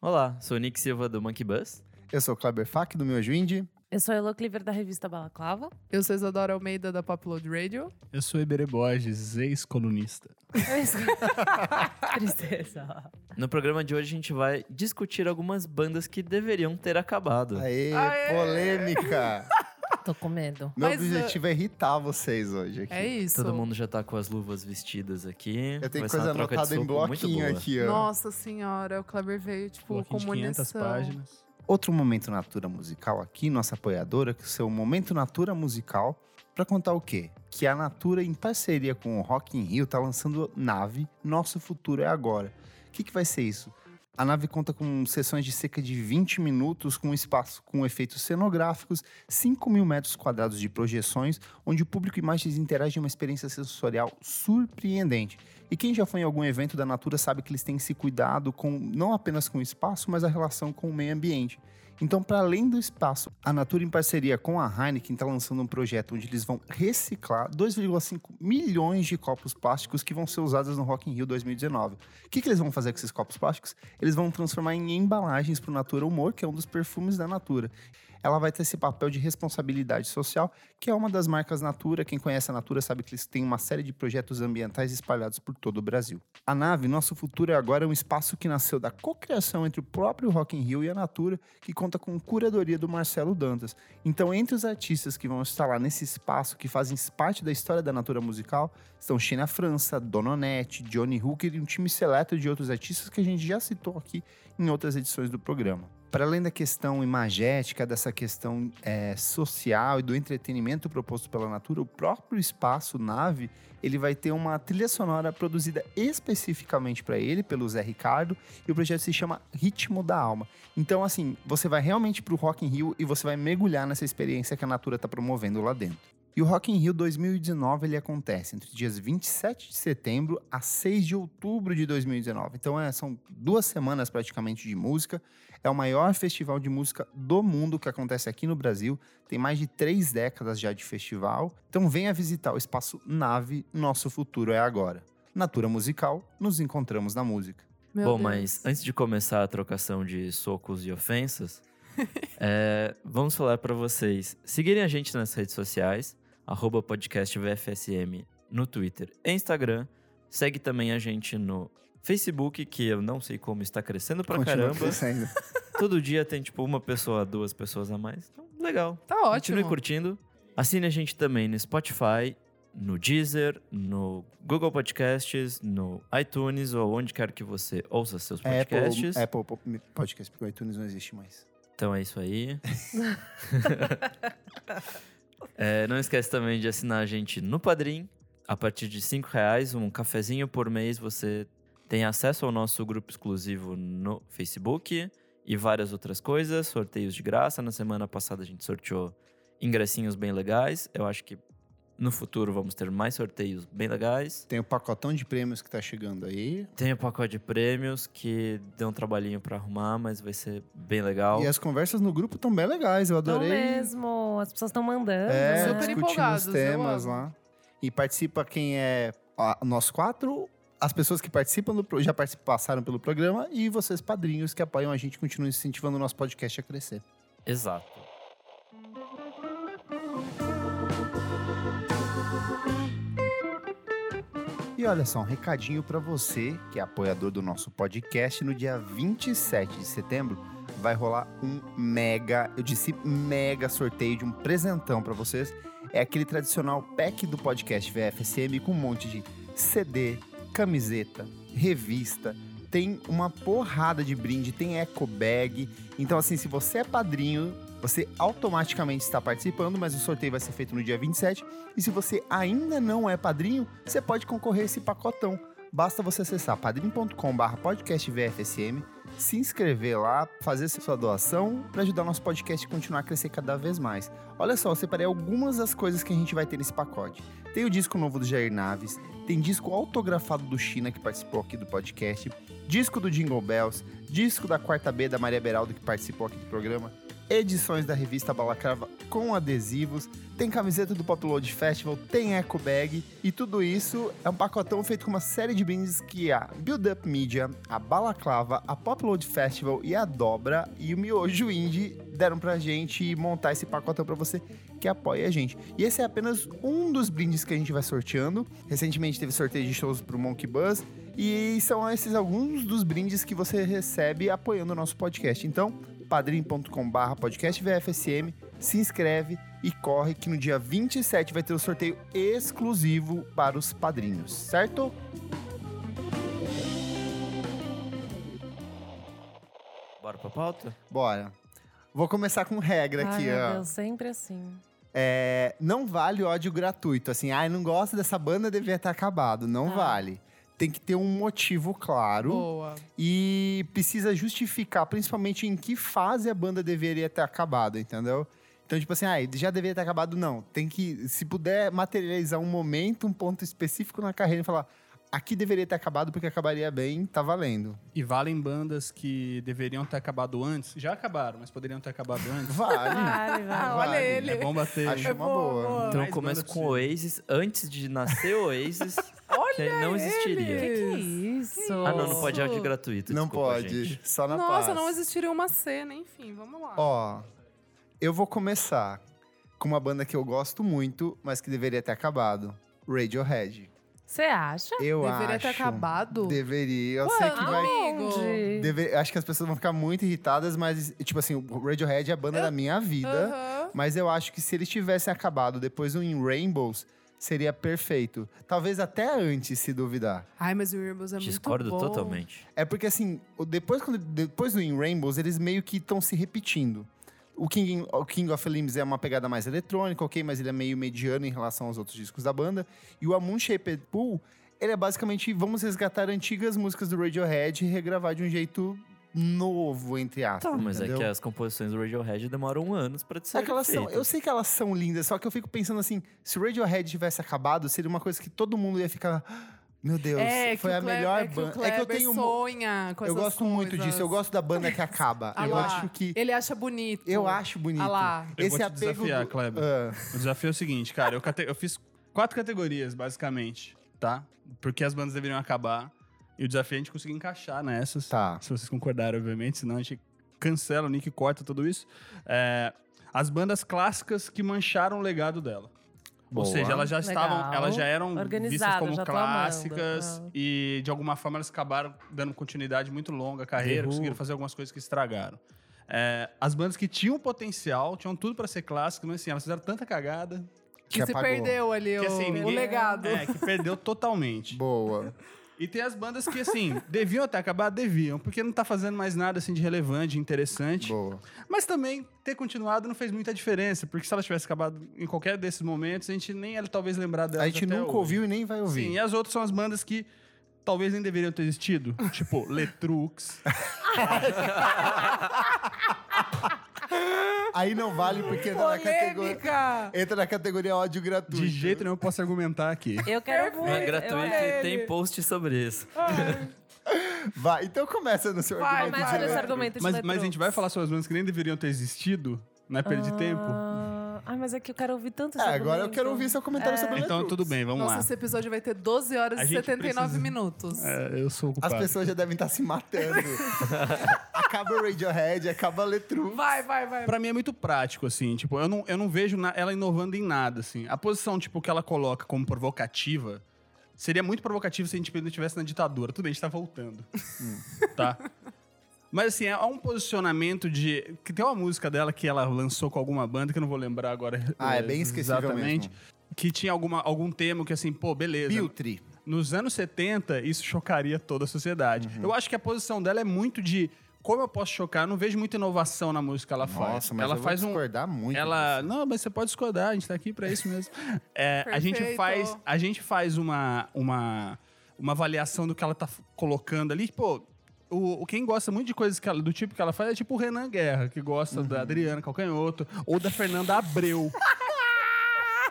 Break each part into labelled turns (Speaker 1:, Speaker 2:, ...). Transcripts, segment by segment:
Speaker 1: Olá,
Speaker 2: sou o Nick Silva do Monkey Bus.
Speaker 3: Eu sou o Kleber Fak, do Meu Juindy.
Speaker 4: Eu sou a Elo Cleaver da revista Balaclava.
Speaker 5: Eu sou Isadora Almeida da Popload Radio.
Speaker 6: Eu sou Eberê Borges, ex-colunista.
Speaker 4: É Tristeza.
Speaker 2: No programa de hoje a gente vai discutir algumas bandas que deveriam ter acabado.
Speaker 3: Aê,
Speaker 5: Aê!
Speaker 3: polêmica!
Speaker 4: Tô com medo.
Speaker 3: Meu
Speaker 5: Mas,
Speaker 3: objetivo é irritar vocês hoje aqui.
Speaker 5: É isso.
Speaker 2: Todo mundo já tá com as luvas vestidas aqui.
Speaker 3: Eu tenho
Speaker 2: Vai ser
Speaker 3: coisa
Speaker 2: uma troca de
Speaker 3: anotada em
Speaker 2: soco muito boa.
Speaker 3: bloquinho aqui, ó.
Speaker 5: Nossa senhora, o Kleber veio, tipo,
Speaker 6: Bloquinho
Speaker 5: com
Speaker 6: de 500
Speaker 5: munição.
Speaker 6: páginas.
Speaker 3: Outro Momento Natura Musical aqui, nossa apoiadora, que é o seu Momento Natura Musical, para contar o quê? Que a Natura, em parceria com o Rock in Rio, tá lançando Nave, Nosso Futuro é Agora. O que, que vai ser isso? A nave conta com sessões de cerca de 20 minutos, com espaço com efeitos cenográficos, 5 mil metros quadrados de projeções, onde o público e imagens interagem em uma experiência sensorial surpreendente. E quem já foi em algum evento da Natura sabe que eles têm esse cuidado com não apenas com o espaço, mas a relação com o meio ambiente. Então, para além do espaço, a Natura, em parceria com a Heineken, está lançando um projeto onde eles vão reciclar 2,5 milhões de copos plásticos que vão ser usados no Rock in Rio 2019. O que, que eles vão fazer com esses copos plásticos? Eles vão transformar em embalagens para o Natura Humor, que é um dos perfumes da Natura. Ela vai ter esse papel de responsabilidade social, que é uma das marcas Natura. Quem conhece a Natura sabe que eles têm uma série de projetos ambientais espalhados por todo o Brasil. A nave Nosso Futuro é Agora é um espaço que nasceu da cocriação entre o próprio Rock in Rio e a Natura, que conta com curadoria do Marcelo Dantas. Então, entre os artistas que vão estar lá nesse espaço, que fazem parte da história da Natura Musical, estão China França, Dononete, Johnny Hooker e um time seleto de outros artistas que a gente já citou aqui em outras edições do programa. Para além da questão imagética, dessa questão eh, social e do entretenimento proposto pela Natura, o próprio espaço nave ele vai ter uma trilha sonora produzida especificamente para ele pelo Zé Ricardo e o projeto se chama Ritmo da Alma. Então, assim, você vai realmente pro Rock in Rio e você vai mergulhar nessa experiência que a Natura tá promovendo lá dentro. E o Rock in Rio 2019 ele acontece entre dias 27 de setembro a 6 de outubro de 2019. Então é, são duas semanas praticamente de música. É o maior festival de música do mundo que acontece aqui no Brasil. Tem mais de três décadas já de festival. Então venha visitar o espaço Nave. Nosso futuro é agora. Natura musical. Nos encontramos na música.
Speaker 5: Meu
Speaker 2: Bom,
Speaker 5: Deus.
Speaker 2: mas antes de começar a trocação de socos e ofensas, é, vamos falar para vocês seguirem a gente nas redes sociais, arroba podcast VFSM no Twitter e Instagram. Segue também a gente no Facebook, que eu não sei como está crescendo pra
Speaker 3: Continua
Speaker 2: caramba.
Speaker 3: crescendo.
Speaker 2: Todo dia tem, tipo, uma pessoa, duas pessoas a mais. Então, legal.
Speaker 5: Tá
Speaker 2: Continue
Speaker 5: ótimo.
Speaker 2: curtindo. Assine a gente também no Spotify, no Deezer, no Google Podcasts, no iTunes ou onde quer que você ouça seus
Speaker 3: É
Speaker 2: podcasts.
Speaker 3: Apple, Apple Podcast, porque o iTunes não existe mais.
Speaker 2: Então é isso aí. É, não esquece também de assinar a gente no Padrim. A partir de cinco reais, um cafezinho por mês, você tem acesso ao nosso grupo exclusivo no Facebook e várias outras coisas, sorteios de graça. Na semana passada a gente sorteou ingressinhos bem legais. Eu acho que no futuro vamos ter mais sorteios bem legais.
Speaker 3: Tem o pacotão de prêmios que tá chegando aí.
Speaker 2: Tem o pacote de prêmios que deu um trabalhinho pra arrumar, mas vai ser bem legal.
Speaker 3: E é- as conversas no grupo estão bem legais, eu
Speaker 4: Não
Speaker 3: adorei.
Speaker 4: mesmo. As pessoas estão mandando.
Speaker 3: É,
Speaker 5: Super
Speaker 4: né?
Speaker 3: discutindo os
Speaker 5: empolgados, eu
Speaker 3: temas
Speaker 5: amo.
Speaker 3: lá. E participa quem é ó, nós quatro, as pessoas que participam do pro- já particip- passaram pelo programa e vocês padrinhos que apoiam a gente continuam incentivando o nosso podcast a crescer.
Speaker 2: Exato.
Speaker 3: E olha só, um recadinho para você que é apoiador do nosso podcast. No dia 27 de setembro vai rolar um mega, eu disse mega sorteio de um presentão para vocês. É aquele tradicional pack do podcast VFSM com um monte de CD, camiseta, revista. Tem uma porrada de brinde, tem eco bag. Então, assim, se você é padrinho, você automaticamente está participando, mas o sorteio vai ser feito no dia 27. E se você ainda não é padrinho, você pode concorrer a esse pacotão. Basta você acessar padrim.com.br podcastvfsm, se inscrever lá, fazer sua doação para ajudar nosso podcast a continuar a crescer cada vez mais. Olha só, eu separei algumas das coisas que a gente vai ter nesse pacote. Tem o disco novo do Jair Naves, tem disco autografado do China que participou aqui do podcast, disco do Jingle Bells, disco da Quarta B da Maria Beraldo que participou aqui do programa, edições da revista Balacrava com adesivos, tem camiseta do Pop Load Festival, tem eco bag e tudo isso é um pacotão feito com uma série de brindes que a Build Up Media, a Balaclava, a Pop Load Festival e a Dobra e o Miojo Indie deram pra gente montar esse pacotão pra você que apoia a gente. E esse é apenas um dos brindes que a gente vai sorteando. Recentemente teve sorteio de shows pro Monkey Buzz e são esses alguns dos brindes que você recebe apoiando o nosso podcast. Então, padrim.com.br podcast VFSM, se inscreve e corre que no dia 27 vai ter o sorteio exclusivo para os padrinhos, certo?
Speaker 2: Bora pra pauta?
Speaker 3: Bora. Vou começar com regra
Speaker 4: Ai,
Speaker 3: aqui,
Speaker 4: meu
Speaker 3: ó.
Speaker 4: Deus, sempre assim.
Speaker 3: É, não vale ódio gratuito, assim, ai, não gosto dessa banda, devia ter acabado. Não
Speaker 4: Ah.
Speaker 3: vale. Tem que ter um motivo claro.
Speaker 5: Boa.
Speaker 3: Tá e precisa justificar, principalmente em que fase a banda deveria ter acabado, entendeu? Então, tipo assim, ah, já deveria ter acabado, não. Tem que, se puder materializar um momento, um ponto específico na carreira e falar, aqui deveria ter acabado porque acabaria bem, tá valendo.
Speaker 6: E valem bandas que deveriam ter acabado antes. Já acabaram, mas poderiam ter acabado antes.
Speaker 3: Vale.
Speaker 4: Vale,
Speaker 5: Ah,
Speaker 4: vale.
Speaker 5: olha
Speaker 3: Vale.
Speaker 5: ele.
Speaker 6: É bom bater.
Speaker 3: Acho uma boa.
Speaker 2: Então eu
Speaker 6: mais
Speaker 2: começo
Speaker 6: banda
Speaker 2: com o
Speaker 6: possível.
Speaker 2: Oasis, antes de nascer o Oasis, que ele não
Speaker 4: Que,
Speaker 2: existiria.
Speaker 5: ele!
Speaker 4: que é isso?
Speaker 2: Ah, não, não pode
Speaker 5: Isso.
Speaker 2: áudio gratuito.
Speaker 3: não
Speaker 2: desculpa,
Speaker 3: pode.
Speaker 2: gente.
Speaker 3: Só na
Speaker 5: Nossa,
Speaker 3: paz.
Speaker 5: não existiria uma cena, enfim, vamos lá.
Speaker 3: Ó, eu vou começar com uma banda que eu gosto muito, mas que deveria ter acabado. Radiohead.
Speaker 4: Você acha?
Speaker 3: Eu
Speaker 5: Deveria
Speaker 3: acho.
Speaker 5: ter acabado.
Speaker 3: Deveria. Eu sei que vai
Speaker 5: Amigo.
Speaker 3: Deve- acho que as pessoas vão ficar muito irritadas, mas, tipo assim, o Radiohead é a banda da minha vida.
Speaker 5: Aham.
Speaker 3: Mas eu acho que se eles tivessem acabado depois do In Rainbows, seria perfeito. Talvez até antes, se duvidar.
Speaker 5: Ai, mas o Irmãos é
Speaker 2: Discordo
Speaker 5: muito bom.
Speaker 2: totalmente.
Speaker 3: É porque, assim, o- depois, quando- depois do In Rainbows, eles meio que estão se repetindo. O King, o King of Limbs é uma pegada mais eletrônica, ok, mas ele é meio mediano em relação aos outros discos da banda. E o A Moon Shaped Pool, ele é basicamente vamos resgatar antigas músicas do Radiohead e regravar de um jeito novo, entre aspas.
Speaker 2: Tá, mas
Speaker 3: entendeu?
Speaker 2: é que as composições do Radiohead demoram anos pra
Speaker 3: É
Speaker 2: ser
Speaker 3: que elas são, eu sei que elas são lindas, só que eu fico pensando assim, se o Radiohead tivesse acabado, seria uma coisa que todo mundo ia ficar, "Ah, meu Deus,
Speaker 5: É,
Speaker 3: foi
Speaker 5: que o
Speaker 3: a
Speaker 5: Kleber-
Speaker 3: melhor
Speaker 5: é que o
Speaker 3: banda. É que eu
Speaker 5: Kleber
Speaker 3: tenho mu-
Speaker 5: sonha com
Speaker 3: eu
Speaker 5: essas
Speaker 3: gosto muito
Speaker 5: coisas.
Speaker 3: disso, eu gosto da banda que acaba.
Speaker 5: Ah
Speaker 3: eu
Speaker 5: lá,
Speaker 3: acho que
Speaker 5: Ele acha bonito.
Speaker 3: eu acho bonito.
Speaker 5: Ah lá.
Speaker 6: Eu
Speaker 3: Esse
Speaker 6: vou te
Speaker 3: apego
Speaker 6: desafiar,
Speaker 3: do-
Speaker 6: Kleber.
Speaker 3: Ah,
Speaker 6: O desafio é o seguinte, cara. Eu, cate- eu fiz quatro categorias, basicamente, tá? Porque as bandas deveriam acabar. E o desafio é a gente conseguir encaixar nessas.
Speaker 3: tá.
Speaker 6: Se vocês concordarem, obviamente. Senão a gente cancela o Nick corta tudo isso. É, as bandas clássicas que mancharam o legado dela.
Speaker 3: Boa.
Speaker 6: Ou seja, elas já
Speaker 4: Legal.
Speaker 6: estavam, elas já eram vistas
Speaker 4: Organizada,
Speaker 6: como
Speaker 4: já tô
Speaker 6: clássicas
Speaker 4: amando. Ah.
Speaker 6: e de alguma forma elas acabaram dando continuidade muito longa à carreira,
Speaker 2: Uhul.
Speaker 6: conseguiram fazer algumas coisas que estragaram. É, as bandas que tinham potencial, tinham tudo pra ser clássicas, mas assim, elas fizeram tanta cagada
Speaker 5: Que,
Speaker 3: Que
Speaker 5: se
Speaker 3: apagou.
Speaker 5: perdeu ali
Speaker 6: que
Speaker 5: o,
Speaker 6: assim,
Speaker 5: o
Speaker 6: ninguém
Speaker 5: legado.
Speaker 6: é que perdeu totalmente.
Speaker 3: Boa.
Speaker 6: E tem as bandas que assim, deviam até acabar, deviam, porque não tá fazendo mais nada assim de relevante, de interessante.
Speaker 3: Boa.
Speaker 6: Mas também ter continuado não fez muita diferença, porque se ela tivesse acabado em qualquer desses momentos, a gente nem ia talvez lembrar dela.
Speaker 3: A gente nunca ouviu e nem vai ouvir.
Speaker 6: Sim, é. e as outras são as bandas que talvez nem deveriam ter existido. tipo, Letrux.
Speaker 3: Aí não vale porque entra na categoria
Speaker 5: Polêmica!
Speaker 3: entra na categoria ódio gratuito.
Speaker 6: De jeito nenhum eu posso argumentar aqui.
Speaker 4: Eu quero
Speaker 2: Não é
Speaker 4: ver.
Speaker 2: gratuito
Speaker 4: Eu...
Speaker 2: e
Speaker 5: ele.
Speaker 2: tem post sobre isso.
Speaker 3: Vai, então começa no seu
Speaker 5: Vai,
Speaker 3: argumento.
Speaker 4: Começa
Speaker 5: vai,
Speaker 4: nesse
Speaker 5: vai.
Speaker 4: argumento de
Speaker 6: Mas, mas a gente vai falar sobre as bandas que nem deveriam ter existido, né? Perdi tempo.
Speaker 4: Ah, ai, mas é que eu quero ouvir tanto esse
Speaker 3: É, agora eu
Speaker 4: argumento.
Speaker 3: quero ouvir seu comentário sobre
Speaker 5: É.
Speaker 3: sobre
Speaker 6: Então
Speaker 3: Letrux.
Speaker 6: tudo bem, vamos
Speaker 5: Nossa,
Speaker 6: lá.
Speaker 5: esse episódio vai ter 12 horas
Speaker 6: A
Speaker 5: e
Speaker 6: gente
Speaker 5: 79
Speaker 6: precisa-
Speaker 5: minutos.
Speaker 6: É, eu sou o
Speaker 3: As
Speaker 6: culpado.
Speaker 3: pessoas já devem estar se matando. acaba o Radiohead, acaba a Letrux.
Speaker 5: Vai, vai, vai.
Speaker 6: Pra mim é muito prático, assim. Tipo, eu não, eu não vejo na- ela inovando em nada, assim. A posição, tipo, que ela coloca como provocativa seria muito provocativa se a gente ainda estivesse na ditadura. Tudo bem, a gente tá voltando.
Speaker 3: Hum.
Speaker 6: Tá? Mas, assim, há um posicionamento de... Que tem uma música dela que ela lançou com alguma banda, que eu não vou lembrar agora.
Speaker 3: Ah, é
Speaker 6: eh,
Speaker 3: bem esquecível
Speaker 6: exatamente,
Speaker 3: mesmo.
Speaker 6: Que tinha alguma, algum tema que, assim, pô, beleza.
Speaker 3: Piltri.
Speaker 6: Nos anos 70, isso chocaria toda a sociedade.
Speaker 3: Uhum.
Speaker 6: Eu acho que a posição dela é muito de como eu posso chocar. Eu não vejo muita inovação na música que ela faz.
Speaker 3: Nossa, mas
Speaker 6: ela
Speaker 3: eu vou
Speaker 6: faz um.
Speaker 3: discordar muito.
Speaker 6: Ela. Não, mas você pode discordar, a gente tá aqui pra isso mesmo. É, a gente
Speaker 5: Perfeito.
Speaker 6: faz, a gente faz uma, uma, uma avaliação do que ela tá f- colocando ali. Pô, o, o- quem gosta muito de coisas que ela- do tipo que ela faz é tipo o
Speaker 3: Uhum.
Speaker 6: Renan Guerra, que gosta da Adriana Calcanhoto ou da Fernanda Abreu.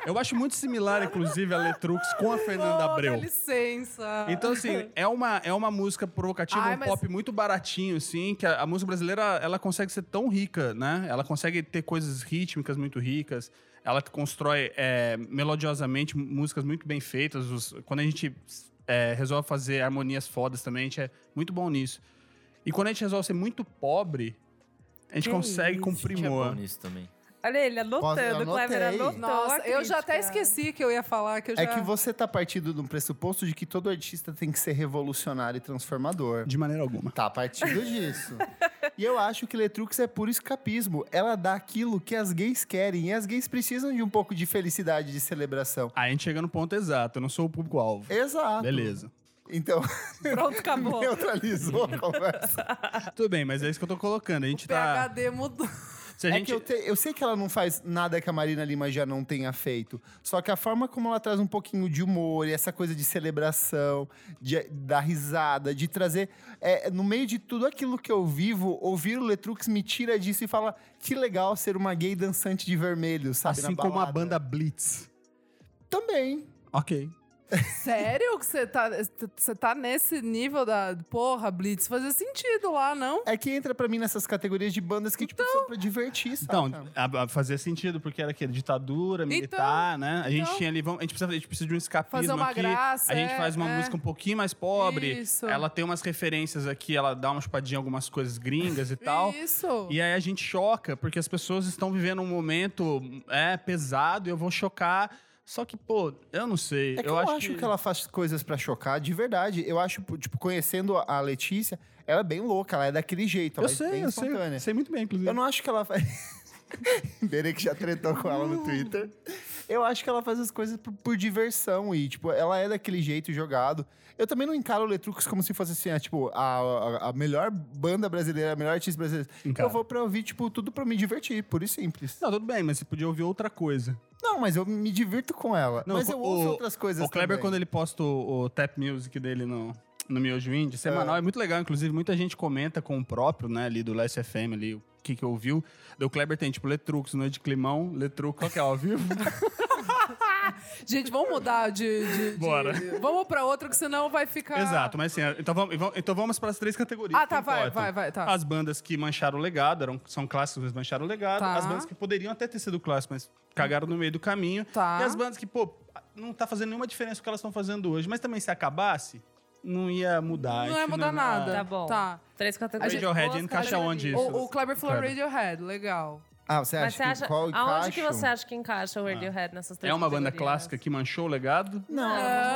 Speaker 6: Eu acho muito similar, inclusive, a Letrux com a Fernanda
Speaker 5: Oh, Dá
Speaker 6: Abreu.
Speaker 5: licença.
Speaker 6: Então, assim, é uma, é uma música provocativa,
Speaker 5: Ai,
Speaker 6: um
Speaker 5: mas-
Speaker 6: pop muito baratinho, assim, que a, a música brasileira, ela consegue ser tão rica, né? Ela consegue ter coisas rítmicas muito ricas, ela constrói é, melodiosamente músicas muito bem feitas. os- quando a gente é, resolve fazer harmonias fodas também, a gente é muito bom nisso. E quando a gente resolve ser muito pobre, a gente
Speaker 4: Que
Speaker 6: consegue
Speaker 4: isso,
Speaker 6: com
Speaker 2: é bom
Speaker 6: primor.
Speaker 2: nisso também.
Speaker 4: Olha ele anotando,
Speaker 3: Posso-
Speaker 4: o Kleber
Speaker 3: anotei.
Speaker 4: anotou.
Speaker 5: Nossa,
Speaker 4: a
Speaker 5: eu já até
Speaker 4: crítica.
Speaker 5: esqueci que eu ia falar. Que eu já...
Speaker 3: É que você tá partindo de um pressuposto de que todo artista tem que ser revolucionário e transformador.
Speaker 6: De maneira alguma.
Speaker 3: Tá partindo disso. e eu acho que Letrux é puro escapismo. Ela dá aquilo que as gays querem. E as gays precisam de um pouco de felicidade, de celebração.
Speaker 6: Aí a gente chega no ponto exato, eu não sou o público-alvo.
Speaker 3: Exato.
Speaker 6: Beleza.
Speaker 3: Então,
Speaker 4: Pronto, acabou.
Speaker 3: neutralizou a conversa.
Speaker 6: Tudo bem, mas é isso que eu tô colocando. A gente tá.
Speaker 5: PHD mudou.
Speaker 6: Se a
Speaker 3: É
Speaker 6: gente...
Speaker 3: que eu, te- eu sei que ela não faz nada que a Marina Lima já não tenha feito. Só que a forma como ela traz um pouquinho de humor e essa coisa de celebração, de dar risada, de trazer. é, no meio de tudo aquilo que eu vivo, ouvir o Letrux me tira disso e fala que legal ser uma gay dançante de vermelho, sabe?
Speaker 6: Assim
Speaker 3: na
Speaker 6: como a
Speaker 3: balada."
Speaker 6: banda Blitz.
Speaker 3: Também.
Speaker 6: Ok.
Speaker 5: Sério que você tá, você tá nesse nível da. Porra, Blitz, fazia sentido lá, não?
Speaker 3: É que entra pra mim nessas categorias de bandas que, tipo, são pra divertir, sabe?
Speaker 6: Então, a- a- fazia sentido, porque era aquele ditadura, militar, né? A gente
Speaker 5: então.
Speaker 6: tinha ali. vamos- a, gente precisa, a gente precisa de um escapismo
Speaker 5: Fazer uma
Speaker 6: aqui.
Speaker 5: graça,
Speaker 6: a gente
Speaker 5: é,
Speaker 6: faz uma
Speaker 5: é.
Speaker 6: música um pouquinho mais pobre.
Speaker 5: Isso.
Speaker 6: Ela tem umas referências aqui, ela dá uma chupadinha em algumas coisas gringas e tal.
Speaker 5: Isso.
Speaker 6: E aí a gente choca, porque as pessoas estão vivendo um momento é, pesado e eu vou chocar. Só que, pô, eu não sei.
Speaker 3: É que
Speaker 6: eu, acho,
Speaker 3: que... ela faz coisas pra chocar de verdade. Eu acho, tipo, conhecendo a a Letícia, ela é bem louca, ela é daquele jeito,
Speaker 6: Eu
Speaker 3: ela é
Speaker 6: sei,
Speaker 3: bem
Speaker 6: eu sei.
Speaker 3: espontânea.
Speaker 6: Sei muito bem, inclusive.
Speaker 3: Eu não acho que ela faz. Berê que já tretou com ela no Twitter. Eu acho que ela faz as coisas por, por diversão e, tipo, ela é daquele jeito jogado. Eu também não encaro o Letrux como se fosse assim, ah, tipo, a, a, a melhor banda brasileira, a melhor artista brasileira.
Speaker 6: Encaro.
Speaker 3: Eu vou pra ouvir, tipo, tudo pra me divertir, puro e simples.
Speaker 6: Não, tudo bem, mas você podia ouvir outra coisa.
Speaker 3: Não, mas eu me divirto com ela.
Speaker 6: Não,
Speaker 3: mas eu
Speaker 6: o-
Speaker 3: ouço outras coisas
Speaker 6: O Kleber,
Speaker 3: também.
Speaker 6: quando ele posta o, o tap music dele no, no Miojo Indie, semanal, é muito legal. Inclusive, muita gente comenta com o próprio, né, ali do Last FM, ali, o que que ouviu. Daí o Kleber tem, tipo, Letrux, Noite de Climão, Letrux, qual que é, ao vivo?
Speaker 5: Gente, vamos mudar de. de- de-
Speaker 6: Bora.
Speaker 5: Vamos pra outro, que senão vai ficar.
Speaker 6: Exato, mas assim, então vamos, então vamos para as três categorias.
Speaker 5: Ah,
Speaker 6: que
Speaker 5: tá, vai,
Speaker 6: importam.
Speaker 5: vai, vai, tá.
Speaker 6: As bandas que mancharam o legado, eram, são clássicos, mas mancharam o legado.
Speaker 5: Tá.
Speaker 6: As bandas que poderiam até ter sido clássicos, mas cagaram no meio do caminho.
Speaker 5: Tá.
Speaker 6: E as bandas que, pô, não tá fazendo nenhuma diferença o que elas estão fazendo hoje. Mas também se acabasse, não ia mudar. a
Speaker 5: Não
Speaker 6: gente
Speaker 5: ia mudar nada.
Speaker 4: Tá bom.
Speaker 5: Tá.
Speaker 4: Três categorias.
Speaker 5: gente-
Speaker 6: Radiohead
Speaker 4: boas
Speaker 6: encaixa
Speaker 4: categorias.
Speaker 6: onde isso?
Speaker 5: O, o Kleber falou
Speaker 6: Kleber.
Speaker 5: Radiohead, legal.
Speaker 3: Ah, você
Speaker 4: Mas
Speaker 3: acha,
Speaker 4: você acha,
Speaker 3: que qual
Speaker 4: aonde
Speaker 3: encaixa?
Speaker 4: que você acha que encaixa o Radiohead nessas três
Speaker 6: É uma banda
Speaker 4: categorias?
Speaker 6: clássica que manchou o legado?
Speaker 3: Não,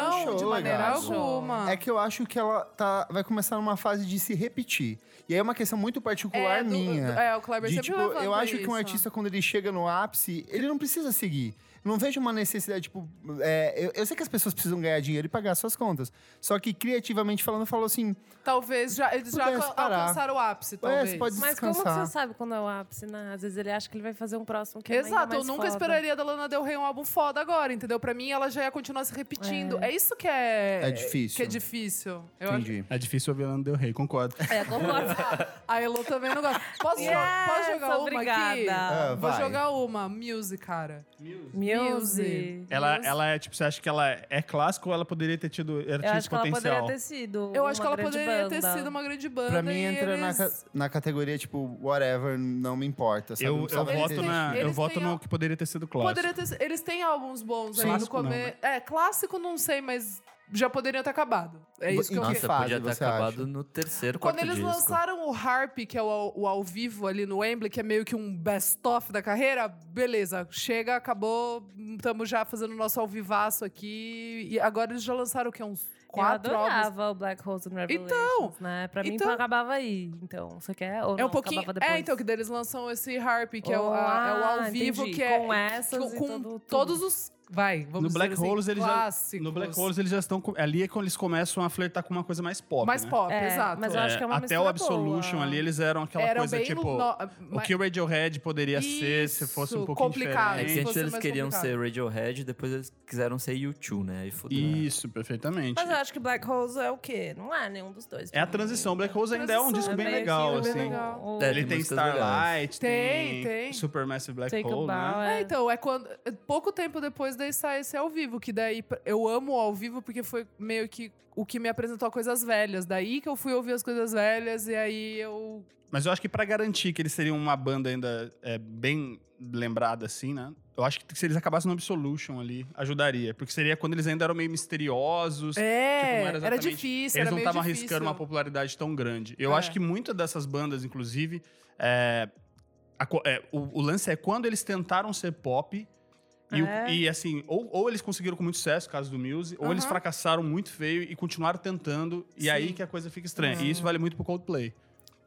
Speaker 5: Não,
Speaker 3: show,
Speaker 5: de maneira
Speaker 3: legal.
Speaker 5: alguma.
Speaker 3: É que eu acho que ela tá, vai começar numa fase de se repetir. E aí é uma questão muito particular
Speaker 5: do-
Speaker 3: minha.
Speaker 5: do- é, o Kleber
Speaker 3: de,
Speaker 5: sempre
Speaker 3: tipo,
Speaker 5: levanta
Speaker 3: Eu acho que um
Speaker 5: isso.
Speaker 3: artista, quando ele chega no ápice, ele não precisa seguir. Não vejo uma necessidade, tipo... é, eu, eu sei que as pessoas precisam ganhar dinheiro e pagar suas contas. Só que, criativamente falando, falou assim...
Speaker 5: Talvez já, eles já
Speaker 3: Pudesse
Speaker 5: alca-
Speaker 3: parar. É,
Speaker 5: alcançaram o ápice, talvez.
Speaker 3: você pode
Speaker 4: Mas como que
Speaker 3: descansar.
Speaker 4: você sabe quando é o ápice, né? Às vezes ele acha que ele vai fazer um próximo que é ainda
Speaker 5: Exato, eu
Speaker 4: mais
Speaker 5: nunca
Speaker 4: foda.
Speaker 5: esperaria da Lana Del Rey um álbum foda agora, entendeu? Pra mim, ela já ia continuar se repetindo. É, isso que é...
Speaker 3: É difícil.
Speaker 5: Que é difícil. Eu
Speaker 3: Entendi.
Speaker 6: É difícil ouvir Lana Del Rey, concordo.
Speaker 4: É, concordo.
Speaker 5: acho- A Elo também não gosta. Posso, jo-
Speaker 4: Yes,
Speaker 5: posso jogar uma aqui?
Speaker 4: obrigada.
Speaker 3: Ah,
Speaker 5: Vou
Speaker 3: vai.
Speaker 5: jogar uma. Music, cara.
Speaker 4: Music.
Speaker 6: Ela, ela é, tipo, você acha que ela é clássica ou ela poderia ter tido ela
Speaker 4: Eu
Speaker 6: tinha
Speaker 4: acho
Speaker 6: esse
Speaker 4: que ela poderia
Speaker 6: potencial?
Speaker 4: ter sido.
Speaker 5: Eu acho que
Speaker 4: uma
Speaker 5: ela
Speaker 4: grande
Speaker 5: poderia ter
Speaker 4: banda.
Speaker 5: sido uma grande banda.
Speaker 3: Pra mim,
Speaker 5: e
Speaker 3: entra na,
Speaker 5: eles-
Speaker 3: ca- na categoria, tipo, whatever, não me importa. Sabe? Não
Speaker 6: Eu, eu
Speaker 3: precisava
Speaker 6: voto,
Speaker 3: existir.
Speaker 6: na, eu
Speaker 5: eles
Speaker 6: voto
Speaker 5: têm
Speaker 6: no
Speaker 5: a-
Speaker 6: que poderia ter sido clássico.
Speaker 5: Poderia ter, eles têm álbuns bons aí no
Speaker 6: Clássico não,
Speaker 3: né?
Speaker 5: começo. É, clássico não sei, mas já poderiam ter acabado. É isso que eu
Speaker 3: Nossa,
Speaker 5: que-
Speaker 2: Nossa,
Speaker 3: fase
Speaker 2: podia ter
Speaker 3: você
Speaker 2: acabado
Speaker 3: acha?
Speaker 2: no terceiro, quarto
Speaker 5: Quando eles
Speaker 2: disco.
Speaker 5: lançaram o Harp, que é o, ao- o ao vivo ali no Wembley, que é meio que um best-of da carreira, beleza, chega, acabou, estamos já fazendo nosso ao vivaço aqui. E agora eles já lançaram o quê? Uns quatro
Speaker 4: eu
Speaker 5: álbuns.
Speaker 4: adorava o Black Holes and Revelations,
Speaker 5: Então,
Speaker 4: né? Pra mim,
Speaker 5: então-
Speaker 4: acabava aí. Então, você quer ou
Speaker 5: É
Speaker 4: não
Speaker 5: um pouquinho.
Speaker 4: acabava depois?
Speaker 5: É, então, que daí eles lançam esse Harp, que é, o,
Speaker 4: Oh,
Speaker 5: a- é o
Speaker 4: ah,
Speaker 5: ao vivo,
Speaker 4: entendi.
Speaker 5: que é.
Speaker 4: Com essas e
Speaker 5: com
Speaker 4: todo- tudo.
Speaker 5: todos os Vai, vamos
Speaker 6: No
Speaker 5: dizer
Speaker 6: Black
Speaker 5: assim,
Speaker 6: Holes eles já-
Speaker 5: clássicos.
Speaker 6: No Black Holes eles já estão. com- Ali é quando eles começam a flertar com uma coisa mais pop.
Speaker 5: Mais
Speaker 6: né?
Speaker 5: pop,
Speaker 4: É,
Speaker 5: exato.
Speaker 4: mas eu acho que é uma
Speaker 6: até o
Speaker 4: mistura
Speaker 6: Absolution
Speaker 4: boa.
Speaker 6: ali eles eram aquela
Speaker 5: Era
Speaker 6: coisa
Speaker 5: bem
Speaker 6: tipo.
Speaker 5: no-
Speaker 6: O
Speaker 5: mas-
Speaker 6: que o Radiohead poderia ser se
Speaker 5: Isso,
Speaker 6: fosse um pouquinho
Speaker 5: complicado.
Speaker 2: É
Speaker 5: Aí
Speaker 2: que
Speaker 6: diferente.
Speaker 5: fosse
Speaker 2: antes eles
Speaker 5: mais
Speaker 2: queriam
Speaker 5: complicado.
Speaker 2: ser Radiohead, depois eles quiseram ser U2, né? E fudeu.
Speaker 6: Isso, perfeitamente.
Speaker 4: Mas eu acho que Black Holes é o quê? Não é nenhum dos dois.
Speaker 6: É a transição. Black Rose ainda é um disco
Speaker 5: Transição,
Speaker 6: bem
Speaker 4: né?
Speaker 5: meio que
Speaker 6: legal,
Speaker 5: um bem
Speaker 6: assim.
Speaker 5: legal.
Speaker 2: É,
Speaker 6: Ele tem
Speaker 2: músicas legais.
Speaker 6: Starlight,
Speaker 5: Tem,
Speaker 6: tem,
Speaker 5: tem.
Speaker 6: Supermassive Black
Speaker 4: Take a bow,
Speaker 6: Hole, né?
Speaker 5: É,
Speaker 4: é.
Speaker 5: então, é quando. é Pouco tempo depois daí sai esse ao vivo, que daí pr- eu amo o ao vivo porque foi meio que o que me apresentou a coisas velhas. Daí que eu fui ouvir as coisas velhas e aí eu.
Speaker 6: Mas eu acho que pra garantir que eles seriam uma banda ainda é, bem lembrada, assim, né? Eu acho que se eles acabassem no Absolution ali, ajudaria. Porque seria quando eles ainda eram meio misteriosos.
Speaker 5: É,
Speaker 6: não era
Speaker 5: era
Speaker 6: exatamente-
Speaker 5: difícil,
Speaker 6: Eles
Speaker 5: era
Speaker 6: não
Speaker 5: meio
Speaker 6: estavam
Speaker 5: difícil.
Speaker 6: arriscando uma popularidade tão grande. Eu
Speaker 5: É.
Speaker 6: acho que muitas dessas bandas, inclusive, é, a co- é, o, o lance é quando eles tentaram ser pop. E, o-
Speaker 4: É.
Speaker 6: e, assim, ou, ou eles conseguiram com muito sucesso, caso do Muse, ou eles
Speaker 5: Aham.
Speaker 6: fracassaram muito feio e continuaram tentando, e
Speaker 5: Sim.
Speaker 6: aí que a coisa fica estranha. E isso vale muito pro Coldplay.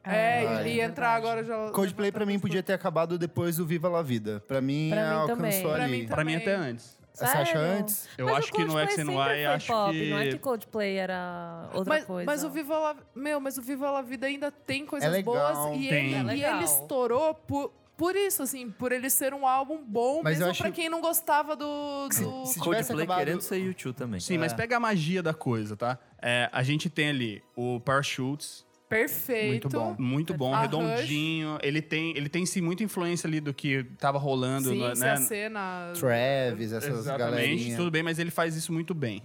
Speaker 5: É,
Speaker 3: Ah,
Speaker 5: e, e
Speaker 4: é
Speaker 5: entrar agora
Speaker 4: verdade.
Speaker 5: já. tá
Speaker 3: Coldplay pra mim podia ter acabado depois do Viva La Vida. Pra mim,
Speaker 4: Pra mim também.
Speaker 3: alcançou
Speaker 5: Pra
Speaker 3: ali.
Speaker 5: mim tá-
Speaker 6: Pra mim,
Speaker 5: Também.
Speaker 6: até antes.
Speaker 3: Você acha
Speaker 4: Sério?
Speaker 3: antes?
Speaker 6: Eu
Speaker 4: Mas
Speaker 6: acho
Speaker 4: o
Speaker 6: que no
Speaker 4: Coldplay
Speaker 6: X and
Speaker 4: sempre
Speaker 6: Y,
Speaker 4: foi
Speaker 6: acho
Speaker 4: pop,
Speaker 6: que...
Speaker 4: Não é que Coldplay era outra
Speaker 5: Mas,
Speaker 4: coisa.
Speaker 5: mas o Viva La, meu, mas o Viva La Vida ainda tem coisas
Speaker 3: É legal,
Speaker 5: boas e,
Speaker 6: tem.
Speaker 5: Ele,
Speaker 4: É
Speaker 5: e
Speaker 4: legal.
Speaker 5: ele estourou por, por isso, assim, por ele ser um álbum bom,
Speaker 3: Mas eu
Speaker 5: mesmo
Speaker 3: acho-
Speaker 5: pra quem não gostava do. do...
Speaker 3: Se tivesse
Speaker 2: Coldplay
Speaker 3: acabado-
Speaker 2: querendo ser U2 também.
Speaker 6: Sim, mas
Speaker 3: É.
Speaker 6: pega a magia da coisa, tá? É, a gente tem ali o Parachutes,
Speaker 5: Perfeito.
Speaker 3: Muito bom.
Speaker 6: Muito bom,
Speaker 5: A
Speaker 6: redondinho. Ele tem, ele tem sim muita influência ali do que tava rolando,
Speaker 5: Sim,
Speaker 6: no-
Speaker 5: se
Speaker 6: né?
Speaker 5: a cena.
Speaker 3: Travis, essas
Speaker 6: Exatamente,
Speaker 3: galerinhas.
Speaker 6: tudo bem, mas ele faz isso muito bem.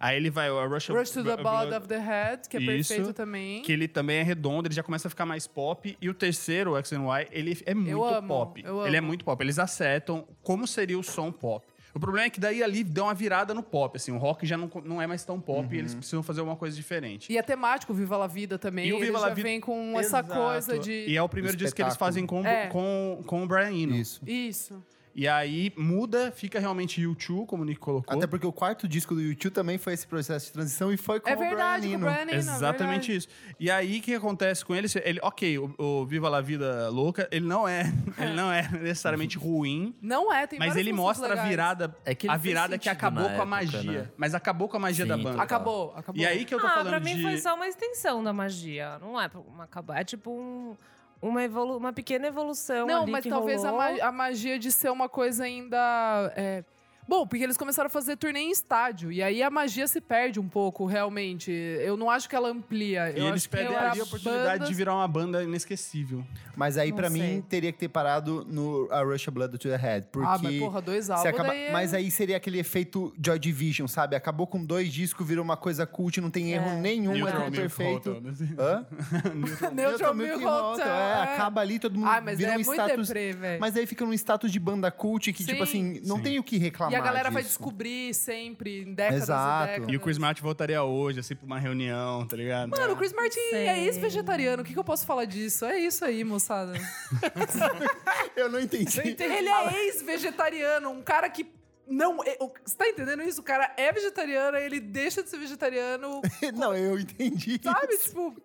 Speaker 6: Aí ele vai, o Rush,
Speaker 5: Rush to the Ballad of the Head, que é
Speaker 6: Isso.
Speaker 5: perfeito também.
Speaker 6: que ele também é redondo, ele já começa a ficar mais pop. E o terceiro, o X and Y, ele é muito
Speaker 5: amo,
Speaker 6: pop.
Speaker 5: eu
Speaker 6: Ele é
Speaker 5: amo.
Speaker 6: muito pop. Eles acertam como seria o som pop. O problema é que daí ali deu uma virada no pop, assim. O rock já não, não é mais tão pop e
Speaker 3: Uhum.
Speaker 6: eles precisam fazer alguma coisa diferente.
Speaker 5: E é temático, o Viva La Vida também.
Speaker 6: E o
Speaker 5: ele
Speaker 6: Viva
Speaker 5: já
Speaker 6: La Vida-
Speaker 5: vem com essa
Speaker 6: Exato.
Speaker 5: coisa de.
Speaker 6: E é o primeiro disco que eles
Speaker 3: Espetáculo.
Speaker 6: fazem com,
Speaker 5: É.
Speaker 6: com, com o Brian Eno.
Speaker 3: Isso.
Speaker 5: Isso.
Speaker 6: E aí muda, fica realmente YouTube, como o Nick colocou.
Speaker 3: Até porque o quarto disco do YouTube também foi esse processo de transição e foi com
Speaker 5: é
Speaker 3: o
Speaker 5: verdade,
Speaker 3: Brian
Speaker 5: com o
Speaker 3: Eno.
Speaker 5: Brian Eno, é
Speaker 6: Exatamente
Speaker 5: verdade.
Speaker 6: isso. E aí o que acontece com ele? Ele, ok, o, o Viva la Vida Louca, ele não é, ele não é necessariamente ruim,
Speaker 5: Não é, tem
Speaker 6: mas
Speaker 5: várias
Speaker 6: ele
Speaker 5: músicas
Speaker 6: mostra a
Speaker 5: legais.
Speaker 6: virada,
Speaker 2: É que ele
Speaker 6: a
Speaker 2: fez
Speaker 6: virada que
Speaker 2: sentido na
Speaker 6: acabou com a
Speaker 2: época,
Speaker 6: magia,
Speaker 2: né?
Speaker 6: mas acabou com a magia
Speaker 2: Sim,
Speaker 6: da banda.
Speaker 5: Acabou, acabou.
Speaker 6: E aí que eu tô
Speaker 4: ah,
Speaker 6: falando
Speaker 4: pra mim
Speaker 6: de
Speaker 4: foi só uma extensão da magia. Não é pra uma acabar. É tipo um- uma, evolu uma pequena evolução.
Speaker 5: Não,
Speaker 4: ali
Speaker 5: mas
Speaker 4: que
Speaker 5: talvez a,
Speaker 4: rolou.
Speaker 5: ma- a magia de ser uma coisa ainda. é, Bom, porque eles começaram a fazer turnê em estádio. E aí a magia se perde um pouco, realmente. Eu não acho que ela amplia.
Speaker 6: E
Speaker 5: eu
Speaker 6: eles
Speaker 5: acho que
Speaker 6: perdem
Speaker 5: era
Speaker 6: ali a oportunidade
Speaker 5: bandas-
Speaker 6: de virar uma banda inesquecível.
Speaker 3: Mas aí,
Speaker 4: Não
Speaker 3: pra mim,
Speaker 4: sei.
Speaker 3: teria que ter parado no A Rush of Blood to the Head. Porque
Speaker 5: Ah, mas porra, dois
Speaker 3: se
Speaker 5: álbuns.
Speaker 3: acaba-
Speaker 5: daí é-
Speaker 3: Mas aí seria aquele efeito Joy Division, sabe? Acabou com dois discos, virou uma coisa cult, não tem erro
Speaker 2: Um
Speaker 3: nenhum, é
Speaker 6: Neutral
Speaker 3: tudo
Speaker 6: Milk
Speaker 3: perfeito.
Speaker 6: Hotel, né?
Speaker 3: Hã?
Speaker 5: Neutral Milk Hotel.
Speaker 3: É, acaba ali, todo mundo
Speaker 5: Ah, mas
Speaker 3: vira
Speaker 5: é
Speaker 3: um
Speaker 5: muito
Speaker 3: status...
Speaker 5: deprê, velho.
Speaker 3: Mas aí fica num status de banda cult que, tipo
Speaker 5: Sim.
Speaker 3: assim, não
Speaker 6: Sim.
Speaker 3: tem o que reclamar
Speaker 5: E a galera vai
Speaker 3: disso.
Speaker 5: descobrir sempre, em décadas
Speaker 3: Exato.
Speaker 5: e décadas.
Speaker 6: E o Chris Martin voltaria hoje, assim, pra uma reunião, tá ligado?
Speaker 5: Mano, o Chris Martin
Speaker 4: Sei.
Speaker 5: é ex-vegetariano. O que, que eu posso falar disso? É isso aí, moçada.
Speaker 3: Eu não entendi.
Speaker 5: Ele é ex-vegetariano, um cara que. Não, é- o- você tá entendendo isso? O cara é vegetariano, aí ele deixa de ser vegetariano.
Speaker 3: não, eu entendi.
Speaker 5: Sabe? Tipo,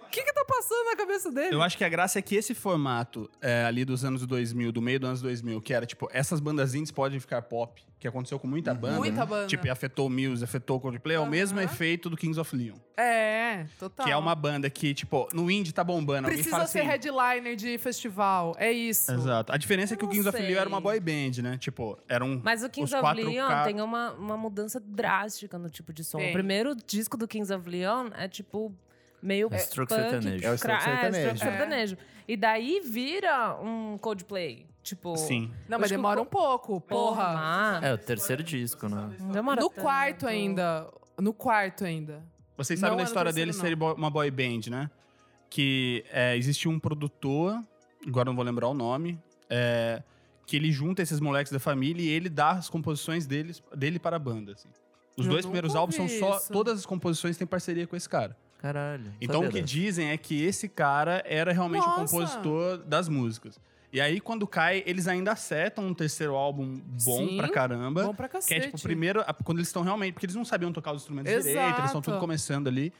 Speaker 5: o que que tá passando na cabeça dele?
Speaker 6: Eu acho que a graça é que esse formato é, ali dos anos 2000, do meio dos anos 2000, que era tipo, essas bandas indies podem ficar pop, que aconteceu com muita banda.
Speaker 5: Uhum. Muita
Speaker 6: né?
Speaker 5: banda.
Speaker 6: Tipo, e afetou o Muse, afetou o Coldplay, é o
Speaker 5: Aham.
Speaker 6: mesmo efeito do Kings of Leon.
Speaker 5: É, total.
Speaker 6: Que é uma banda que, tipo, no indie tá bombando. alguém
Speaker 5: Precisa
Speaker 6: fala
Speaker 5: ser
Speaker 6: assim,
Speaker 5: headliner de festival. É isso.
Speaker 6: Exato. A diferença é que
Speaker 4: Eu
Speaker 6: o Kings
Speaker 4: não
Speaker 6: of
Speaker 4: sei.
Speaker 6: Leon era uma boy band, né? Tipo, era um.
Speaker 4: Mas o Kings
Speaker 6: os
Speaker 4: of
Speaker 6: quatro
Speaker 4: Leon
Speaker 6: ca-
Speaker 4: tem uma, uma mudança drástica no tipo de som.
Speaker 5: Tem.
Speaker 4: O primeiro disco do Kings of Leon é tipo meio
Speaker 2: É stroke
Speaker 4: punk,
Speaker 2: sertanejo.
Speaker 3: É o stroke
Speaker 4: cra- É,
Speaker 3: sertanejo.
Speaker 4: stroke
Speaker 5: É.
Speaker 4: sertanejo. E daí vira um Coldplay. Tipo,
Speaker 6: Sim.
Speaker 5: Não, mas
Speaker 4: Acho que o
Speaker 5: demora um
Speaker 4: co-
Speaker 5: pouco, porra. É.
Speaker 4: Porra.
Speaker 2: É o terceiro disco, né?
Speaker 4: Não demora
Speaker 5: No
Speaker 4: tanto.
Speaker 5: quarto ainda. No quarto ainda.
Speaker 6: Vocês
Speaker 5: Não
Speaker 6: sabem da
Speaker 5: é no
Speaker 6: história
Speaker 5: terceiro,
Speaker 6: dele ser bo- uma boy band, né? Que é, existia um produtor, agora não vou lembrar o nome, é, que ele junta esses moleques da família e ele dá as composições deles, dele para a banda. assim. Os
Speaker 5: Eu
Speaker 6: dois
Speaker 5: nunca
Speaker 6: primeiros álbuns são
Speaker 5: ouvi
Speaker 6: só.
Speaker 5: isso.
Speaker 6: Todas as composições têm parceria com esse cara.
Speaker 2: Caralho.
Speaker 6: Então o
Speaker 2: sabia
Speaker 6: que
Speaker 2: dessa.
Speaker 6: dizem é que esse cara era realmente o
Speaker 5: Nossa!
Speaker 6: compositor das músicas. E aí, quando cai, eles ainda acertam um terceiro álbum bom
Speaker 5: Sim,
Speaker 6: pra caramba.
Speaker 5: Bom pra
Speaker 6: Que tipo,
Speaker 5: cacete.
Speaker 6: é, tipo, primeiro, a- quando eles estão realmente. Porque eles não sabiam tocar os instrumentos
Speaker 5: Exato.
Speaker 6: direito, eles estão tudo começando ali.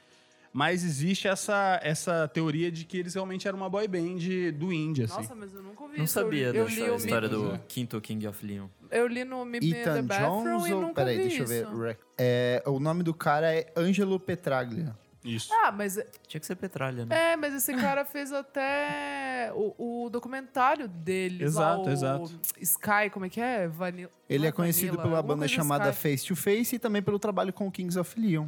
Speaker 6: Mas existe essa, essa teoria de que eles realmente eram uma boy band do indie, assim.
Speaker 5: Nossa, mas eu nunca ouvi
Speaker 2: Não
Speaker 5: isso. Eu
Speaker 2: sabia
Speaker 5: li- eu
Speaker 2: da
Speaker 5: li
Speaker 2: história,
Speaker 5: o
Speaker 2: história
Speaker 5: Me-
Speaker 2: do
Speaker 6: É.
Speaker 2: quinto King of Leon.
Speaker 5: Eu li no Me Me in the
Speaker 3: Ethan
Speaker 5: é Bathroom
Speaker 3: Jones
Speaker 5: e
Speaker 3: ou.
Speaker 5: nunca
Speaker 3: Peraí,
Speaker 5: vi
Speaker 3: deixa eu
Speaker 5: isso.
Speaker 3: ver. Rec- É, o nome do cara é Angelo Petraglia.
Speaker 6: Isso.
Speaker 5: Ah, mas
Speaker 2: Tinha que ser Petralha, né?
Speaker 5: é, mas esse cara fez até o, o documentário dele.
Speaker 6: Exato,
Speaker 5: lá, o
Speaker 6: exato.
Speaker 5: Sky, como é que é? Vanilla.
Speaker 3: Ele
Speaker 5: não
Speaker 3: é conhecido
Speaker 5: Vanilla,
Speaker 3: pela
Speaker 5: alguma
Speaker 3: banda
Speaker 5: coisa
Speaker 3: chamada
Speaker 5: Sky.
Speaker 3: Face to Face e também pelo trabalho com o Kings of Leon.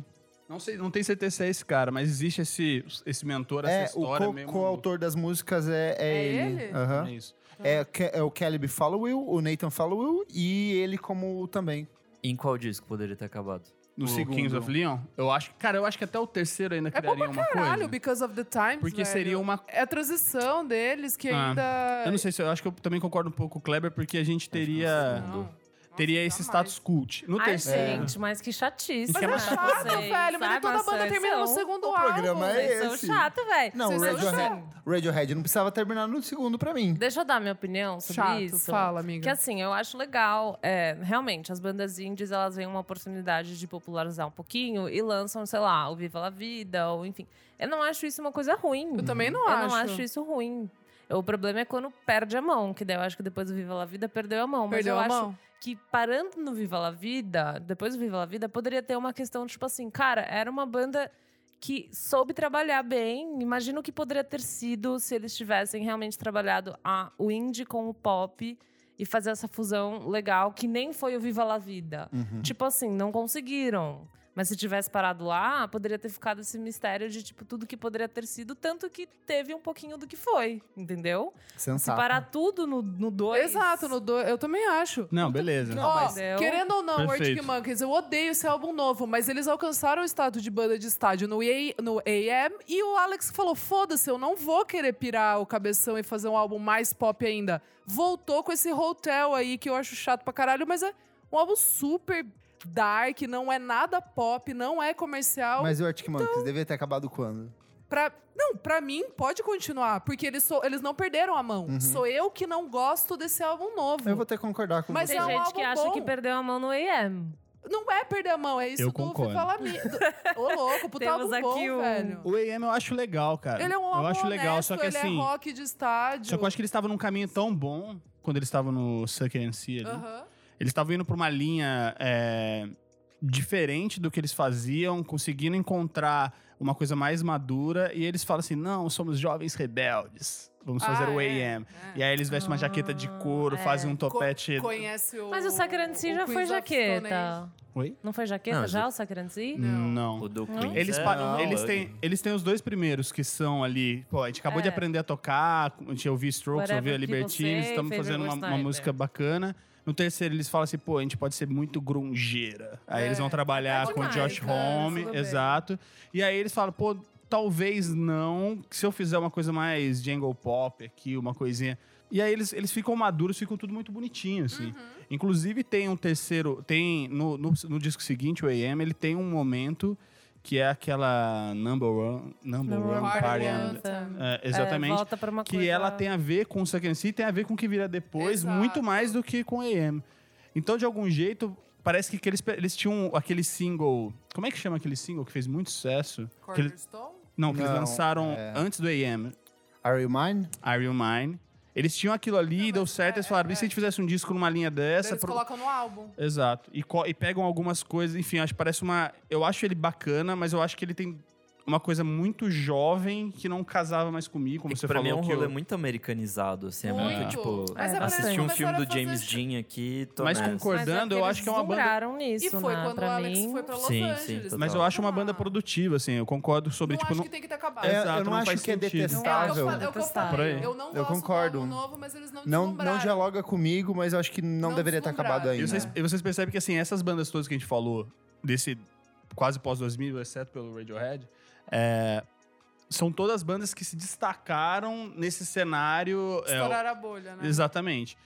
Speaker 6: Não, sei, não tem certeza se é esse cara, mas existe esse, esse mentor,
Speaker 3: É,
Speaker 6: essa
Speaker 3: o
Speaker 6: história
Speaker 3: co-
Speaker 6: mesmo.
Speaker 3: co-autor das músicas é, é,
Speaker 5: É
Speaker 3: ele.
Speaker 5: ele? Tá.
Speaker 3: Aham.
Speaker 6: É isso.
Speaker 3: É, Ke- é o Caleb Falwell, o Nathan Falwell e ele como também.
Speaker 2: Em qual disco poderia ter acabado?
Speaker 3: No
Speaker 6: o
Speaker 3: segundo.
Speaker 6: Kings of Leon, eu acho. Cara, eu acho que até o terceiro ainda
Speaker 5: É bom
Speaker 6: criaria
Speaker 5: pra
Speaker 6: uma
Speaker 5: caralho,
Speaker 6: coisa.
Speaker 5: Because of the Times,
Speaker 6: Porque
Speaker 5: velho.
Speaker 6: seria uma.
Speaker 5: É a transição deles que
Speaker 6: Ah,
Speaker 5: ainda...
Speaker 6: Eu não sei se eu acho que eu também concordo um pouco com o Kleber, porque a gente teria.
Speaker 5: Não.
Speaker 6: Teria
Speaker 5: Nossa,
Speaker 6: esse
Speaker 5: jamais.
Speaker 6: status cult. No
Speaker 4: Ai,
Speaker 6: terceiro.
Speaker 4: gente, mas que chatice.
Speaker 6: Mas é
Speaker 4: né?
Speaker 6: chato,
Speaker 5: Chata,
Speaker 4: Vocês,
Speaker 5: velho. Mas
Speaker 4: sabe?
Speaker 5: toda a banda
Speaker 4: Vocês
Speaker 5: termina no
Speaker 4: são-
Speaker 5: segundo
Speaker 3: o
Speaker 5: álbum.
Speaker 3: programa é
Speaker 4: Vocês são
Speaker 3: esse.
Speaker 4: chato, velho.
Speaker 3: Não, o
Speaker 5: Vocês são assim?
Speaker 3: Radiohead,
Speaker 5: chato.
Speaker 3: Radiohead não precisava terminar no segundo pra mim.
Speaker 4: Deixa eu dar minha opinião sobre
Speaker 5: Chato,
Speaker 4: isso.
Speaker 5: fala, amiga.
Speaker 4: Que assim, eu acho legal. é, realmente, as bandas indies, elas vêm uma oportunidade de popularizar um pouquinho e lançam, sei lá, o Viva La Vida, ou enfim. Eu não acho isso uma coisa ruim.
Speaker 5: Eu também não
Speaker 4: eu
Speaker 5: acho.
Speaker 4: não acho isso ruim. O problema é quando perde a mão, que daí eu acho que depois do Viva La Vida perdeu a mão. Mas
Speaker 5: Perdeu
Speaker 4: eu
Speaker 5: a
Speaker 4: acho
Speaker 5: mão?
Speaker 4: que parando no Viva La Vida, depois do Viva La Vida, poderia ter uma questão, tipo assim, cara, era uma banda que soube trabalhar bem. Imagino que poderia ter sido se eles tivessem realmente trabalhado a, o indie com o pop e fazer essa fusão legal, que nem foi o Viva La Vida.
Speaker 3: Uhum.
Speaker 4: Tipo assim, não conseguiram. Mas se tivesse parado lá, poderia ter ficado esse mistério de, tipo, tudo que poderia ter sido, tanto que teve um pouquinho do que foi, entendeu? Se
Speaker 3: Sensato.
Speaker 4: parar tudo no 2. No dois-
Speaker 5: Exato, no do... eu também acho.
Speaker 6: Não, beleza.
Speaker 4: Não,
Speaker 5: Ó,
Speaker 4: mas eu-
Speaker 5: querendo ou não,
Speaker 6: Perfeito.
Speaker 5: Arctic Monkeys, eu odeio esse álbum novo, mas eles alcançaram o status de banda de estádio no, EA no AM e o Alex falou: foda-se, eu não vou querer pirar o cabeção e fazer um álbum mais pop ainda. Voltou com esse hotel aí que eu acho chato pra caralho, mas é um álbum super dark, não é nada pop, não é comercial.
Speaker 3: Mas o Arctic Monkeys devia ter acabado quando?
Speaker 5: Pra, não, pra mim pode continuar, porque eles, so- eles não perderam a mão.
Speaker 6: Uhum.
Speaker 5: Sou eu que não gosto desse álbum novo.
Speaker 3: Eu vou ter que concordar com
Speaker 5: Mas
Speaker 3: você.
Speaker 4: Tem
Speaker 5: é um
Speaker 4: gente
Speaker 5: álbum
Speaker 4: que acha
Speaker 5: bom.
Speaker 4: que perdeu a mão no AM.
Speaker 5: Não é perder a mão, é isso
Speaker 6: Eu
Speaker 5: do
Speaker 6: concordo.
Speaker 5: Viva La Mi- do- Ô, louco, puta
Speaker 4: Temos
Speaker 5: álbum bom,
Speaker 4: aqui um-
Speaker 5: velho.
Speaker 6: O AM eu acho legal, cara.
Speaker 5: Ele é um álbum
Speaker 6: Eu acho legal,
Speaker 5: honesto,
Speaker 6: só que
Speaker 5: ele
Speaker 6: assim.
Speaker 5: é rock de estádio.
Speaker 6: Só que eu acho que eles estavam num caminho tão bom quando eles estavam no Sucker and Sea ali.
Speaker 5: Aham.
Speaker 6: Eles estavam indo pra uma linha é, diferente do que eles faziam, conseguindo encontrar uma coisa mais madura. E eles falam assim: não, somos jovens rebeldes. Vamos fazer
Speaker 5: Ah,
Speaker 6: o
Speaker 5: é,
Speaker 6: AM.
Speaker 5: é.
Speaker 6: E aí eles vestem uma
Speaker 4: Ah,
Speaker 6: jaqueta de couro,
Speaker 4: é.
Speaker 6: fazem um
Speaker 5: Co-
Speaker 6: topete.
Speaker 5: Conhece o...
Speaker 4: Mas o Sacranci já
Speaker 5: o
Speaker 4: foi
Speaker 5: Queens of Stone Age.
Speaker 4: jaqueta.
Speaker 6: Oi?
Speaker 4: Não foi jaqueta
Speaker 2: Não,
Speaker 4: já
Speaker 2: já-
Speaker 4: o Sacranci?
Speaker 6: Não.
Speaker 2: O do
Speaker 4: Não.
Speaker 2: Queens.
Speaker 6: Eles,
Speaker 2: é
Speaker 6: pa-
Speaker 2: um
Speaker 6: eles,
Speaker 2: bug.
Speaker 6: têm, eles têm os dois primeiros que são ali. Pô, a gente acabou de
Speaker 4: É.
Speaker 6: aprender a tocar, a gente ouviu Strokes,
Speaker 4: Whatever
Speaker 6: ouviu a
Speaker 4: People
Speaker 6: Libertines,
Speaker 4: Say,
Speaker 6: estamos
Speaker 4: Favorite
Speaker 6: fazendo uma, uma
Speaker 4: Sniper.
Speaker 6: música bacana. No terceiro, eles falam assim, pô, a gente pode ser muito grungeira. Aí
Speaker 5: É,
Speaker 6: eles vão trabalhar
Speaker 5: tá
Speaker 6: com o
Speaker 5: demais,
Speaker 6: Josh
Speaker 5: cara,
Speaker 6: Home,
Speaker 5: tudo bem.
Speaker 6: exato. E aí eles falam, pô, talvez não, que se eu fizer uma coisa mais jungle pop aqui, uma coisinha. E aí eles, eles ficam maduros, ficam tudo muito bonitinho, assim. Inclusive, tem um terceiro. Tem. No, no, no disco seguinte, o AM, ele tem um momento que é aquela number one. Number, one,
Speaker 5: One
Speaker 6: um party.
Speaker 5: Party
Speaker 6: anthem.
Speaker 5: Anthem.
Speaker 6: É,
Speaker 4: É,
Speaker 6: exatamente.
Speaker 4: volta pra uma
Speaker 6: que
Speaker 4: coisa...
Speaker 6: ela tem a ver com o Second City, tem a ver com o que virá depois,
Speaker 5: Exato.
Speaker 6: muito mais do que com o AM. Então, de algum jeito, parece que, que eles, eles tinham aquele single. Como é que chama aquele single que fez muito sucesso? Que eles-
Speaker 5: Cornerstone?
Speaker 6: não, que eles
Speaker 3: Não,
Speaker 6: lançaram
Speaker 3: é.
Speaker 6: antes do AM.
Speaker 3: Are You Mine?
Speaker 6: Are You Mine? Eles tinham aquilo ali, deu certo,
Speaker 5: é,
Speaker 6: eles falaram, e se a gente fizesse um disco numa linha dessa?
Speaker 5: Eles
Speaker 6: pro-
Speaker 5: colocam no álbum.
Speaker 6: Exato. E, co- e pegam algumas coisas, enfim, acho que parece uma. Eu acho ele bacana, mas eu acho que ele tem uma coisa muito jovem que não casava mais comigo, como
Speaker 2: É que
Speaker 6: você
Speaker 2: pra
Speaker 6: falou.
Speaker 2: mim é um
Speaker 6: que eu-
Speaker 2: rolê muito americanizaado, assim. É muito,
Speaker 5: Muito.
Speaker 2: tipo...
Speaker 5: Mas
Speaker 4: é pra
Speaker 2: Assisti
Speaker 5: eles
Speaker 2: um filme
Speaker 5: começaram
Speaker 2: do
Speaker 5: a fazer
Speaker 2: James
Speaker 5: esse-
Speaker 2: Dean aqui, tô
Speaker 6: Mas
Speaker 2: nessa.
Speaker 6: concordo. Concordando, eu acho que é uma banda-
Speaker 4: Eles vislumbraram nisso,
Speaker 5: E foi
Speaker 4: né?
Speaker 5: quando
Speaker 4: pra
Speaker 5: o Alex
Speaker 4: mim...
Speaker 5: foi pra Los
Speaker 2: Sim,
Speaker 5: Angeles.
Speaker 2: sim,
Speaker 5: né?
Speaker 2: total.
Speaker 6: Mas eu acho uma banda
Speaker 5: Ah.
Speaker 6: produtiva, assim, eu concordo sobre,
Speaker 5: Não
Speaker 6: tipo.
Speaker 5: acho
Speaker 6: Não...
Speaker 5: que tem que ter acabado.
Speaker 3: É,
Speaker 6: Exato,
Speaker 3: eu não,
Speaker 6: não
Speaker 3: acho
Speaker 6: faz
Speaker 3: que é
Speaker 5: Não
Speaker 6: sentido.
Speaker 5: é o que eu
Speaker 3: detestável.
Speaker 5: falo- é o que eu
Speaker 4: Testável.
Speaker 5: falei.
Speaker 6: Por aí.
Speaker 5: Eu não
Speaker 3: Eu
Speaker 5: gosto
Speaker 3: concordo.
Speaker 5: do álbum novo, mas eles não
Speaker 3: Não, não
Speaker 5: deslumbraram.
Speaker 3: dialoga comigo, mas eu acho que não,
Speaker 5: Não
Speaker 3: deveria ter acabado
Speaker 5: deslumbraram.
Speaker 6: E
Speaker 3: ainda.
Speaker 6: vocês, e vocês percebem que, assim, essas bandas todas que a gente falou, desse quase pós-2000, exceto pelo Radiohead, é, são todas bandas que se destacaram nesse cenário. é,
Speaker 5: Estouraram a bolha, né?
Speaker 6: Exatamente.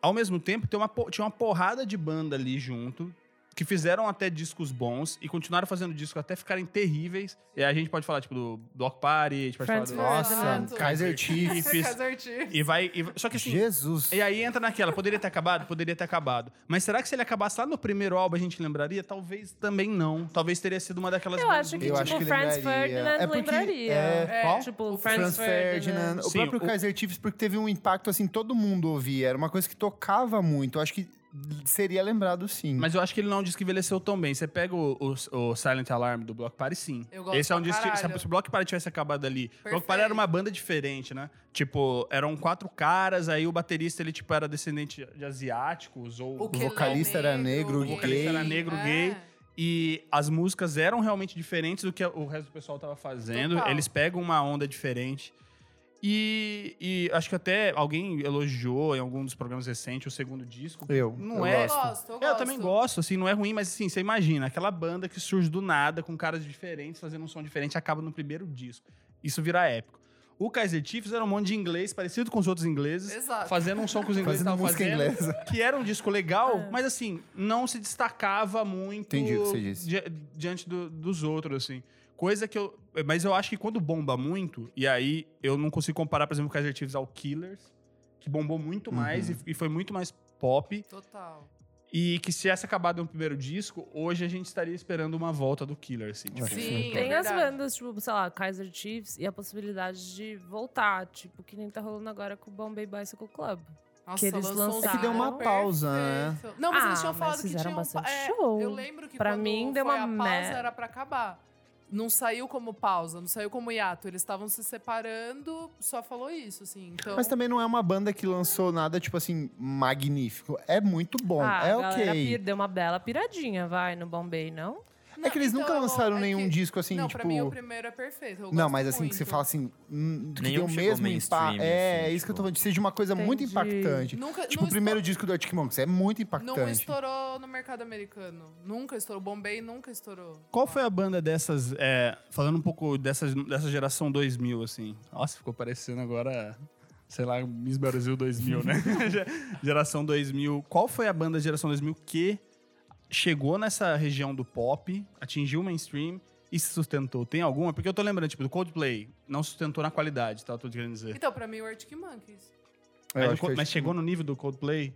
Speaker 6: Ao mesmo tempo, tem uma, po- tinha uma porrada de banda ali junto, que fizeram até discos bons e continuaram fazendo discos até ficararem terríveis. E aí a gente pode falar, tipo, do Block Party, a gente pode
Speaker 4: Franz
Speaker 6: falar do...
Speaker 4: Ferdinand.
Speaker 3: Nossa,
Speaker 5: Exato.
Speaker 3: Kaiser Chiefs.
Speaker 6: Chiefs.
Speaker 5: Kaiser
Speaker 6: E vai... e- só que assim,
Speaker 3: Jesus.
Speaker 6: e aí entra naquela, poderia ter acabado? Poderia ter acabado. Mas será que se ele acabasse lá no primeiro álbum a gente lembraria? Talvez também não. Talvez teria sido uma daquelas...
Speaker 4: Eu acho que,
Speaker 3: Eu
Speaker 4: tipo,
Speaker 3: acho que
Speaker 4: Franz
Speaker 3: lembraria.
Speaker 4: Ferdinand
Speaker 3: É porque-
Speaker 4: lembraria.
Speaker 3: é,
Speaker 6: qual?
Speaker 4: Tipo,
Speaker 5: O
Speaker 4: Franz, Ferdinand.
Speaker 3: O
Speaker 6: Sim,
Speaker 3: próprio
Speaker 6: o-
Speaker 3: Kaiser Chiefs, porque teve um impacto assim, todo mundo ouvia. Era uma coisa que tocava muito. Eu acho que seria lembrado sim.
Speaker 6: Mas eu acho que ele não é um disco que envelheceu tão bem. Você pega o, o- o Silent Alarm do Block Party, sim.
Speaker 5: Eu gosto
Speaker 6: Esse é um
Speaker 5: pra
Speaker 6: disco que, se,
Speaker 5: caralho.
Speaker 6: a- se o Block Party tivesse acabado ali... O Block
Speaker 5: Perfeito.
Speaker 6: Party era uma banda diferente, né? Tipo, eram quatro caras, aí o baterista, ele tipo era descendente de asiáticos ou...
Speaker 3: que- vocalista era negro,
Speaker 6: O vocalista era
Speaker 3: gay.
Speaker 6: negro,
Speaker 5: É.
Speaker 6: gay. E as músicas eram realmente diferentes do que o resto do pessoal tava fazendo.
Speaker 5: Total.
Speaker 6: Eles pegam uma onda diferente. E, e acho que até alguém elogiou em algum dos programas recentes o segundo disco.
Speaker 3: Eu.
Speaker 6: Não
Speaker 3: eu
Speaker 6: é.
Speaker 5: Eu
Speaker 3: gosto.
Speaker 5: gosto, eu
Speaker 6: É,
Speaker 5: gosto.
Speaker 6: Eu também gosto, assim, não é ruim, mas assim, você imagina, aquela banda que surge do nada, com caras diferentes, fazendo um som diferente, acaba no primeiro disco. Isso vira épico. O Kaiser Chiefs era um monte de inglês, parecido com os outros ingleses,
Speaker 5: Exato.
Speaker 6: fazendo um som que os ingleses
Speaker 3: Fazendo
Speaker 6: estavam
Speaker 3: música
Speaker 6: fazendo,
Speaker 3: inglesa.
Speaker 6: que era um disco legal, mas assim, não se destacava muito
Speaker 3: Entendi o que você disse.
Speaker 6: dia- diante do- dos outros, assim. Coisa que eu... Mas eu acho que quando bomba muito, e aí eu não consigo comparar, por exemplo, o Kaiser Chiefs ao Killers, que bombou muito
Speaker 3: Uhum.
Speaker 6: mais e- e foi muito mais pop,
Speaker 5: Total.
Speaker 6: e que se tivesse acabado no primeiro disco, hoje a gente estaria esperando uma volta do Killer, assim. Tipo,
Speaker 3: Acho que
Speaker 5: Sim,
Speaker 4: Tem
Speaker 5: é
Speaker 4: as
Speaker 5: verdade.
Speaker 4: bandas, tipo, sei lá, Kaiser Chiefs e a possibilidade de voltar, tipo, que nem tá rolando agora com o Bombay Bicycle Club.
Speaker 5: Nossa,
Speaker 4: que eles
Speaker 5: lançou um
Speaker 4: lançaram. É que deu
Speaker 3: uma pausa, né?
Speaker 5: perfeito. Não, mas
Speaker 4: Ah,
Speaker 5: eles tinham
Speaker 4: mas
Speaker 5: falado que
Speaker 4: fizeram
Speaker 5: tinham...
Speaker 4: bastante
Speaker 5: é,
Speaker 4: show.
Speaker 5: Eu lembro que
Speaker 4: Pra
Speaker 5: quando
Speaker 4: mim, deu
Speaker 5: foi
Speaker 4: uma
Speaker 5: a pausa,
Speaker 4: mer-
Speaker 5: era pra acabar. Não saiu como pausa, não saiu como hiato. Eles estavam se separando, só falou isso, assim. Então,
Speaker 3: Mas também não é uma banda que lançou nada, tipo assim, magnífico. É muito bom.
Speaker 4: ah,
Speaker 3: é
Speaker 4: a galera
Speaker 3: ok.
Speaker 4: pir- deu uma bela piradinha, vai, no Bombay, não?
Speaker 5: Não,
Speaker 3: É que eles
Speaker 5: então,
Speaker 3: nunca lançaram
Speaker 5: é
Speaker 3: nenhum
Speaker 5: que-
Speaker 3: disco assim,
Speaker 5: Não,
Speaker 3: tipo.
Speaker 5: pra mim o primeiro é perfeito. eu
Speaker 3: Não,
Speaker 5: gosto
Speaker 3: mas assim, que
Speaker 5: muito.
Speaker 3: você fala assim, hum, que
Speaker 2: Nenhum
Speaker 3: deu o
Speaker 2: chegou
Speaker 3: mesmo
Speaker 2: mainstream,
Speaker 3: impacto. É,
Speaker 2: assim,
Speaker 3: é isso que eu tô
Speaker 2: tipo.
Speaker 3: falando. Seja uma coisa muito
Speaker 4: Entendi.
Speaker 3: impactante.
Speaker 5: Nunca,
Speaker 3: Tipo,
Speaker 5: não
Speaker 3: o primeiro
Speaker 5: estourou-
Speaker 3: disco do Arctic Monkeys é muito impactante.
Speaker 5: Não estourou no mercado americano. Nunca estourou. Bombay nunca estourou.
Speaker 6: Qual foi a banda dessas, é, falando um pouco dessas, dessa geração 2000, assim? Nossa, ficou parecendo agora, sei lá, Miss Brasil 2000, né? Ge- geração 2000. Qual foi a banda geração 2000 que chegou nessa região do pop, atingiu o mainstream e se sustentou? Tem alguma? Porque eu tô lembrando, tipo, do Coldplay não sustentou na qualidade, tá? Eu tô querendo dizer.
Speaker 5: Então, pra mim, o Arctic Monkeys.
Speaker 3: Eu
Speaker 6: Mas,
Speaker 3: acho
Speaker 6: o
Speaker 3: que
Speaker 6: Co-
Speaker 3: é
Speaker 6: mas
Speaker 3: isso.
Speaker 6: chegou no nível do Coldplay?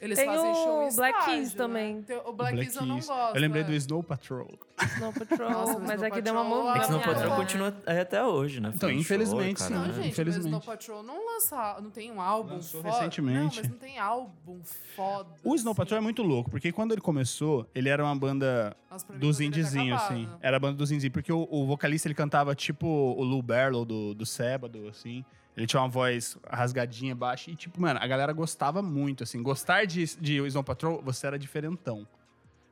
Speaker 5: Eles
Speaker 4: Tem
Speaker 5: fazem
Speaker 4: o
Speaker 5: show em
Speaker 4: Black
Speaker 5: estádio,
Speaker 4: Keys
Speaker 5: né?
Speaker 4: também.
Speaker 5: Tem- O Black, Keys eu não
Speaker 6: Keys.
Speaker 5: gosto.
Speaker 6: Eu lembrei
Speaker 5: é.
Speaker 6: do Snow Patrol.
Speaker 4: Snow Patrol,
Speaker 5: Nossa, mas
Speaker 4: mas
Speaker 5: Snow
Speaker 4: aqui deu uma
Speaker 5: Patrol-
Speaker 4: mão.
Speaker 5: É
Speaker 2: que senão o
Speaker 5: Minha
Speaker 2: patrão
Speaker 5: avó.
Speaker 2: continua aí até hoje, né?
Speaker 6: Então,
Speaker 2: Fazendo
Speaker 6: infelizmente,
Speaker 2: show,
Speaker 6: sim. né?
Speaker 5: Não,
Speaker 2: caralho.
Speaker 5: gente, mas
Speaker 6: Infelizmente.
Speaker 5: Snow Patrol não lança... Não tem um álbum
Speaker 6: Lançou
Speaker 5: foda.
Speaker 6: recentemente.
Speaker 5: Não, mas não tem álbum foda.
Speaker 6: O Snow
Speaker 5: assim.
Speaker 6: Patrol é muito louco, porque quando ele começou, ele era uma banda
Speaker 5: Nossa, pra mim,
Speaker 6: dos
Speaker 5: poderia ter
Speaker 6: indizinhos,
Speaker 5: acabado. É
Speaker 6: assim. Era a banda dos indizinhos, porque o, o vocalista ele cantava tipo o Lou Barlow do, do Sebado, assim. Ele tinha uma voz rasgadinha, baixa. E, tipo, mano, a galera gostava muito, assim. Gostar de, de Snow Patrol, você era diferentão.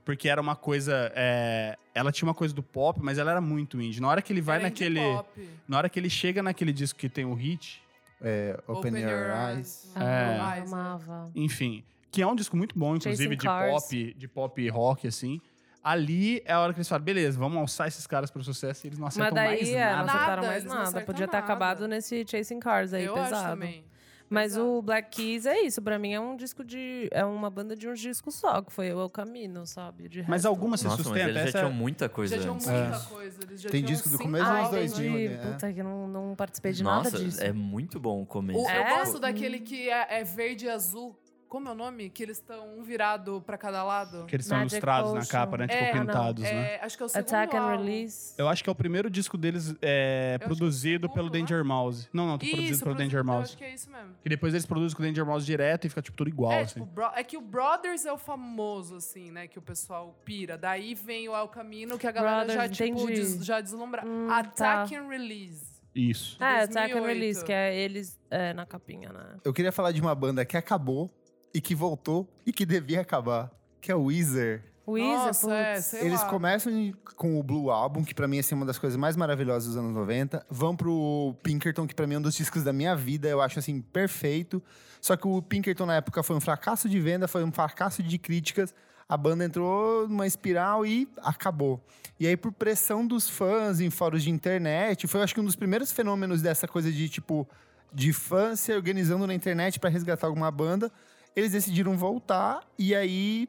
Speaker 6: Porque era uma coisa. é, Ela tinha uma coisa do pop, mas ela era muito indie. Na hora que ele vai
Speaker 5: Era indie
Speaker 6: naquele.
Speaker 5: pop.
Speaker 6: Na hora que ele chega naquele disco que tem o hit,
Speaker 3: É, Open, Your Eyes.
Speaker 6: É.
Speaker 4: Ah, eu
Speaker 5: Eyes, né?
Speaker 4: amava.
Speaker 6: enfim, que é um disco muito bom, inclusive,
Speaker 4: Chasing
Speaker 6: de
Speaker 4: Cars.
Speaker 6: pop, de pop e rock, assim. Ali é a hora que eles falam, beleza, vamos alçar esses caras pro sucesso e eles não
Speaker 4: Mas
Speaker 6: acertam mais
Speaker 4: daí, é, não
Speaker 6: nada.
Speaker 4: acertaram
Speaker 5: Nada,
Speaker 4: mais
Speaker 5: eles não
Speaker 4: nada.
Speaker 5: acertam
Speaker 4: Podia ter
Speaker 5: nada.
Speaker 4: acabado nesse Chasing Cars aí,
Speaker 5: Eu
Speaker 4: pesado.
Speaker 5: acho também.
Speaker 4: Mas
Speaker 5: Exato.
Speaker 4: o Black Keys é isso, pra mim é um disco de. É uma banda de um disco só, que foi o Camino, sabe? De
Speaker 6: Mas
Speaker 4: resto-
Speaker 6: alguma se
Speaker 2: Nossa, mas
Speaker 6: sustenta.
Speaker 2: eles já
Speaker 6: Essa...
Speaker 2: tinham muita coisa
Speaker 5: já tinham
Speaker 2: antes.
Speaker 5: muita
Speaker 3: É.
Speaker 5: coisa. Eles já
Speaker 3: Tem
Speaker 5: tinham
Speaker 3: disco do
Speaker 5: cinco
Speaker 3: começo
Speaker 4: Ah,
Speaker 3: aos
Speaker 5: álbuns.
Speaker 3: dois
Speaker 4: entendi.
Speaker 3: dias,
Speaker 6: é.
Speaker 3: né?
Speaker 4: Puta, que eu não, não participei de
Speaker 2: Nossa,
Speaker 4: nada disso.
Speaker 2: é muito bom o começo. tipo,
Speaker 5: O-
Speaker 4: É?
Speaker 5: Eu gosto daquele que é, é verde e azul. Como é o nome? Que eles estão um virado pra cada lado.
Speaker 6: é Que eles são
Speaker 4: Magic
Speaker 6: ilustrados na
Speaker 4: Ocean.
Speaker 6: capa, né? Tipo,
Speaker 5: É, não,
Speaker 6: pintados,
Speaker 5: é,
Speaker 6: né?
Speaker 5: Acho que é o segundo
Speaker 4: Attack and
Speaker 5: álbum.
Speaker 4: Release.
Speaker 6: Eu acho que é o primeiro disco deles é,
Speaker 5: que é o
Speaker 6: produzido pelo
Speaker 5: segundo, né?
Speaker 6: Danger Mouse. Não, não, tô produzido
Speaker 5: Isso,
Speaker 6: pelo Danger
Speaker 5: eu
Speaker 6: Mouse.
Speaker 5: acho que é isso mesmo.
Speaker 6: Que depois eles produzem com o Danger Mouse direto e fica, tipo, tudo igual,
Speaker 5: É,
Speaker 6: assim.
Speaker 5: tipo, bro- é que o Brothers é o famoso, assim, né? Que o pessoal pira. Daí vem o El Camino, que a galera já,
Speaker 4: Brothers,
Speaker 5: tipo,
Speaker 4: entendi.
Speaker 5: des- já deslumbra.
Speaker 4: Hum,
Speaker 5: Attack
Speaker 4: tá.
Speaker 5: and Release.
Speaker 6: Isso.
Speaker 4: É, Attack and
Speaker 5: 2008.
Speaker 4: Release, que é eles é, na capinha, né?
Speaker 3: Eu queria falar de uma banda que acabou e que voltou e que devia acabar, que é o Weezer.
Speaker 4: Weezer,
Speaker 5: Nossa, é,
Speaker 4: putz.
Speaker 5: sei
Speaker 3: Eles
Speaker 5: lá.
Speaker 3: começam em- com o Blue Album, que pra mim é assim, uma das coisas mais maravilhosas dos anos 90. Vão pro Pinkerton, que pra mim é um dos discos da minha vida, eu acho assim perfeito. Só que o Pinkerton na época foi um fracasso de venda, foi um fracasso de críticas. A banda entrou numa espiral e acabou. E aí, por pressão dos fãs em fóruns de internet, foi acho que um dos primeiros fenômenos dessa coisa de tipo de fãs se organizando na internet pra resgatar alguma banda. Eles decidiram voltar e aí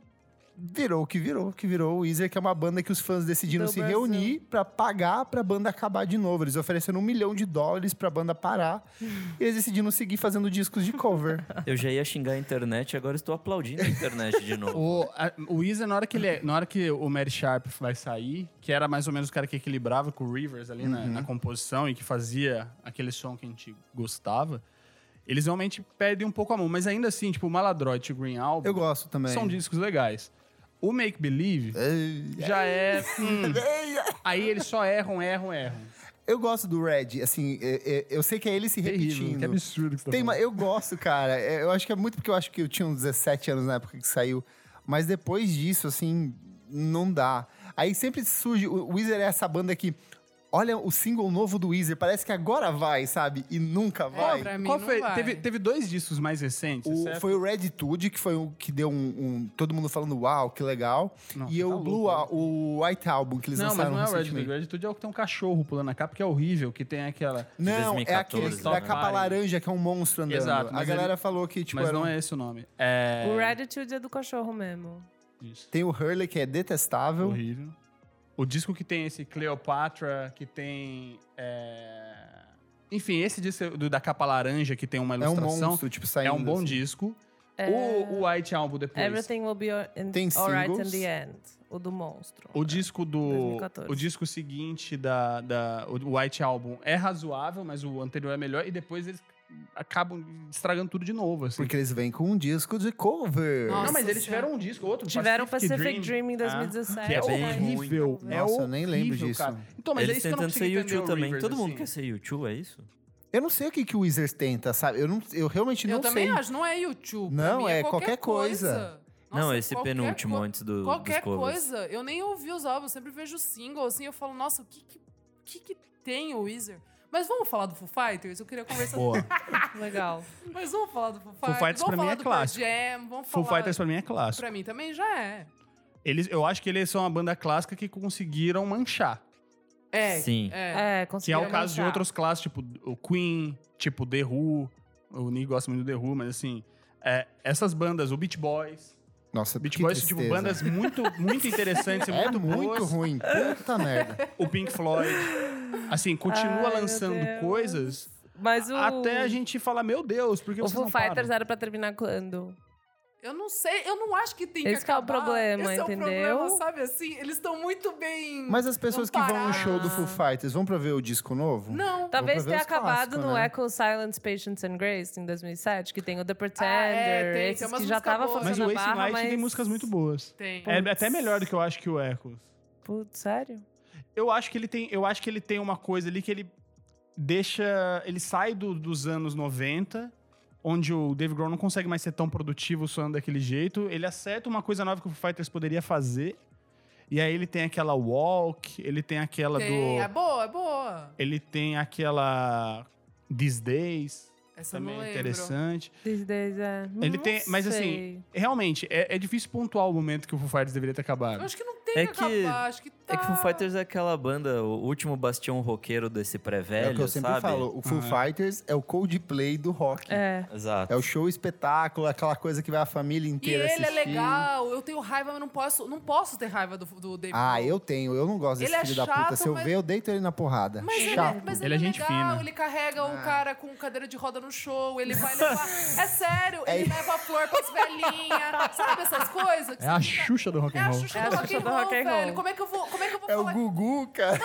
Speaker 3: virou o que virou, que virou o Weezer, que é uma banda que os fãs decidiram
Speaker 4: Do
Speaker 3: se
Speaker 4: Brasil.
Speaker 3: reunir pra pagar pra banda acabar de novo. Eles ofereceram um milhão de dólares pra banda parar. e eles decidiram seguir fazendo discos de cover.
Speaker 2: Eu já ia xingar a internet, agora estou aplaudindo a internet de novo.
Speaker 6: O, a- o Weezer, na hora, que ele, é, na hora que o Mary Sharp vai sair, que era mais ou menos o cara que equilibrava com o Rivers ali na, na composição e que fazia aquele som que a gente gostava, eles realmente perdem um pouco a mão. Mas ainda assim, tipo, o Maladroit e o Green Album
Speaker 3: Eu gosto também.
Speaker 6: são discos legais. O Make Believe já é... hum. aí eles só erram, erram, erram.
Speaker 3: Eu gosto do Red, assim, é- é- eu sei que é ele se repetindo.
Speaker 6: Que absurdo que você tá
Speaker 3: Tem,
Speaker 6: falando.
Speaker 3: uma- eu gosto, cara. É, Eu acho que é muito porque eu acho que eu tinha uns 17 anos na época que saiu. Mas depois disso, assim, não dá. Aí sempre surge. O Weezer é essa banda que. Olha o single novo do Weezer, parece que agora vai, sabe? E
Speaker 6: É,
Speaker 3: nunca vai.
Speaker 5: pra mim
Speaker 6: Qual
Speaker 5: não
Speaker 6: foi?
Speaker 5: vai.
Speaker 6: Teve, teve dois discos mais recentes,
Speaker 3: O-
Speaker 6: é certo?
Speaker 3: foi o Reditude, que foi o que deu um, um- Todo mundo falando, uau, que legal.
Speaker 6: Não,
Speaker 3: e
Speaker 6: tá
Speaker 3: o
Speaker 6: louco,
Speaker 3: Blue,
Speaker 6: né?
Speaker 3: Al- o White Album, que eles
Speaker 6: Não, mas
Speaker 3: lançaram
Speaker 6: não é o Red
Speaker 3: recentemente.
Speaker 6: Dude. Red Dude é o que tem um cachorro pulando a capa, que é horrível, que tem aquela...
Speaker 3: não, é
Speaker 2: 2014,
Speaker 3: aquele da
Speaker 6: né?
Speaker 3: capa laranja, que é um monstro andando.
Speaker 6: Exato,
Speaker 3: A
Speaker 6: mas
Speaker 3: galera
Speaker 6: ele-
Speaker 3: falou que, tipo,
Speaker 6: mas
Speaker 3: era um-
Speaker 6: não é esse o nome. É.
Speaker 4: O Ratitude é do cachorro mesmo.
Speaker 6: Isso.
Speaker 3: tem o Hurley, que é detestável.
Speaker 6: Horrível. O disco que tem esse Cleopatra, que tem. é, Enfim, esse disco do- da capa laranja, que tem uma
Speaker 3: É um
Speaker 6: ilustração.
Speaker 3: monstro, tipo, saindo.
Speaker 6: é um bom
Speaker 3: assim.
Speaker 6: disco. O, o White Album depois.
Speaker 4: É. Everything Will Be
Speaker 3: Tem
Speaker 4: Alright in
Speaker 3: singles.
Speaker 4: the End. O do monstro.
Speaker 6: O disco do.
Speaker 4: 2014.
Speaker 6: O disco seguinte da, da. O White Album é razoável, mas o anterior é melhor. E depois eles acabam estragando tudo de novo. Assim.
Speaker 3: Porque eles vêm com um disco de cover.
Speaker 5: Nossa.
Speaker 6: Não, mas eles tiveram um disco, outro.
Speaker 4: Tiveram o
Speaker 6: Pacific,
Speaker 4: Pacific, Dream em
Speaker 6: Ah,
Speaker 4: 2017.
Speaker 6: que é
Speaker 2: bem
Speaker 4: mas-
Speaker 2: ruim.
Speaker 6: horrível.
Speaker 4: É
Speaker 3: Nossa, eu nem lembro
Speaker 6: horrível,
Speaker 3: disso.
Speaker 6: cara. Então, mas é
Speaker 2: Eles
Speaker 6: isso que eu não
Speaker 2: tentando ser
Speaker 6: consigo entender
Speaker 2: YouTube
Speaker 6: o
Speaker 2: também.
Speaker 6: Rivers,
Speaker 2: Todo mundo
Speaker 6: assim.
Speaker 2: quer ser YouTube, é isso?
Speaker 3: Eu não sei o que, que o Wizards tenta, sabe? Eu, não, eu realmente
Speaker 5: Eu
Speaker 3: não
Speaker 5: também
Speaker 3: sei.
Speaker 5: acho, não é YouTube. pra
Speaker 3: Não,
Speaker 5: mim
Speaker 3: é qualquer coisa.
Speaker 5: Nossa, é
Speaker 2: não, esse
Speaker 5: qualquer
Speaker 2: penúltimo
Speaker 5: co-
Speaker 2: antes do,
Speaker 5: Qualquer
Speaker 2: dos covers.
Speaker 5: coisa. Eu nem ouvi os álbuns, eu sempre vejo o single, assim, eu falo, nossa, o que que, o que que tem o Weezer? Mas vamos falar do Foo Fighters? Eu queria conversar...
Speaker 6: Boa.
Speaker 4: Legal.
Speaker 5: Mas vamos falar do Foo Fighters.
Speaker 6: Fighters
Speaker 5: vamos
Speaker 6: pra mim
Speaker 5: falar
Speaker 6: é
Speaker 5: do Pearl
Speaker 6: clássico.
Speaker 5: Jam, vamos
Speaker 6: Full
Speaker 5: falar...
Speaker 6: Fighters pra mim é clássico.
Speaker 5: Pra mim também já é.
Speaker 6: Eles, eu acho que eles são uma banda clássica que conseguiram manchar.
Speaker 5: É.
Speaker 2: Sim.
Speaker 5: É.
Speaker 4: É,
Speaker 6: Que é
Speaker 4: conseguiram
Speaker 6: o caso de
Speaker 4: manchar.
Speaker 6: outros clássicos, tipo o Queen, tipo The Who. O Nick gosta muito do The Who, mas assim... é, essas bandas, o Beach Boys.
Speaker 3: Nossa,
Speaker 6: Beach
Speaker 3: que
Speaker 6: Boys,
Speaker 3: tristeza.
Speaker 6: tipo, bandas muito, muito interessantes,
Speaker 3: É
Speaker 6: muito
Speaker 3: muito
Speaker 6: boas.
Speaker 3: ruim. Puta merda.
Speaker 6: O Pink Floyd. Assim,
Speaker 4: Ai,
Speaker 6: continua
Speaker 4: meu
Speaker 6: lançando
Speaker 4: Deus.
Speaker 6: coisas
Speaker 4: Mas o...
Speaker 6: até a gente falar, meu Deus, por que
Speaker 4: O
Speaker 6: vocês
Speaker 4: Foo
Speaker 6: não param?
Speaker 4: Fighters era pra terminar quando?
Speaker 5: Eu não sei, eu não acho que tem que
Speaker 4: Esse que é o
Speaker 5: acabar.
Speaker 4: problema,
Speaker 5: Esse
Speaker 4: entendeu?
Speaker 5: é o problema, sabe assim? Eles estão muito bem...
Speaker 3: Mas as pessoas que
Speaker 5: Vamos
Speaker 3: vão no
Speaker 5: parar.
Speaker 3: show do Foo Fighters vão pra ver o disco novo?
Speaker 6: tá.
Speaker 5: Não.
Speaker 3: pra
Speaker 4: Talvez
Speaker 3: ver
Speaker 4: tenha
Speaker 3: os clássicos,
Speaker 4: acabado no
Speaker 3: né?
Speaker 4: Echo, Silence, Patience and Grace em 2007, que tem o The Pretender,
Speaker 5: é, tem- tem
Speaker 4: esses
Speaker 5: umas
Speaker 4: que já
Speaker 5: músicas
Speaker 4: tava
Speaker 5: boas.
Speaker 6: Mas
Speaker 4: forçando
Speaker 6: o
Speaker 4: a
Speaker 6: Ace
Speaker 4: barra,
Speaker 6: Light
Speaker 4: mas...
Speaker 6: tem músicas muito boas.
Speaker 5: Tem.
Speaker 6: É até melhor do que eu acho que o Echoes.
Speaker 4: Putz, sério?
Speaker 6: Eu acho que ele tem, eu acho que ele tem uma coisa ali que ele deixa, ele sai do- dos anos 90, onde o Dave Grohl não consegue mais ser tão produtivo soando daquele jeito, ele acerta uma coisa nova que o Foo Fighters poderia fazer. E aí ele tem aquela walk, ele tem aquela
Speaker 5: Tem,
Speaker 6: do
Speaker 5: é boa, é boa.
Speaker 6: ele tem aquela These Days,
Speaker 5: Essa eu
Speaker 6: também
Speaker 5: não
Speaker 6: é
Speaker 5: lembro.
Speaker 6: interessante.
Speaker 4: These days, é.
Speaker 6: Ele
Speaker 4: Não
Speaker 6: tem, mas
Speaker 4: sei.
Speaker 6: assim, realmente é, é difícil pontuar o momento que o Foo Fighters deveria ter
Speaker 5: Eu
Speaker 6: acabado.
Speaker 5: acho que não tem
Speaker 2: É
Speaker 5: que
Speaker 2: que-
Speaker 5: acabar, acho que tá...
Speaker 2: É que Foo Fighters é aquela banda, o último bastião roqueiro desse pré-velho,
Speaker 3: é o que eu sempre
Speaker 2: sabe?
Speaker 3: falo. O Foo Fighters é o Coldplay do rock. É.
Speaker 4: É.
Speaker 2: Exato.
Speaker 3: o show espetáculo, aquela coisa que vai a família
Speaker 5: E
Speaker 3: inteira
Speaker 5: ele
Speaker 3: assistir.
Speaker 5: é legal, eu tenho raiva, mas não posso, não posso ter raiva do, do David
Speaker 3: Ah,
Speaker 5: Bowie.
Speaker 3: eu tenho. Eu não gosto desse
Speaker 5: tipo, Ele é
Speaker 3: filho da
Speaker 5: chato,
Speaker 3: puta. Se eu
Speaker 5: mas-
Speaker 3: ver, eu deito ele na porrada.
Speaker 5: Mas ele,
Speaker 3: chato.
Speaker 5: é- mas
Speaker 6: Ele
Speaker 5: ele,
Speaker 6: é
Speaker 5: é
Speaker 6: gente
Speaker 5: legal,
Speaker 6: fina. Ah.
Speaker 5: ele carrega um cara com cadeira de roda no show, ele vai levar. É sério, ele leva a flor pras velhinhas, sabe essas coisas? que
Speaker 6: É a
Speaker 5: você fica-
Speaker 6: Xuxa do rock
Speaker 5: É
Speaker 6: and
Speaker 5: a
Speaker 6: roll.
Speaker 5: Xuxa
Speaker 4: É a
Speaker 5: do
Speaker 4: Xuxa
Speaker 5: rock and
Speaker 4: do
Speaker 5: roll,
Speaker 4: rock and roll.
Speaker 5: velho. Como é que eu vou, como é que eu vou
Speaker 3: É o É.
Speaker 5: falar?
Speaker 3: Gugu, cara.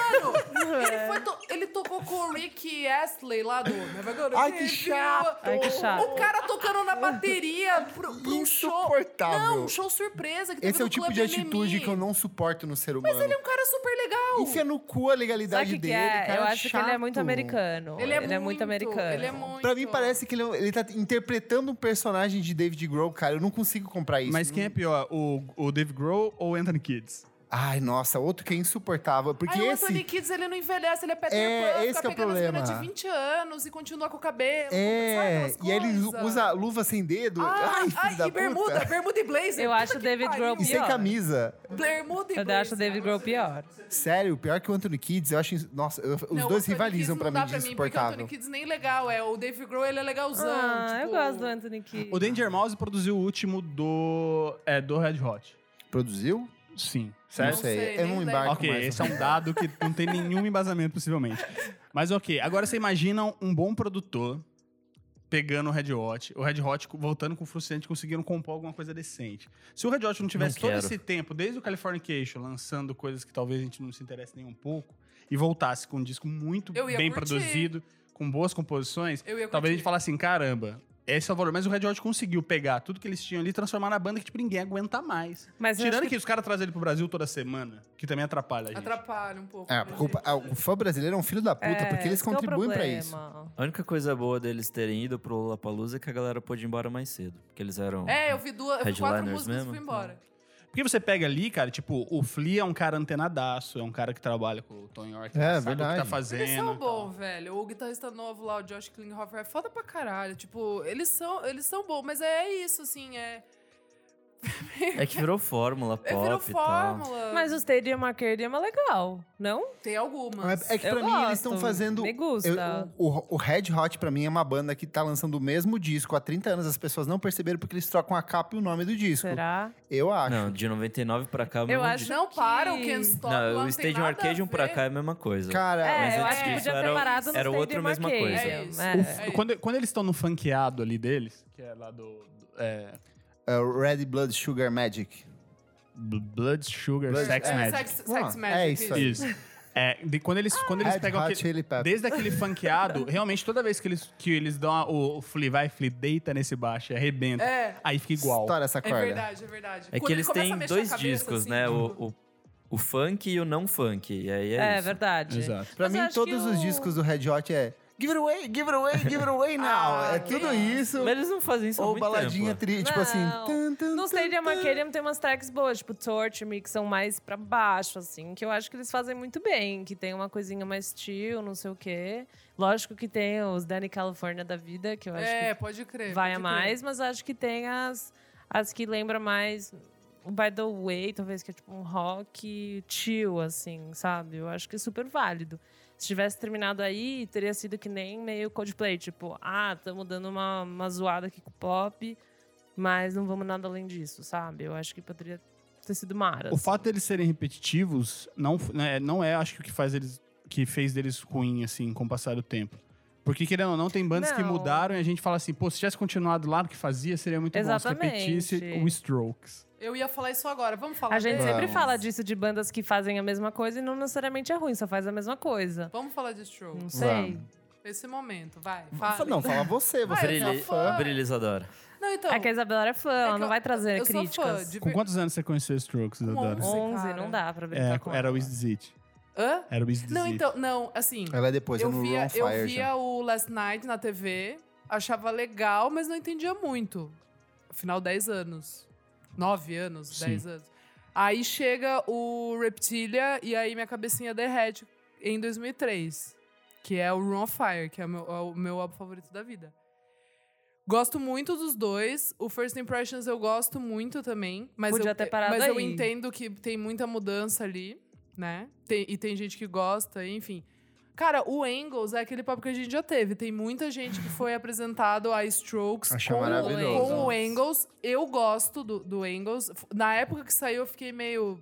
Speaker 5: Mano, ele, foi to- ele tocou com o Rick Astley lá do Never Gonna
Speaker 3: Ai,
Speaker 5: Give
Speaker 3: que
Speaker 5: You
Speaker 3: chato.
Speaker 5: Up.
Speaker 4: Ai, que chato.
Speaker 5: O cara tocando na bateria pro, pro um show.
Speaker 3: Insuportável.
Speaker 5: Não, um show surpresa que teve
Speaker 3: Esse é o
Speaker 5: no
Speaker 3: tipo
Speaker 5: Clube
Speaker 3: de atitude
Speaker 5: Mimi.
Speaker 3: que eu não suporto no ser humano.
Speaker 5: Mas ele é um cara super legal.
Speaker 3: Enfia no cu a
Speaker 4: Sabe o
Speaker 3: legalidade
Speaker 4: que, que
Speaker 3: dele,
Speaker 4: é?
Speaker 3: cara.
Speaker 4: Eu acho que ele é muito
Speaker 3: chato.
Speaker 4: americano.
Speaker 5: Ele é, muito,
Speaker 4: americano.
Speaker 5: Ele é muito.
Speaker 3: Pra mim, parece que ele, ele tá interpretando um personagem de David Grohl, cara. Eu não consigo comprar isso.
Speaker 6: Mas quem é pior, o, o Dave Grohl ou o Anthony Kids?
Speaker 3: Ai, nossa, outro que é insuportável. Porque
Speaker 5: Aí o
Speaker 3: esse...
Speaker 5: Anthony Kids, ele não envelhece, ele é Peter
Speaker 3: É,
Speaker 5: Pan,
Speaker 3: esse
Speaker 5: fica
Speaker 3: que é o
Speaker 5: pegando as minas
Speaker 3: problema.
Speaker 5: de 20 anos e continua com o cabelo.
Speaker 3: É,
Speaker 5: sabe aquelas
Speaker 3: e aí ele
Speaker 5: coisas?
Speaker 3: usa luva sem dedo.
Speaker 5: Ah,
Speaker 3: ai, filho
Speaker 5: ai,
Speaker 3: da
Speaker 5: e bermuda,
Speaker 3: puta.
Speaker 5: bermuda e blazer.
Speaker 4: Eu
Speaker 5: Puta
Speaker 4: acho o
Speaker 5: que
Speaker 4: David
Speaker 5: pariu.
Speaker 4: Grohl
Speaker 3: E sem
Speaker 4: pior.
Speaker 3: camisa.
Speaker 5: Bermuda e
Speaker 4: Eu
Speaker 5: blazer.
Speaker 4: acho o David Grohl pior.
Speaker 3: Sério, pior que o Anthony Kids, eu acho. ins- Nossa, eu- os
Speaker 5: Não, o
Speaker 3: dois
Speaker 5: Anthony
Speaker 3: rivalizam
Speaker 5: Kids
Speaker 3: pra
Speaker 5: não
Speaker 3: mim
Speaker 5: dá
Speaker 3: de
Speaker 5: porque o
Speaker 3: insuportável.
Speaker 5: Anthony Kids nem legal é. O Dave Grohl, ele é legalzão.
Speaker 4: Ah, eu
Speaker 5: tipo-
Speaker 4: gosto do Anthony Kidd.
Speaker 6: O Danger Mouse produziu o último do, é, do Red Hot.
Speaker 3: Produziu?
Speaker 6: Sim.
Speaker 3: Não
Speaker 6: Certo?
Speaker 3: sei.
Speaker 5: sei,
Speaker 3: Eu
Speaker 5: nem
Speaker 3: não
Speaker 5: lembro.
Speaker 3: embarco
Speaker 6: Ok,
Speaker 3: mais.
Speaker 6: esse é
Speaker 3: no-
Speaker 6: um dado que não tem nenhum embasamento, possivelmente. Mas ok, agora você imagina um bom produtor pegando o Red Hot, o Red Hot co- voltando com o Fruciante, conseguiram compor alguma coisa decente. Se o Red Hot não tivesse todo
Speaker 2: quero.
Speaker 6: esse tempo, desde o Californication, lançando coisas que talvez a gente não se interesse nem um pouco, e voltasse com um disco muito
Speaker 5: Eu ia
Speaker 6: bem
Speaker 5: curtir.
Speaker 6: produzido, com boas composições,
Speaker 5: Eu ia
Speaker 6: talvez
Speaker 5: curtir.
Speaker 6: a gente falasse assim, caramba, esse é o valor. Mas o Red Hot conseguiu pegar tudo que eles tinham ali e transformar na banda que, tipo, ninguém aguenta mais.
Speaker 4: Mas eu
Speaker 6: Tirando
Speaker 4: acho
Speaker 6: que... os caras trazem ele pro Brasil toda semana, que também atrapalha a gente.
Speaker 5: Atrapalha um pouco.
Speaker 3: É, a
Speaker 5: né,
Speaker 3: culpa-
Speaker 5: gente?
Speaker 3: ah, o fã brasileiro é um filho da puta,
Speaker 4: É,
Speaker 3: porque eles
Speaker 4: esse que é o
Speaker 3: contribuem pra
Speaker 4: problema.
Speaker 3: isso.
Speaker 2: A única coisa boa deles terem ido pro Lollapalooza é que a galera pôde ir embora mais cedo. Porque eles eram...
Speaker 5: É, eu vi duas, eu vi quatro
Speaker 2: Headliners
Speaker 5: músicas e fui
Speaker 2: mesmo?
Speaker 5: embora.
Speaker 6: Porque você pega ali, cara, tipo, o Flea é um cara antenadaço, é um cara que trabalha com o Tom York,
Speaker 3: É,
Speaker 6: sabe o
Speaker 3: verdade.
Speaker 6: que tá fazendo.
Speaker 5: Eles são
Speaker 6: e tal.
Speaker 5: bons, velho. O guitarrista novo lá, o Josh Klinghoffer, é foda pra caralho. Tipo, eles são, eles são bons, mas é isso, assim, é.
Speaker 2: É que virou fórmula pop
Speaker 5: É, virou
Speaker 2: e tal.
Speaker 5: fórmula.
Speaker 4: Mas o Stadium Arcadium é legal, não?
Speaker 5: tem algumas.
Speaker 3: É, é que
Speaker 4: Eu
Speaker 3: pra mim eles estão
Speaker 4: gosto,
Speaker 3: fazendo.
Speaker 4: me gusta.
Speaker 3: eu- o, o Red Hot, pra mim, é uma banda que tá lançando o mesmo disco há 30 anos. As pessoas não perceberam porque eles trocam a capa e o nome do disco.
Speaker 4: Será?
Speaker 3: Eu acho.
Speaker 2: Não, de 99 pra cá... mesmo
Speaker 4: acho
Speaker 2: de...
Speaker 5: Não
Speaker 4: que-
Speaker 5: para o Can't Stop. lá,
Speaker 2: Não, o
Speaker 5: tem
Speaker 2: Stadium
Speaker 5: nada a
Speaker 2: Arcadium pra
Speaker 5: ver.
Speaker 2: cá é a mesma coisa.
Speaker 3: Cara,
Speaker 4: É,
Speaker 2: mas
Speaker 4: eu
Speaker 2: antes
Speaker 4: acho que
Speaker 2: disso
Speaker 4: podia ter
Speaker 2: era o-
Speaker 4: parado no
Speaker 2: era
Speaker 4: Stadium
Speaker 2: outro mesma
Speaker 4: Arcadium.
Speaker 2: coisa.
Speaker 5: É isso.
Speaker 4: É.
Speaker 6: O f- quando, quando eles estão no funkeado ali deles, que é lá do. do- é,
Speaker 3: é o Red Blood Sugar Magic.
Speaker 6: B- Blood Sugar
Speaker 3: Blood-
Speaker 6: Sex
Speaker 5: É,
Speaker 6: Magic.
Speaker 5: Sex, sex
Speaker 3: Vamos lá,
Speaker 5: Magic.
Speaker 3: é isso aí.
Speaker 6: Isso. É, de- quando eles, quando eles
Speaker 3: Red
Speaker 6: pegam
Speaker 3: Hot
Speaker 6: aquele,
Speaker 3: Chili Peppers.
Speaker 6: Desde aquele funkeado, realmente toda vez que eles, que eles dão a- o, o Flea, vai, Flea, deita nesse baixo, e arrebenta.
Speaker 5: É.
Speaker 6: Aí fica igual.
Speaker 3: Estoura essa
Speaker 5: É
Speaker 3: corda.
Speaker 5: verdade, é verdade.
Speaker 2: É
Speaker 5: Quando
Speaker 2: que
Speaker 5: ele
Speaker 2: eles
Speaker 5: começa a
Speaker 2: têm
Speaker 5: mexer a
Speaker 2: dois
Speaker 5: cabeça,
Speaker 2: discos,
Speaker 5: assim,
Speaker 2: né?
Speaker 5: tipo,
Speaker 2: O, o, o funk e o não funk. E aí é,
Speaker 4: É,
Speaker 2: isso.
Speaker 4: verdade.
Speaker 6: Exato.
Speaker 3: Pra
Speaker 4: Mas
Speaker 3: mim,
Speaker 4: eu acho
Speaker 3: todos
Speaker 4: que
Speaker 3: os
Speaker 4: o-
Speaker 3: discos do Red Hot é give it away, give it away, give it away now.
Speaker 5: Ah,
Speaker 3: é tudo
Speaker 5: legal.
Speaker 3: isso.
Speaker 2: Mas eles não fazem isso há
Speaker 3: Ou
Speaker 2: muito
Speaker 5: Ah,
Speaker 3: baladinha
Speaker 2: tempo.
Speaker 3: tri, tipo assim.
Speaker 4: Não.
Speaker 3: tan, tan,
Speaker 4: No
Speaker 3: tan,
Speaker 4: Stadium
Speaker 3: tan.
Speaker 4: Arcadium tem umas tracks boas, tipo Torture Me, que são mais pra baixo, assim, que eu acho que eles fazem muito bem, que tem uma coisinha mais chill, não sei o quê. Lógico que tem os Danny California da vida, que eu acho
Speaker 5: É, pode crer.
Speaker 4: que vai
Speaker 5: pode
Speaker 4: a
Speaker 5: crer.
Speaker 4: mais, mas acho que tem as, as que lembram mais o By the Way, talvez, que é tipo um rock chill, assim, sabe? Eu acho que é super válido. Se tivesse terminado aí, teria sido que nem meio Coldplay, tipo, ah, estamos dando uma, uma zoada aqui com o pop, mas não vamos nada além disso, sabe? Eu acho que poderia ter sido mara.
Speaker 6: O fato deles serem repetitivos não, f- né, não é, acho que, o que faz eles. que fez deles ruim, assim, com o passar do tempo. Porque, querendo ou não, tem bandas que
Speaker 4: Não.
Speaker 6: mudaram e a gente fala assim, pô, se tivesse continuado lá no que fazia, seria muito bom se
Speaker 4: Exatamente.
Speaker 6: repetisse o Strokes.
Speaker 5: Eu ia falar isso agora. Vamos falar
Speaker 4: A gente
Speaker 5: dele?
Speaker 4: sempre
Speaker 3: Vamos.
Speaker 4: fala disso de bandas que fazem a mesma coisa e não necessariamente é ruim, só faz a mesma coisa.
Speaker 5: Vamos falar de Stroke.
Speaker 4: Não sei.
Speaker 5: Esse momento, vai.
Speaker 3: Fala-
Speaker 5: Fala.
Speaker 3: Não, fala você, você
Speaker 5: eu sou
Speaker 2: Brilhe...
Speaker 5: fã.
Speaker 2: Brilizador.
Speaker 5: Não, então.
Speaker 4: É que a Isabela é fã, ela não vai trazer
Speaker 5: eu
Speaker 4: críticas.
Speaker 5: Sou fã, de
Speaker 6: Com
Speaker 5: ver- Um
Speaker 6: quantos anos você conheceu o Strokes, Isadora?
Speaker 5: onze.
Speaker 4: 11,
Speaker 5: cara.
Speaker 4: não dá pra brincar
Speaker 6: É,
Speaker 4: com
Speaker 6: era
Speaker 4: ela.
Speaker 6: o Is It.
Speaker 5: Hã?
Speaker 6: Era o Is It.
Speaker 5: Não, então, não, assim.
Speaker 3: Ela é depois, eu,
Speaker 5: eu
Speaker 3: no
Speaker 5: via,
Speaker 3: Raw
Speaker 5: eu
Speaker 3: Fire. já.
Speaker 5: via o Last Night na TV, achava legal, mas não entendia muito. Afinal, 10 anos. 9 anos,
Speaker 6: Sim.
Speaker 5: 10 anos. Aí chega o Reptilia e aí minha cabecinha derrete em 2003, que é o Room on Fire, que é o meu, é o meu álbum favorito da vida. Gosto muito dos dois. O First Impressions eu gosto muito também. Mas
Speaker 4: Podia
Speaker 5: eu,
Speaker 4: ter parado
Speaker 5: mas eu
Speaker 4: aí.
Speaker 5: entendo que tem muita mudança ali, né? Tem- e tem gente que gosta, enfim. Cara, o Angles é aquele papo que a gente já teve. Tem muita gente que foi apresentado a Strokes
Speaker 3: Achei
Speaker 5: com,
Speaker 3: maravilhoso.
Speaker 5: com o Angles. Eu gosto do, do Angles. F- Na época que saiu, eu fiquei meio.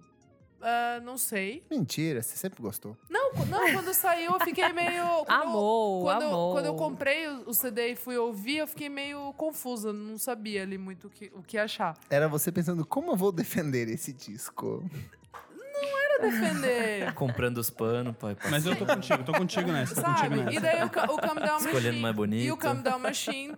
Speaker 5: ah, não sei.
Speaker 3: Mentira, você sempre gostou.
Speaker 5: Não, qu- não, quando saiu, eu fiquei meio. quando eu-
Speaker 4: Amou,
Speaker 5: quando,
Speaker 4: amou.
Speaker 5: Eu, quando eu comprei o o CD e fui ouvir, eu fiquei meio confusa, não sabia ali muito o que, o que achar.
Speaker 3: Era você pensando, como eu vou defender esse disco?
Speaker 5: Pra defender,
Speaker 2: Comprando os panos, pai.
Speaker 6: Mas eu tô
Speaker 2: passando.
Speaker 6: contigo, tô contigo nessa, tô contigo
Speaker 5: sabe? E
Speaker 6: nessa.
Speaker 5: daí o, ca- o Come Down Machine.
Speaker 2: Escolhendo mais bonito.
Speaker 5: E o Come Down Machine.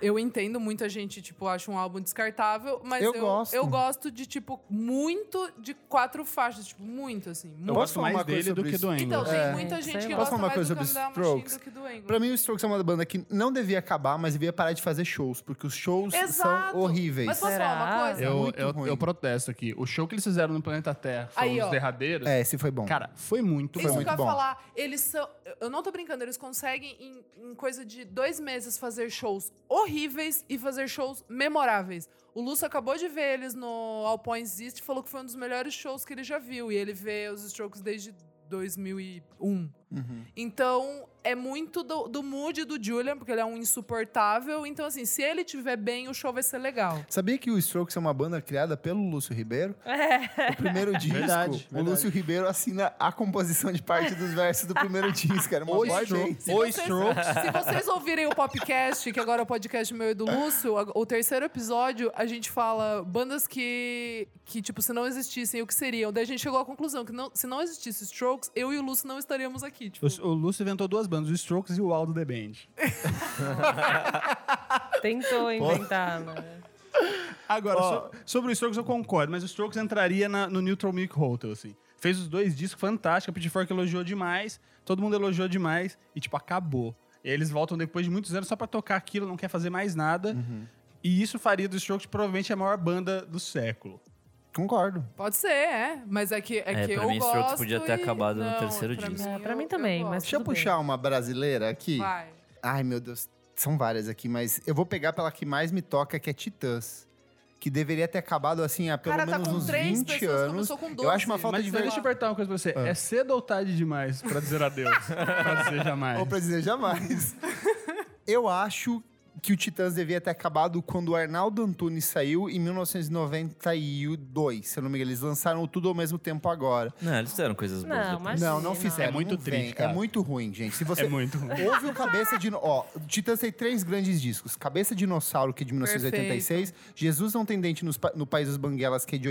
Speaker 5: Eu entendo, muita gente, tipo, acha um álbum descartável, mas
Speaker 3: Eu
Speaker 5: eu,
Speaker 3: gosto.
Speaker 5: eu gosto de, tipo, muito de quatro faixas, tipo, muito, assim.
Speaker 6: Eu
Speaker 5: Muito.
Speaker 3: Posso
Speaker 6: gosto
Speaker 3: falar uma
Speaker 6: mais
Speaker 3: coisa
Speaker 6: dele do
Speaker 3: sobre
Speaker 6: que do
Speaker 3: isso?
Speaker 6: Engels.
Speaker 5: Então, tem
Speaker 3: É.
Speaker 5: muita gente
Speaker 4: Sei
Speaker 5: que
Speaker 4: lá.
Speaker 3: Posso
Speaker 5: gosta
Speaker 3: falar uma
Speaker 5: mais
Speaker 3: coisa
Speaker 5: do Come
Speaker 3: sobre
Speaker 5: Down
Speaker 3: Strokes?
Speaker 5: Machine do que do Angles.
Speaker 3: Pra mim, o Strokes é uma banda que não devia acabar, mas devia parar de fazer shows, porque os shows
Speaker 5: Exato.
Speaker 3: são horríveis.
Speaker 5: Mas posso falar uma
Speaker 4: Será?
Speaker 5: coisa?
Speaker 6: Eu,
Speaker 3: muito
Speaker 6: eu,
Speaker 3: ruim.
Speaker 6: eu protesto aqui. O show que eles fizeram no Planeta Terra, foi
Speaker 5: Aí,
Speaker 6: os
Speaker 5: ó.
Speaker 6: derradeiros.
Speaker 3: É, esse foi bom.
Speaker 6: Cara, foi muito,
Speaker 5: Isso
Speaker 6: foi
Speaker 5: que eu
Speaker 6: muito
Speaker 5: ia
Speaker 3: bom.
Speaker 5: falar. Eles são. Eu não tô brincando, eles conseguem, em, em coisa de dois meses, fazer shows horríveis e fazer shows memoráveis. O Lúcio acabou de ver eles no All Points East e falou que foi um dos melhores shows que ele já viu. E ele vê os Strokes desde 2001.
Speaker 3: Uhum.
Speaker 5: Então, é muito do, do mood do Julian, porque ele é um insuportável. Então, assim, se ele tiver bem, o show vai ser legal.
Speaker 3: Sabia que o Strokes é uma banda criada pelo Lúcio Ribeiro?
Speaker 5: É.
Speaker 3: O primeiro disco,
Speaker 6: Verdade,
Speaker 3: o
Speaker 6: verdade.
Speaker 3: Lúcio Ribeiro assina a composição de parte dos versos do primeiro disco. Era uma
Speaker 6: O
Speaker 3: boy
Speaker 6: Strokes.
Speaker 3: band.
Speaker 5: Se
Speaker 6: O
Speaker 5: vocês-
Speaker 6: Strokes.
Speaker 5: Se vocês ouvirem o podcast, que agora é o podcast meu e do Lúcio, a- o terceiro episódio, a gente fala bandas que, que tipo, se não existissem, o que seriam? Daí a gente chegou à conclusão que não- se não existisse Strokes, eu e o Lúcio não estaríamos aqui. Tipo,
Speaker 6: O, o Lúcio inventou duas bandas, o Strokes e o Aldo The Band.
Speaker 4: Tentou inventar, né?
Speaker 6: Agora,
Speaker 3: Ó.
Speaker 6: so- sobre o Strokes eu concordo, mas o Strokes entraria na- no Neutral Milk Hotel, assim. Fez os dois discos fantásticos, a Pitchfork elogiou demais, todo mundo elogiou demais e, tipo, acabou. E eles voltam depois de muitos anos só pra tocar aquilo, não quer fazer mais nada. E isso faria do Strokes provavelmente a maior banda do século.
Speaker 3: Concordo.
Speaker 5: pode ser, é. Mas é que, é
Speaker 2: É,
Speaker 5: que
Speaker 2: pra
Speaker 5: eu
Speaker 2: mim,
Speaker 5: gosto
Speaker 2: Strokes podia ter
Speaker 5: e-
Speaker 2: acabado no
Speaker 5: não,
Speaker 2: terceiro
Speaker 5: pra
Speaker 2: disco.
Speaker 4: É, pra
Speaker 5: eu-
Speaker 4: mim
Speaker 5: eu
Speaker 4: também,
Speaker 5: gosto.
Speaker 4: mas-
Speaker 3: Deixa eu
Speaker 4: Tudo bem.
Speaker 3: puxar uma brasileira aqui.
Speaker 5: Vai.
Speaker 3: Ai, meu Deus. São várias aqui, mas eu vou pegar pela que mais me toca, que é Titãs. Que deveria ter acabado assim há pelo
Speaker 5: Cara, tá
Speaker 3: menos
Speaker 5: com
Speaker 3: uns
Speaker 5: três
Speaker 3: 20
Speaker 5: pessoas,
Speaker 3: anos.
Speaker 5: começou com
Speaker 3: Eu acho uma
Speaker 5: 12.
Speaker 3: falta
Speaker 6: Mas
Speaker 3: de
Speaker 5: sei
Speaker 6: deixa eu
Speaker 5: lá.
Speaker 6: perguntar uma coisa pra você. É cedo ou tarde demais pra dizer adeus? pra dizer jamais.
Speaker 3: Ou pra dizer jamais. eu acho que o Titãs devia ter acabado quando o Arnaldo Antunes saiu em 1992. Se eu não me engano, eles lançaram tudo ao mesmo tempo agora.
Speaker 2: Não, eles fizeram coisas boas.
Speaker 4: Não,
Speaker 2: depois.
Speaker 4: mas-
Speaker 3: Não, não
Speaker 4: não.
Speaker 3: fizeram.
Speaker 6: É muito
Speaker 3: não vem.
Speaker 6: triste, cara.
Speaker 3: É muito ruim, gente. Se você
Speaker 6: É muito ruim.
Speaker 3: Houve o Cabeça de... Ó, Titãs tem três grandes discos. Cabeça de Dinossauro, que é de 1986. Jesus Não Tem Dente nos pa- no País dos Banguelas, que é de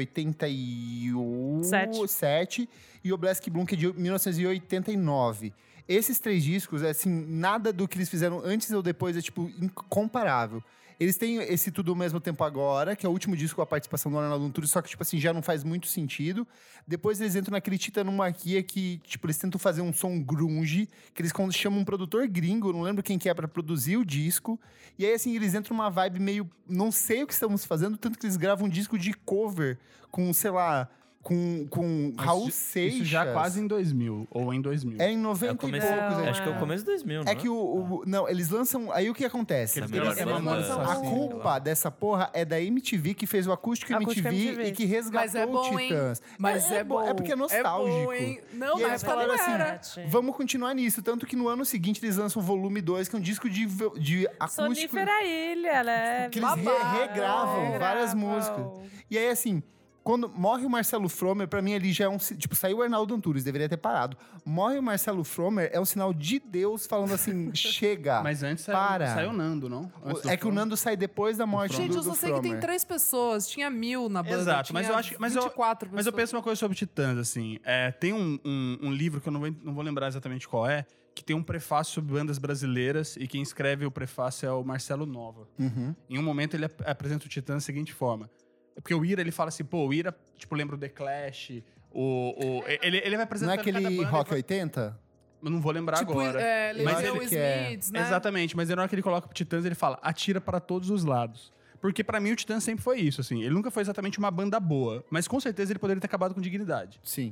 Speaker 3: 81...
Speaker 4: Sete.
Speaker 3: sete, E o Black Bloom, que é de 1989. Esses três discos, assim, nada do que eles fizeram antes ou depois é, tipo, incomparável. Eles têm esse Tudo ao Mesmo Tempo Agora, que é o último disco com a participação do Arnaldo Antunes, só que, tipo assim, já não faz muito sentido. Depois eles entram naquele titanomaquia que, tipo, eles tentam fazer um som grunge, que eles con- chamam um produtor gringo, não lembro quem que é, pra produzir o disco. E aí, assim, eles entram numa vibe meio, não sei o que estamos fazendo, tanto que eles gravam um disco de cover com, sei lá, com, com
Speaker 6: Mas
Speaker 3: Raul
Speaker 6: isso- Isso já
Speaker 3: Seixas.
Speaker 6: quase em 2000, ou em 2000.
Speaker 3: É em
Speaker 2: É
Speaker 3: 90
Speaker 2: o começo,
Speaker 3: e poucos,
Speaker 4: Não,
Speaker 3: é.
Speaker 2: acho que é o começo de 2000,
Speaker 3: É
Speaker 2: não é?
Speaker 3: que o, o- Não, eles lançam. Aí o que acontece?
Speaker 6: Eles
Speaker 3: Eles-
Speaker 6: lançam uma
Speaker 3: lançam-
Speaker 6: moda
Speaker 3: a
Speaker 6: assim,
Speaker 3: culpa dessa porra é da MTV que fez o acústico MTV,
Speaker 4: Acústico
Speaker 3: e
Speaker 4: MTV.
Speaker 3: que resgatou
Speaker 5: Mas é
Speaker 3: o
Speaker 5: bom, hein?
Speaker 3: Titãs.
Speaker 5: Mas é, bom.
Speaker 3: É porque é nostálgico.
Speaker 5: bom, hein? Não,
Speaker 3: E
Speaker 5: mas é
Speaker 3: eles
Speaker 5: na época
Speaker 3: falaram
Speaker 5: não
Speaker 3: assim,
Speaker 5: era.
Speaker 3: Vamos continuar nisso. Tanto que no ano seguinte eles lançam o volume 2, que é um disco de, vo- de acústico.
Speaker 4: Sonífera Ilha, né?
Speaker 3: Que eles re-
Speaker 5: Babado.
Speaker 3: regravam várias músicas. E aí, assim, quando morre o Marcelo Fromer, pra mim ali já é um. si- Tipo, saiu o Arnaldo Antunes, deveria ter parado. Morre o Marcelo Fromer, é um sinal de Deus falando assim: chega.
Speaker 6: Mas antes saiu,
Speaker 3: Para.
Speaker 6: saiu o Nando, não? Antes do
Speaker 3: é que o
Speaker 6: Fromer.
Speaker 3: Nando sai depois da morte
Speaker 5: Gente,
Speaker 3: do,
Speaker 5: eu
Speaker 3: do
Speaker 5: só sei que tem
Speaker 3: Fromer.
Speaker 5: três pessoas. Tinha mil na banda.
Speaker 6: Exato, mas
Speaker 5: tinha
Speaker 6: eu acho- mas eu-
Speaker 5: 24
Speaker 6: Mas eu
Speaker 5: pessoas.
Speaker 6: penso uma coisa sobre Titãs, assim. É, tem um, um- um livro que eu não vou, não vou lembrar exatamente qual é, que tem um prefácio sobre bandas brasileiras e quem escreve o prefácio é o Marcelo Nova.
Speaker 3: Uhum.
Speaker 6: Em um momento ele ap- apresenta o Titãs da seguinte forma. É Porque o Ira, ele fala assim, pô, o Ira, tipo, lembra o The Clash, o... o- ele, ele vai
Speaker 3: Não é
Speaker 6: apresentando cada
Speaker 3: aquele
Speaker 6: banda,
Speaker 3: Rock
Speaker 5: né?
Speaker 6: ele
Speaker 3: 80?
Speaker 6: fala- Eu não vou lembrar
Speaker 5: Tipo,
Speaker 6: agora.
Speaker 5: é,
Speaker 6: Mas
Speaker 5: Legião
Speaker 3: ele- que é-
Speaker 5: Smiths, né?
Speaker 6: Exatamente, mas aí na hora que ele coloca pro Titãs, ele fala, atira para todos os lados. Porque pra mim o Titãs sempre foi isso, assim. Ele nunca foi exatamente uma banda boa, mas com certeza ele poderia ter acabado com dignidade.
Speaker 3: Sim.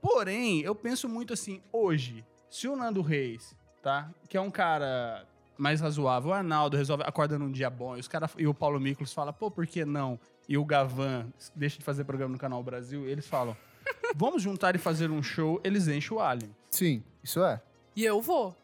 Speaker 6: Porém, eu penso muito assim, hoje, se o Nando Reis, tá? Que é um cara mais razoável, o Arnaldo resolve acorda num dia bom, e, os cara, e o Paulo Miklos fala, pô, por que não? E o Gavan deixa de fazer programa no Canal Brasil, e eles falam, vamos juntar e fazer um show, eles enchem o Alien.
Speaker 3: Sim, isso é.
Speaker 5: E eu vou.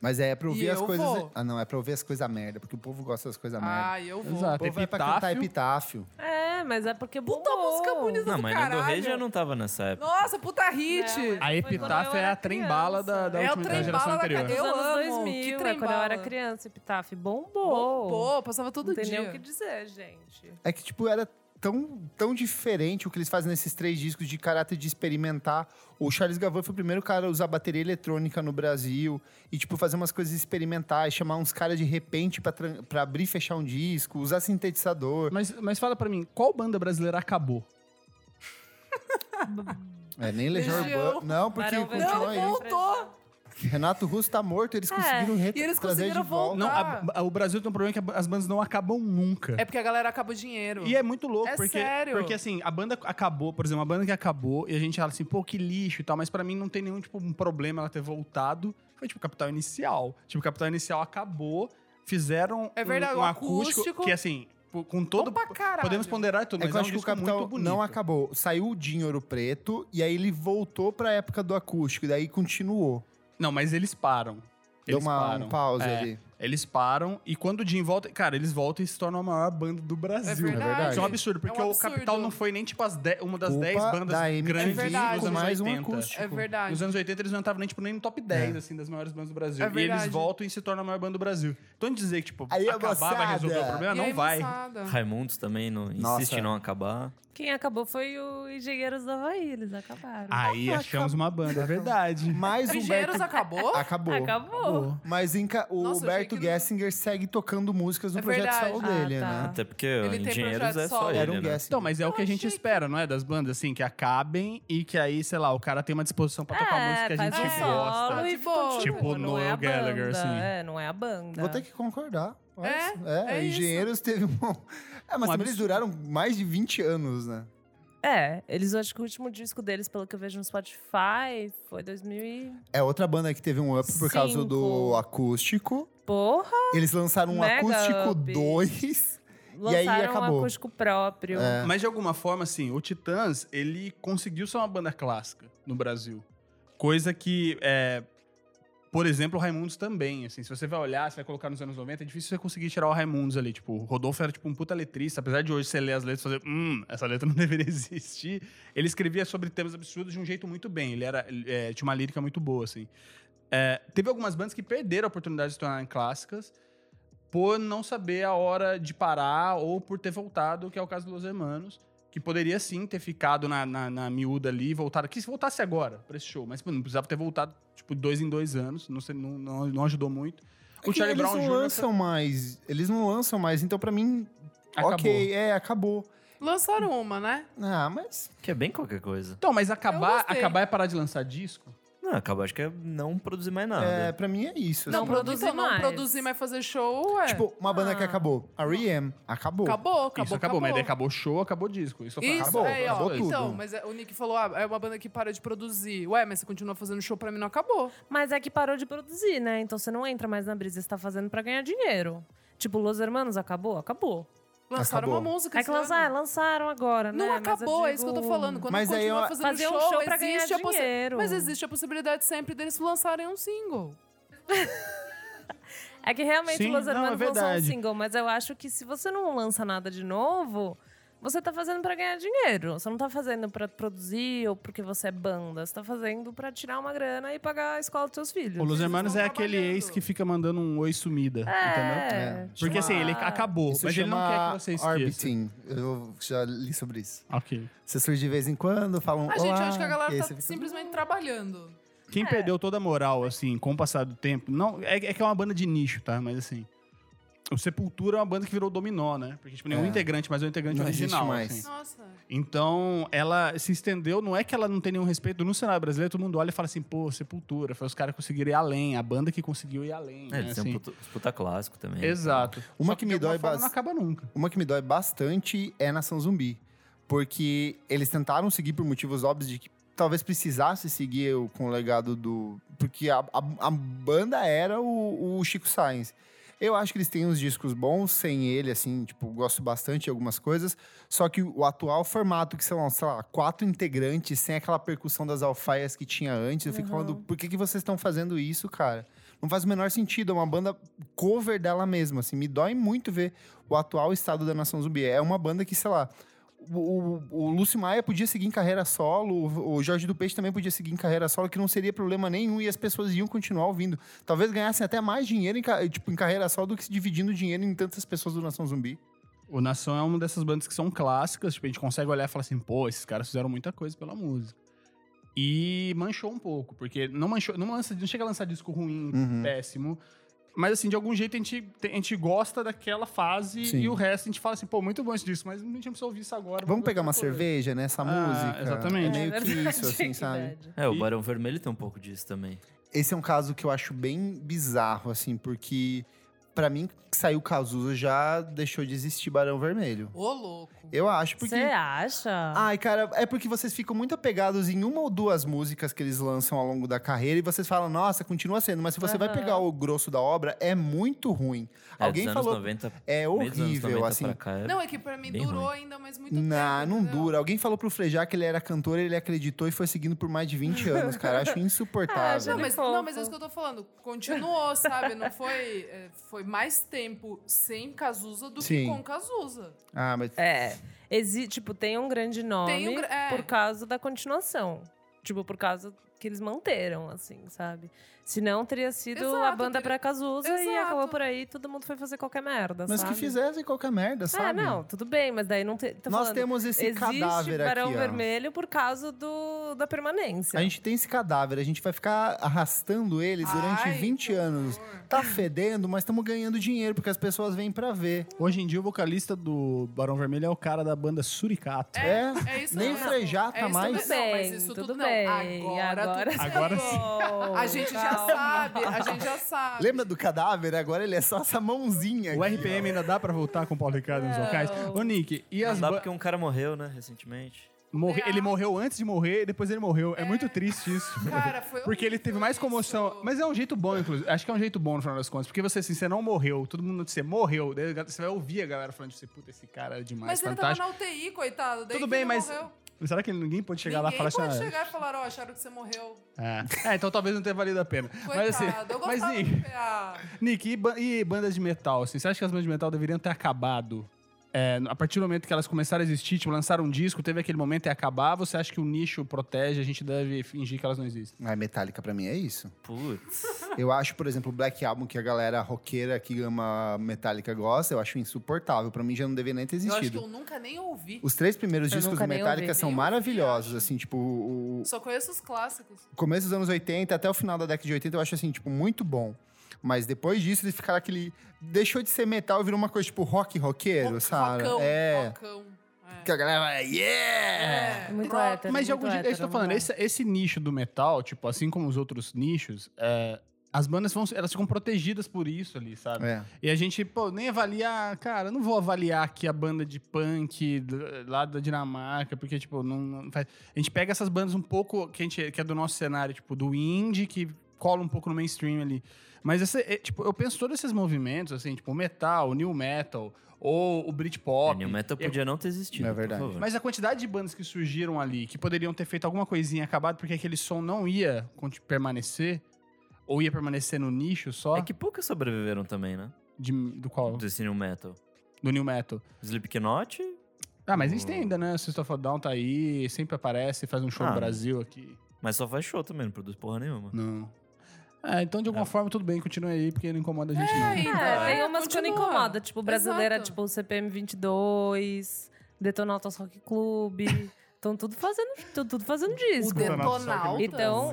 Speaker 3: Mas é pra ouvir
Speaker 5: E
Speaker 3: as
Speaker 5: eu
Speaker 3: coisas.
Speaker 5: vou.
Speaker 3: Ah, não, é pra ouvir as coisas merda, porque o povo gosta das coisas Tá merda.
Speaker 5: Ah, eu vou.
Speaker 3: O
Speaker 6: Exato.
Speaker 3: povo vai pra cantar epitáfio.
Speaker 4: É, mas é porque bombou.
Speaker 5: Puta música bonita
Speaker 2: Não,
Speaker 5: do
Speaker 2: mas
Speaker 5: caralho.
Speaker 2: Nando Reis já não tava nessa época.
Speaker 5: Nossa, puta
Speaker 4: Não,
Speaker 5: hit.
Speaker 6: A
Speaker 4: Foi quando
Speaker 6: Epitáfio
Speaker 4: eu
Speaker 6: é
Speaker 4: era
Speaker 6: a trembala
Speaker 4: criança.
Speaker 6: da, da
Speaker 5: É o
Speaker 6: última da
Speaker 5: trem
Speaker 6: geração
Speaker 5: bala da
Speaker 6: anterior.
Speaker 5: cadeia.
Speaker 4: Dos
Speaker 5: Eu
Speaker 4: anos
Speaker 5: amo,
Speaker 4: 2000,
Speaker 5: que
Speaker 4: é quando eu era
Speaker 5: trem-bala.
Speaker 4: criança, Epitáfio bombou.
Speaker 5: Pô, passava todo
Speaker 4: Não tem
Speaker 5: dia.
Speaker 4: nem o que dizer, gente.
Speaker 3: É que, tipo, era tão, tão diferente o que eles fazem nesses três discos de caráter de experimentar. O Charles Gavin foi o primeiro cara a usar bateria eletrônica no Brasil e, tipo, fazer umas coisas experimentais, chamar uns caras de repente pra, tran- pra abrir e fechar um disco, usar sintetizador.
Speaker 6: Mas, mas fala pra mim, qual banda brasileira acabou?
Speaker 3: É, nem Legião
Speaker 5: Legião.
Speaker 3: Urbana. Não, porque
Speaker 4: Barão
Speaker 3: continua aí.
Speaker 4: Vermelho.
Speaker 5: voltou.
Speaker 3: Renato Russo tá morto, eles
Speaker 4: É,
Speaker 3: conseguiram re-
Speaker 5: e eles
Speaker 3: trazer
Speaker 5: conseguiram
Speaker 3: de volta.
Speaker 6: Não, a-
Speaker 5: Ah.
Speaker 6: a- o Brasil tem um problema que a- as bandas não acabam nunca.
Speaker 5: É porque a galera acaba o dinheiro.
Speaker 6: E é muito louco,
Speaker 5: É
Speaker 6: porque,
Speaker 5: sério.
Speaker 6: porque assim, a banda acabou, por exemplo, a banda que acabou, e a gente fala assim, pô, que lixo e tal, mas pra mim não tem nenhum, tipo, um problema ela ter voltado. Foi tipo Capital Inicial. Tipo, Capital Inicial acabou, fizeram
Speaker 5: É verdade,
Speaker 6: um, um
Speaker 5: o
Speaker 6: acústico,
Speaker 5: acústico.
Speaker 6: que assim, pô, com todo.
Speaker 5: Opa, caralho.
Speaker 6: podemos ponderar e tudo,
Speaker 3: É
Speaker 6: mas
Speaker 3: que eu
Speaker 6: é um
Speaker 3: acho que o
Speaker 6: disco muito
Speaker 3: Capital
Speaker 6: bonito.
Speaker 3: não acabou. Saiu o Dinho Ouro Preto e aí ele voltou pra época do acústico, e daí continuou.
Speaker 6: Não, mas eles param.
Speaker 3: Deu
Speaker 6: Eles
Speaker 3: uma
Speaker 6: param.
Speaker 3: um pause
Speaker 6: É.
Speaker 3: ali.
Speaker 6: Eles param e quando o Jim volta. Cara, eles voltam e se tornam a maior banda do Brasil.
Speaker 3: verdade.
Speaker 6: Isso é um absurdo, porque
Speaker 5: É um
Speaker 6: o Capital
Speaker 5: absurdo.
Speaker 6: não foi nem tipo as dez- uma das
Speaker 3: Culpa
Speaker 6: 10 bandas
Speaker 3: da MTV
Speaker 6: grandes
Speaker 5: É verdade.
Speaker 6: dos
Speaker 5: com
Speaker 6: anos
Speaker 3: mais um
Speaker 6: 80.
Speaker 3: acústico. É.
Speaker 5: É verdade.
Speaker 6: Nos anos 80 eles não estavam nem, tipo, nem no top 10, assim, das maiores bandas do Brasil.
Speaker 5: É
Speaker 6: e eles
Speaker 5: verdade.
Speaker 6: voltam e se tornam a maior banda do Brasil. Então dizer que, tipo,
Speaker 3: Aí, é
Speaker 6: acabar vai
Speaker 3: moçada.
Speaker 6: resolver o problema,
Speaker 5: E aí, é
Speaker 6: não vai.
Speaker 5: moçada?
Speaker 2: Raimundos também não,
Speaker 3: Nossa.
Speaker 2: insiste em não acabar.
Speaker 4: Quem acabou foi o Engenheiros do Havaí, eles acabaram.
Speaker 6: Aí achamos uma banda, é verdade.
Speaker 3: Mais
Speaker 5: O
Speaker 3: um
Speaker 5: Engenheiros acabou?
Speaker 3: Acabou.
Speaker 4: acabou.
Speaker 3: Mas em ca- o
Speaker 5: Nossa, eu
Speaker 3: Humberto
Speaker 5: achei que não-
Speaker 3: Gessinger segue tocando músicas do
Speaker 5: É
Speaker 3: projeto
Speaker 5: verdade.
Speaker 3: solo
Speaker 4: Ah,
Speaker 3: dele,
Speaker 4: tá.
Speaker 3: né?
Speaker 2: Até porque
Speaker 5: Ele tem
Speaker 2: engenheiros
Speaker 5: projeto
Speaker 2: é só
Speaker 5: solo.
Speaker 2: ele,
Speaker 3: Era um
Speaker 2: né?
Speaker 3: Gessinger.
Speaker 6: Então, mas é o que a
Speaker 5: Eu
Speaker 6: gente
Speaker 5: achei que-
Speaker 6: espera, não é? Das bandas, assim, que acabem e que aí, sei lá, o cara tem uma disposição pra tocar
Speaker 3: É,
Speaker 6: música que a gente
Speaker 4: faz um
Speaker 5: um
Speaker 6: gosta.
Speaker 4: solo e
Speaker 5: Tipo-
Speaker 4: continua,
Speaker 6: Tipo
Speaker 4: não é a
Speaker 6: Noel Gallagher,
Speaker 4: banda,
Speaker 6: assim.
Speaker 4: É, não é a banda.
Speaker 3: Vou ter que concordar. Olha
Speaker 5: É,
Speaker 3: isso. é,
Speaker 5: é isso.
Speaker 3: engenheiros teve um. É, mas
Speaker 6: Um
Speaker 3: também eles
Speaker 6: absurdo.
Speaker 3: duraram mais de 20 anos, né?
Speaker 4: É, eles acho que o último disco deles, pelo que eu vejo no Spotify, foi 2000 e...
Speaker 3: É outra banda que teve um up por causa do
Speaker 4: Cinco.
Speaker 3: acústico.
Speaker 4: Porra!
Speaker 3: Eles lançaram um
Speaker 4: Mega
Speaker 3: acústico
Speaker 4: up.
Speaker 3: 2. E aí
Speaker 4: Lançaram
Speaker 3: acabou. É.
Speaker 4: um acústico próprio.
Speaker 6: Mas de alguma forma, assim, o Titãs, ele conseguiu ser uma banda clássica no Brasil. Coisa que, é, por exemplo, o Raimundos também, assim. Se você vai olhar, você vai colocar nos anos 90, é difícil você conseguir tirar o Raimundos ali. Tipo, o Rodolfo era tipo um puta letrista. Apesar de hoje você ler as letras e fazer, hum, essa letra não deveria existir. Ele escrevia sobre temas absurdos de um jeito muito bem. Ele era, é, tinha uma lírica muito boa, assim. É, teve algumas bandas que perderam a oportunidade de se tornarem clássicas por não saber a hora de parar ou por ter voltado, que é o caso dos Hermanos, que poderia sim ter ficado na, na, na miúda ali e voltado. Que se voltasse agora pra esse show, mas pô, não precisava ter voltado, tipo, dois em dois anos, não, sei, não, não, não ajudou muito.
Speaker 3: É que eles não
Speaker 6: Jr.
Speaker 3: lançam mais. Eles não lançam mais, então pra mim.
Speaker 6: acabou.
Speaker 3: Ok, é, acabou.
Speaker 5: Lançaram uma, né?
Speaker 3: Ah, mas.
Speaker 2: Que é bem qualquer coisa.
Speaker 6: Então, mas
Speaker 5: Eu
Speaker 6: acabar,
Speaker 5: gostei.
Speaker 6: acabar é parar de lançar disco?
Speaker 2: Não, acaba, acho que é não produzir mais nada.
Speaker 3: É, pra mim é isso.
Speaker 5: Não
Speaker 3: assim.
Speaker 4: produz-
Speaker 5: produzir, Então, não
Speaker 4: mais.
Speaker 5: produzir, mas fazer show, é.
Speaker 3: Tipo, uma banda que
Speaker 4: Ah.
Speaker 3: acabou. A R.E.M. acabou.
Speaker 5: acabou, acabou,
Speaker 6: Isso acabou, mas daí acabou o show, acabou o disco. Isso,
Speaker 5: Isso,
Speaker 3: Acabou,
Speaker 5: aí, ó.
Speaker 3: acabou tudo.
Speaker 5: Então, mas é, o Nick falou, ah, é uma banda que para de produzir. Ué, mas você continua fazendo show, pra mim não acabou.
Speaker 4: Mas é que parou de produzir, né? Então você não entra mais na brisa, você tá fazendo pra ganhar dinheiro. Tipo, Los Hermanos acabou? Acabou.
Speaker 5: Lançaram
Speaker 3: Acabou.
Speaker 5: uma música.
Speaker 4: É que
Speaker 5: esse
Speaker 4: lançaram,
Speaker 5: ano.
Speaker 4: lançaram agora, né?
Speaker 5: Não
Speaker 4: Mas
Speaker 5: acabou, é isso que eu tô
Speaker 4: digo,
Speaker 5: falando. Quando
Speaker 3: Mas aí
Speaker 5: continua
Speaker 3: eu-
Speaker 5: fazendo
Speaker 4: Fazer um show pra ganhar
Speaker 5: existe a possi-
Speaker 4: dinheiro.
Speaker 5: Mas existe a possibilidade sempre deles lançarem um single.
Speaker 4: É que realmente
Speaker 6: Sim,
Speaker 4: o Los
Speaker 6: não, é
Speaker 4: Hermanos lançou um
Speaker 6: verdade.
Speaker 4: single, mas eu acho que se você não lança nada de novo, você tá fazendo pra ganhar dinheiro. Você não tá fazendo pra produzir ou porque você é banda. Você tá fazendo pra tirar uma grana e pagar a escola dos seus filhos.
Speaker 6: O Los Hermanos
Speaker 5: estão
Speaker 6: é aquele
Speaker 5: trabalhando.
Speaker 6: ex que fica mandando um oi sumida, entendeu?
Speaker 4: É.
Speaker 3: É.
Speaker 6: Porque assim, ele acabou,
Speaker 3: Isso
Speaker 6: mas ele não quer um que você
Speaker 3: chama
Speaker 6: esqueça.
Speaker 3: Orbiting. Eu já li sobre isso.
Speaker 6: Ok.
Speaker 3: Você surge de vez em quando, falam.
Speaker 5: A gente
Speaker 3: "Olá",
Speaker 5: acha que a galera
Speaker 3: e aí
Speaker 5: tá
Speaker 3: você fica-
Speaker 5: simplesmente trabalhando.
Speaker 6: Quem
Speaker 4: É.
Speaker 6: perdeu toda a moral, assim, com o passar do tempo. Não, é, é que é uma banda de nicho, tá? Mas assim. O Sepultura é uma banda que virou dominó, né? Porque, tipo, nenhum
Speaker 3: É.
Speaker 6: integrante, mas é um integrante
Speaker 3: Não existe
Speaker 6: original.
Speaker 3: mais.
Speaker 6: assim.
Speaker 5: Nossa.
Speaker 6: Então, ela se estendeu. Não é que ela não tem nenhum respeito. No cenário brasileiro, todo mundo olha e fala assim, pô, Sepultura. Foi os caras que conseguiram ir além. A banda que conseguiu ir além.
Speaker 2: É,
Speaker 6: né?
Speaker 2: eles têm
Speaker 6: Assim,
Speaker 2: um puta, puta clássico também.
Speaker 6: Exato.
Speaker 3: né? Uma
Speaker 6: Só
Speaker 3: que me
Speaker 6: de alguma
Speaker 3: dói
Speaker 6: forma
Speaker 3: bas-
Speaker 6: Não acaba nunca.
Speaker 3: Uma que me dói bastante é Nação Zumbi. Porque eles tentaram seguir por motivos óbvios de que talvez precisasse seguir o- com o legado do. Porque a, a- a banda era o, o Chico Sainz. Eu acho que eles têm uns discos bons sem ele, assim, tipo, gosto bastante de algumas coisas. Só que o atual formato, que são, sei lá, quatro integrantes, sem aquela percussão das alfaias que tinha antes, eu fico falando, por que, que vocês estão fazendo isso, cara? Não faz o menor sentido, é uma banda cover dela mesma, assim. Me dói muito ver o atual estado da Nação Zumbi. É uma banda que, sei lá, o, o, o Lúcio Maia podia seguir em carreira solo, o, o Jorge do Peixe também podia seguir em carreira solo, que não seria problema nenhum e as pessoas iam continuar ouvindo. Talvez ganhassem até mais dinheiro em, ca- tipo, em carreira solo do que se dividindo dinheiro em tantas pessoas do Nação Zumbi.
Speaker 6: O Nação é uma dessas bandas que são clássicas, tipo, a gente consegue olhar e falar assim, pô, esses caras fizeram muita coisa pela música. E manchou um pouco, porque não manchou, não, lança, não chega a lançar disco ruim,
Speaker 3: Uhum.
Speaker 6: péssimo. Mas assim, de algum jeito a gente, a gente gosta daquela fase
Speaker 3: Sim.
Speaker 6: e o resto a gente fala assim, pô, muito bom esse disco, mas a gente não precisa ouvir isso agora.
Speaker 3: Vamos pegar uma
Speaker 6: outra coisa.
Speaker 3: cerveja, né? Essa
Speaker 6: Ah,
Speaker 3: música.
Speaker 6: exatamente.
Speaker 3: É
Speaker 6: É
Speaker 3: meio que
Speaker 4: verdade,
Speaker 3: isso, assim,
Speaker 4: é
Speaker 3: sabe?
Speaker 4: verdade.
Speaker 2: É, o
Speaker 6: E-
Speaker 2: Barão Vermelho tem um pouco disso também.
Speaker 3: Esse é um caso que eu acho bem bizarro, assim, porque Pra mim, que saiu Cazuza já deixou de existir Barão Vermelho.
Speaker 5: Ô, louco.
Speaker 3: Eu acho, porque.
Speaker 4: Você acha?
Speaker 3: Ai, cara, é porque vocês ficam muito apegados em uma ou duas músicas que eles lançam ao longo da carreira e vocês falam, nossa, continua sendo. Mas se você vai
Speaker 4: Aham.
Speaker 3: pegar o grosso da obra, é muito ruim.
Speaker 2: É,
Speaker 3: Alguém
Speaker 2: dos anos
Speaker 3: falou.
Speaker 2: 90,
Speaker 3: É
Speaker 2: meio dos anos
Speaker 3: horrível,
Speaker 2: 90
Speaker 3: assim.
Speaker 2: pra cá, é-
Speaker 5: Não, é que pra mim
Speaker 2: Bem
Speaker 5: durou
Speaker 2: ruim.
Speaker 5: ainda mais muito
Speaker 3: Não,
Speaker 5: tempo.
Speaker 3: não
Speaker 5: entendeu?
Speaker 3: dura. Alguém falou pro Frejá que ele era cantor, ele acreditou e foi seguindo por mais de 20 anos, cara. Acho
Speaker 4: Ah, já
Speaker 3: insuportável.
Speaker 5: Não, mas,
Speaker 4: Fofo.
Speaker 5: não, mas é isso que eu tô falando. Continuou, sabe? Não foi. é, Foi mais tempo sem Cazuza do
Speaker 3: Sim.
Speaker 5: que com Cazuza.
Speaker 3: Ah, mas.
Speaker 4: É. Exi tipo, tem um grande nome
Speaker 5: Tem um gra- é.
Speaker 4: por causa da continuação. Tipo, por causa que eles manteram, assim, sabe? Senão teria sido a
Speaker 5: Exato,
Speaker 4: banda pra
Speaker 5: teria-
Speaker 4: Cazuza e
Speaker 5: Exato.
Speaker 4: acabou por aí, todo mundo foi fazer qualquer merda,
Speaker 3: Mas
Speaker 4: sabe?
Speaker 3: que fizessem qualquer merda,
Speaker 4: É,
Speaker 3: sabe?
Speaker 4: não, tudo bem, mas daí não tem.
Speaker 3: Nós temos esse
Speaker 4: Existe
Speaker 3: cadáver
Speaker 4: Barão
Speaker 3: aqui. ó.
Speaker 4: Vermelho por causa do, da permanência.
Speaker 3: A gente tem esse cadáver, a gente vai ficar arrastando ele durante
Speaker 5: Ai,
Speaker 3: 20
Speaker 5: por
Speaker 3: anos.
Speaker 5: favor.
Speaker 3: Tá fedendo, mas estamos ganhando dinheiro porque as pessoas vêm pra ver.
Speaker 6: Hoje em dia, o vocalista do Barão Vermelho é o cara da banda Suricato.
Speaker 3: É,
Speaker 5: É isso
Speaker 3: nem
Speaker 5: mesmo.
Speaker 3: frejar tá
Speaker 5: é isso
Speaker 3: mais.
Speaker 5: mesmo. Não, mas isso
Speaker 4: Tudo
Speaker 5: tudo,
Speaker 4: bem,
Speaker 5: não. Agora,
Speaker 4: agora-
Speaker 5: tudo
Speaker 6: Agora
Speaker 5: bem.
Speaker 6: sim.
Speaker 5: A gente já sabe, a gente já sabe.
Speaker 3: Lembra do cadáver? Agora ele é só essa mãozinha.
Speaker 6: O
Speaker 3: aqui,
Speaker 6: RPM ainda dá pra voltar com o Paulo Ricardo nos vocais? Ô, Nick, e as
Speaker 2: Não dá
Speaker 6: ba-
Speaker 2: porque um cara morreu, né, recentemente.
Speaker 6: morre- Ele morreu antes de morrer e depois ele morreu. É, muito triste isso.
Speaker 5: Cara, foi
Speaker 6: Porque ele
Speaker 5: horrível
Speaker 6: teve mais
Speaker 5: isso.
Speaker 6: comoção. Mas é um jeito bom, inclusive. Acho que é um jeito bom, no final das contas. Porque você, assim, você não morreu. Todo mundo, você morreu. Daí Você vai ouvir a galera falando, tipo, puta, esse cara é demais,
Speaker 5: Mas ele tava
Speaker 6: fantástico.
Speaker 5: na UTI, coitado. Daí
Speaker 6: Tudo
Speaker 5: que
Speaker 6: bem,
Speaker 5: ele
Speaker 6: mas
Speaker 5: Morreu.
Speaker 6: Será que ninguém pode chegar
Speaker 5: Ninguém
Speaker 6: lá e falar
Speaker 5: pode
Speaker 6: assim? ah,
Speaker 5: chegar e falar, ó, acharam que você morreu.
Speaker 6: É. É, então talvez não tenha valido a pena.
Speaker 5: Coitado.
Speaker 6: mas assim,
Speaker 5: eu
Speaker 6: mas
Speaker 5: gostava
Speaker 6: Nick,
Speaker 5: do PA.
Speaker 6: Nick e, ba- e bandas de metal, assim, você acha que as bandas de metal deveriam ter acabado? É, a partir do momento que elas começaram a existir, tipo, lançaram um disco, teve aquele momento e acabar, você acha que o nicho protege, a gente deve fingir que elas não existem?
Speaker 3: ó. Ah, Metallica pra mim é isso.
Speaker 2: Putz.
Speaker 3: Eu acho, por exemplo, o Black Album, que a galera roqueira que ama Metallica gosta, eu acho insuportável. Pra mim já não deveria nem ter
Speaker 5: Eu acho que
Speaker 3: existido.
Speaker 5: eu nunca nem ouvi.
Speaker 3: Os três primeiros
Speaker 4: Eu
Speaker 3: discos
Speaker 4: nunca
Speaker 3: do
Speaker 4: nem
Speaker 3: Metallica
Speaker 4: ouvi.
Speaker 3: são
Speaker 5: Nem ouvi,
Speaker 3: maravilhosos,
Speaker 5: acho.
Speaker 3: assim, tipo, o,
Speaker 5: Só conheço os clássicos.
Speaker 3: começo dos anos 80 até o final da década de 80, eu acho assim, tipo, muito bom. Mas depois disso, eles ficaram aquele. Deixou de ser metal e virou uma coisa tipo rock roqueiro,
Speaker 5: Ro-
Speaker 3: sabe?
Speaker 5: Rocão,
Speaker 3: é.
Speaker 5: rocão. É.
Speaker 3: Que a galera vai, yeah!
Speaker 5: É.
Speaker 4: Muito
Speaker 5: Rock.
Speaker 4: hétero,
Speaker 6: Mas de
Speaker 4: muito
Speaker 6: algum jeito, é
Speaker 4: hétero,
Speaker 6: isso que eu
Speaker 4: não
Speaker 6: tô falando,
Speaker 4: dá.
Speaker 6: esse, esse nicho do metal, tipo, assim como os outros nichos, é, as bandas vão, elas ficam protegidas por isso ali, sabe?
Speaker 3: É.
Speaker 6: E a gente, pô, nem avaliar, cara, eu não vou avaliar aqui a banda de punk d- lá da Dinamarca, porque, tipo, não, não faz. A gente pega essas bandas um pouco que, a gente, que é do nosso cenário, tipo, do indie, que cola um pouco no mainstream ali. Mas, essa, é, tipo, eu penso todos esses movimentos, assim, tipo, o metal, o new metal, ou o Britpop.
Speaker 2: É, New Metal
Speaker 6: eu-
Speaker 2: podia não ter existido.
Speaker 3: É verdade.
Speaker 2: Por favor.
Speaker 6: mas a quantidade de bandas que surgiram ali, que poderiam ter feito alguma coisinha acabado, porque aquele som não ia conti- permanecer, ou ia permanecer no nicho só,
Speaker 2: É que poucas sobreviveram também, né?
Speaker 6: de- do qual?
Speaker 2: Desse New Metal.
Speaker 6: Do New Metal.
Speaker 2: Slipknot?
Speaker 6: Ah, mas eles
Speaker 2: Hum.
Speaker 6: têm ainda, né? System of a Down tá aí, sempre aparece, faz um show
Speaker 2: Ah.
Speaker 6: no Brasil aqui.
Speaker 2: Mas só faz show também, não produz porra nenhuma.
Speaker 6: Não. Ah, então de alguma forma tudo bem, continua aí, porque não incomoda a gente não.
Speaker 5: Então,
Speaker 4: É, tem
Speaker 5: é,
Speaker 4: umas que não
Speaker 5: continua.
Speaker 4: incomoda, tipo, brasileira,
Speaker 5: Exato.
Speaker 4: tipo, o CPM 22, Detonautas Rock Club. Estão tudo fazendo, tão tudo fazendo
Speaker 5: O
Speaker 4: disco.
Speaker 6: Detonautas.
Speaker 5: Detonautas.
Speaker 4: Então,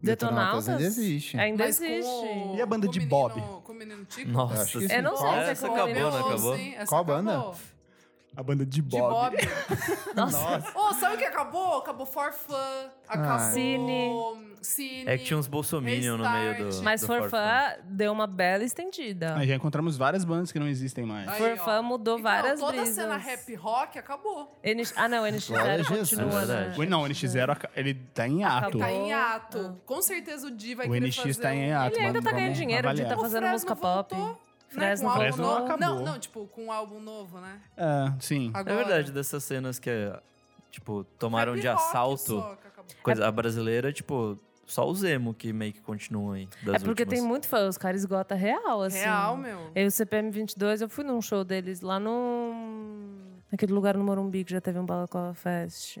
Speaker 3: Detonautas
Speaker 4: Detonautas
Speaker 3: ainda existe.
Speaker 4: ainda
Speaker 5: Mas com
Speaker 4: existe.
Speaker 5: o-
Speaker 6: E a banda
Speaker 5: com o
Speaker 6: de
Speaker 5: menino-
Speaker 6: Bob?
Speaker 5: Com o menino Tico?
Speaker 2: Nossa,
Speaker 3: Acho que
Speaker 2: senhora.
Speaker 4: Eu não sei se
Speaker 2: essa
Speaker 4: é como
Speaker 2: acabou, não
Speaker 4: eles-
Speaker 2: acabou?
Speaker 3: Qual banda?
Speaker 6: A banda de
Speaker 5: De
Speaker 6: Bob.
Speaker 5: Bob. né?
Speaker 4: Nossa,
Speaker 5: Ô, sabe o que acabou? Acabou For Fun, acabou...
Speaker 4: Cine.
Speaker 5: Cine.
Speaker 2: É que tinha uns bolsominion no meio do.
Speaker 5: Restart.
Speaker 4: mas
Speaker 2: do
Speaker 4: For
Speaker 2: Forfã.
Speaker 4: Fun deu uma bela estendida.
Speaker 6: Aí já encontramos várias bandas que não existem mais.
Speaker 5: Ai.
Speaker 4: For
Speaker 5: ó.
Speaker 4: Fun mudou
Speaker 5: Então,
Speaker 4: várias
Speaker 5: toda
Speaker 4: brisas.
Speaker 5: cena rap rock acabou.
Speaker 4: NX Ah, não, NX0
Speaker 3: Glória a Jesus.
Speaker 4: continua,
Speaker 2: É verdade.
Speaker 6: O-
Speaker 4: né?
Speaker 6: Não, o NX0, aca- ele tá em ato.
Speaker 4: Acabou.
Speaker 5: Tá em ato. Com certeza o Di vai
Speaker 6: O
Speaker 5: querer
Speaker 6: NX
Speaker 5: fazer
Speaker 6: tá
Speaker 5: um-
Speaker 6: em ato.
Speaker 4: Ele ainda
Speaker 6: vamos-
Speaker 4: tá ganhando
Speaker 6: vamos
Speaker 4: dinheiro, o Di tá
Speaker 6: avaliar.
Speaker 4: fazendo
Speaker 5: Fresno
Speaker 4: música pop.
Speaker 5: voltou, né,
Speaker 4: Fresno
Speaker 5: com álbum
Speaker 6: Fresno
Speaker 5: novo.
Speaker 6: acabou.
Speaker 5: Não, não, tipo, com um álbum novo, né?
Speaker 6: É, sim.
Speaker 2: É verdade, dessas cenas que, tipo, tomaram
Speaker 5: Rap
Speaker 2: de
Speaker 5: rock
Speaker 2: assalto
Speaker 5: só que acabou.
Speaker 2: coisa, a brasileira, tipo, só o Zemo que meio que continua aí. Das
Speaker 4: É porque
Speaker 2: últimas.
Speaker 4: tem muito fã, os caras esgota real, assim.
Speaker 5: Real, meu.
Speaker 4: Eu, CPM 22, eu fui num show deles lá no. Naquele lugar no Morumbi que já teve um Balaclava Fest.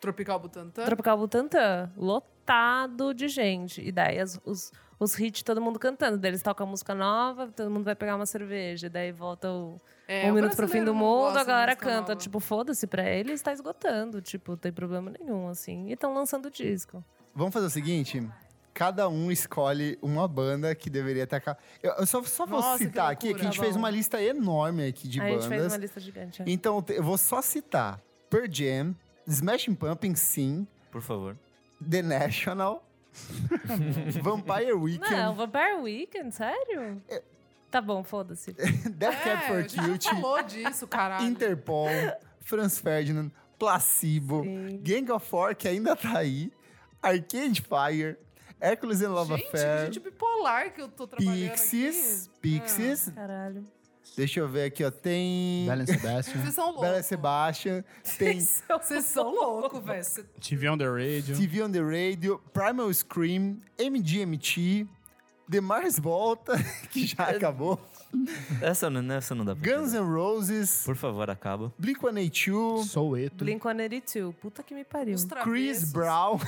Speaker 5: Tropical Butantan.
Speaker 4: Tropical Butantã, lotado de gente. E daí as- os, os hits, todo mundo cantando. Daí eles tocam a música nova, todo mundo vai pegar uma cerveja. Daí volta o,
Speaker 5: É,
Speaker 4: um
Speaker 5: o
Speaker 4: minuto pro fim
Speaker 5: brasileiro
Speaker 4: do
Speaker 5: não
Speaker 4: mundo,
Speaker 5: gosta
Speaker 4: a
Speaker 5: de
Speaker 4: galera
Speaker 5: música
Speaker 4: canta.
Speaker 5: nova.
Speaker 4: Tipo, foda-se pra eles, tá esgotando. Tipo, não tem problema nenhum, assim. E estão lançando disco.
Speaker 3: Vamos fazer o seguinte? Cada um escolhe uma banda que deveria atacar. Eu, eu só, só vou
Speaker 5: Nossa, que
Speaker 3: citar aqui que a
Speaker 5: loucura.
Speaker 3: gente
Speaker 4: Tá
Speaker 3: fez
Speaker 4: bom.
Speaker 3: uma lista enorme aqui de
Speaker 4: Aí a
Speaker 3: bandas.
Speaker 4: gente fez uma lista gigante. é.
Speaker 3: Então, eu vou só citar Pearl Jam, Smashing Pumpkins, sim,
Speaker 2: Por favor.
Speaker 3: The National, Vampire Weekend.
Speaker 4: Não, Vampire Weekend, sério? Tá bom, foda-se.
Speaker 3: Death Cab
Speaker 5: É,
Speaker 3: for
Speaker 5: a gente
Speaker 3: Cute,
Speaker 5: já falou disso, caralho.
Speaker 3: Interpol, Franz Ferdinand, Placebo, Gang of Four, que ainda tá aí, Arcade Fire, Hércules and Love
Speaker 5: gente,
Speaker 3: Affair,
Speaker 5: gente bipolar que eu tô trabalhando
Speaker 3: Pixies,
Speaker 5: aqui. Ah.
Speaker 3: Pixies,
Speaker 4: Caralho.
Speaker 3: deixa eu ver aqui, ó, tem...
Speaker 6: Belen Sebastian.
Speaker 5: Vocês são
Speaker 3: Bela
Speaker 5: loucos.
Speaker 3: Sebastian, tem
Speaker 5: Vocês são loucos, velho. Cê-
Speaker 6: TV on the Radio.
Speaker 3: TV on the Radio, Primal Scream, MGMT, The Mars Volta, que já acabou,
Speaker 2: Essa, não- essa não dá pra
Speaker 3: Guns
Speaker 2: entender.
Speaker 3: N' Roses,
Speaker 2: Por favor, acaba.
Speaker 3: Blink-182,
Speaker 6: Sou Eto.
Speaker 4: Blink-182. Puta que me pariu.
Speaker 5: os travessos.
Speaker 3: Chris Brown.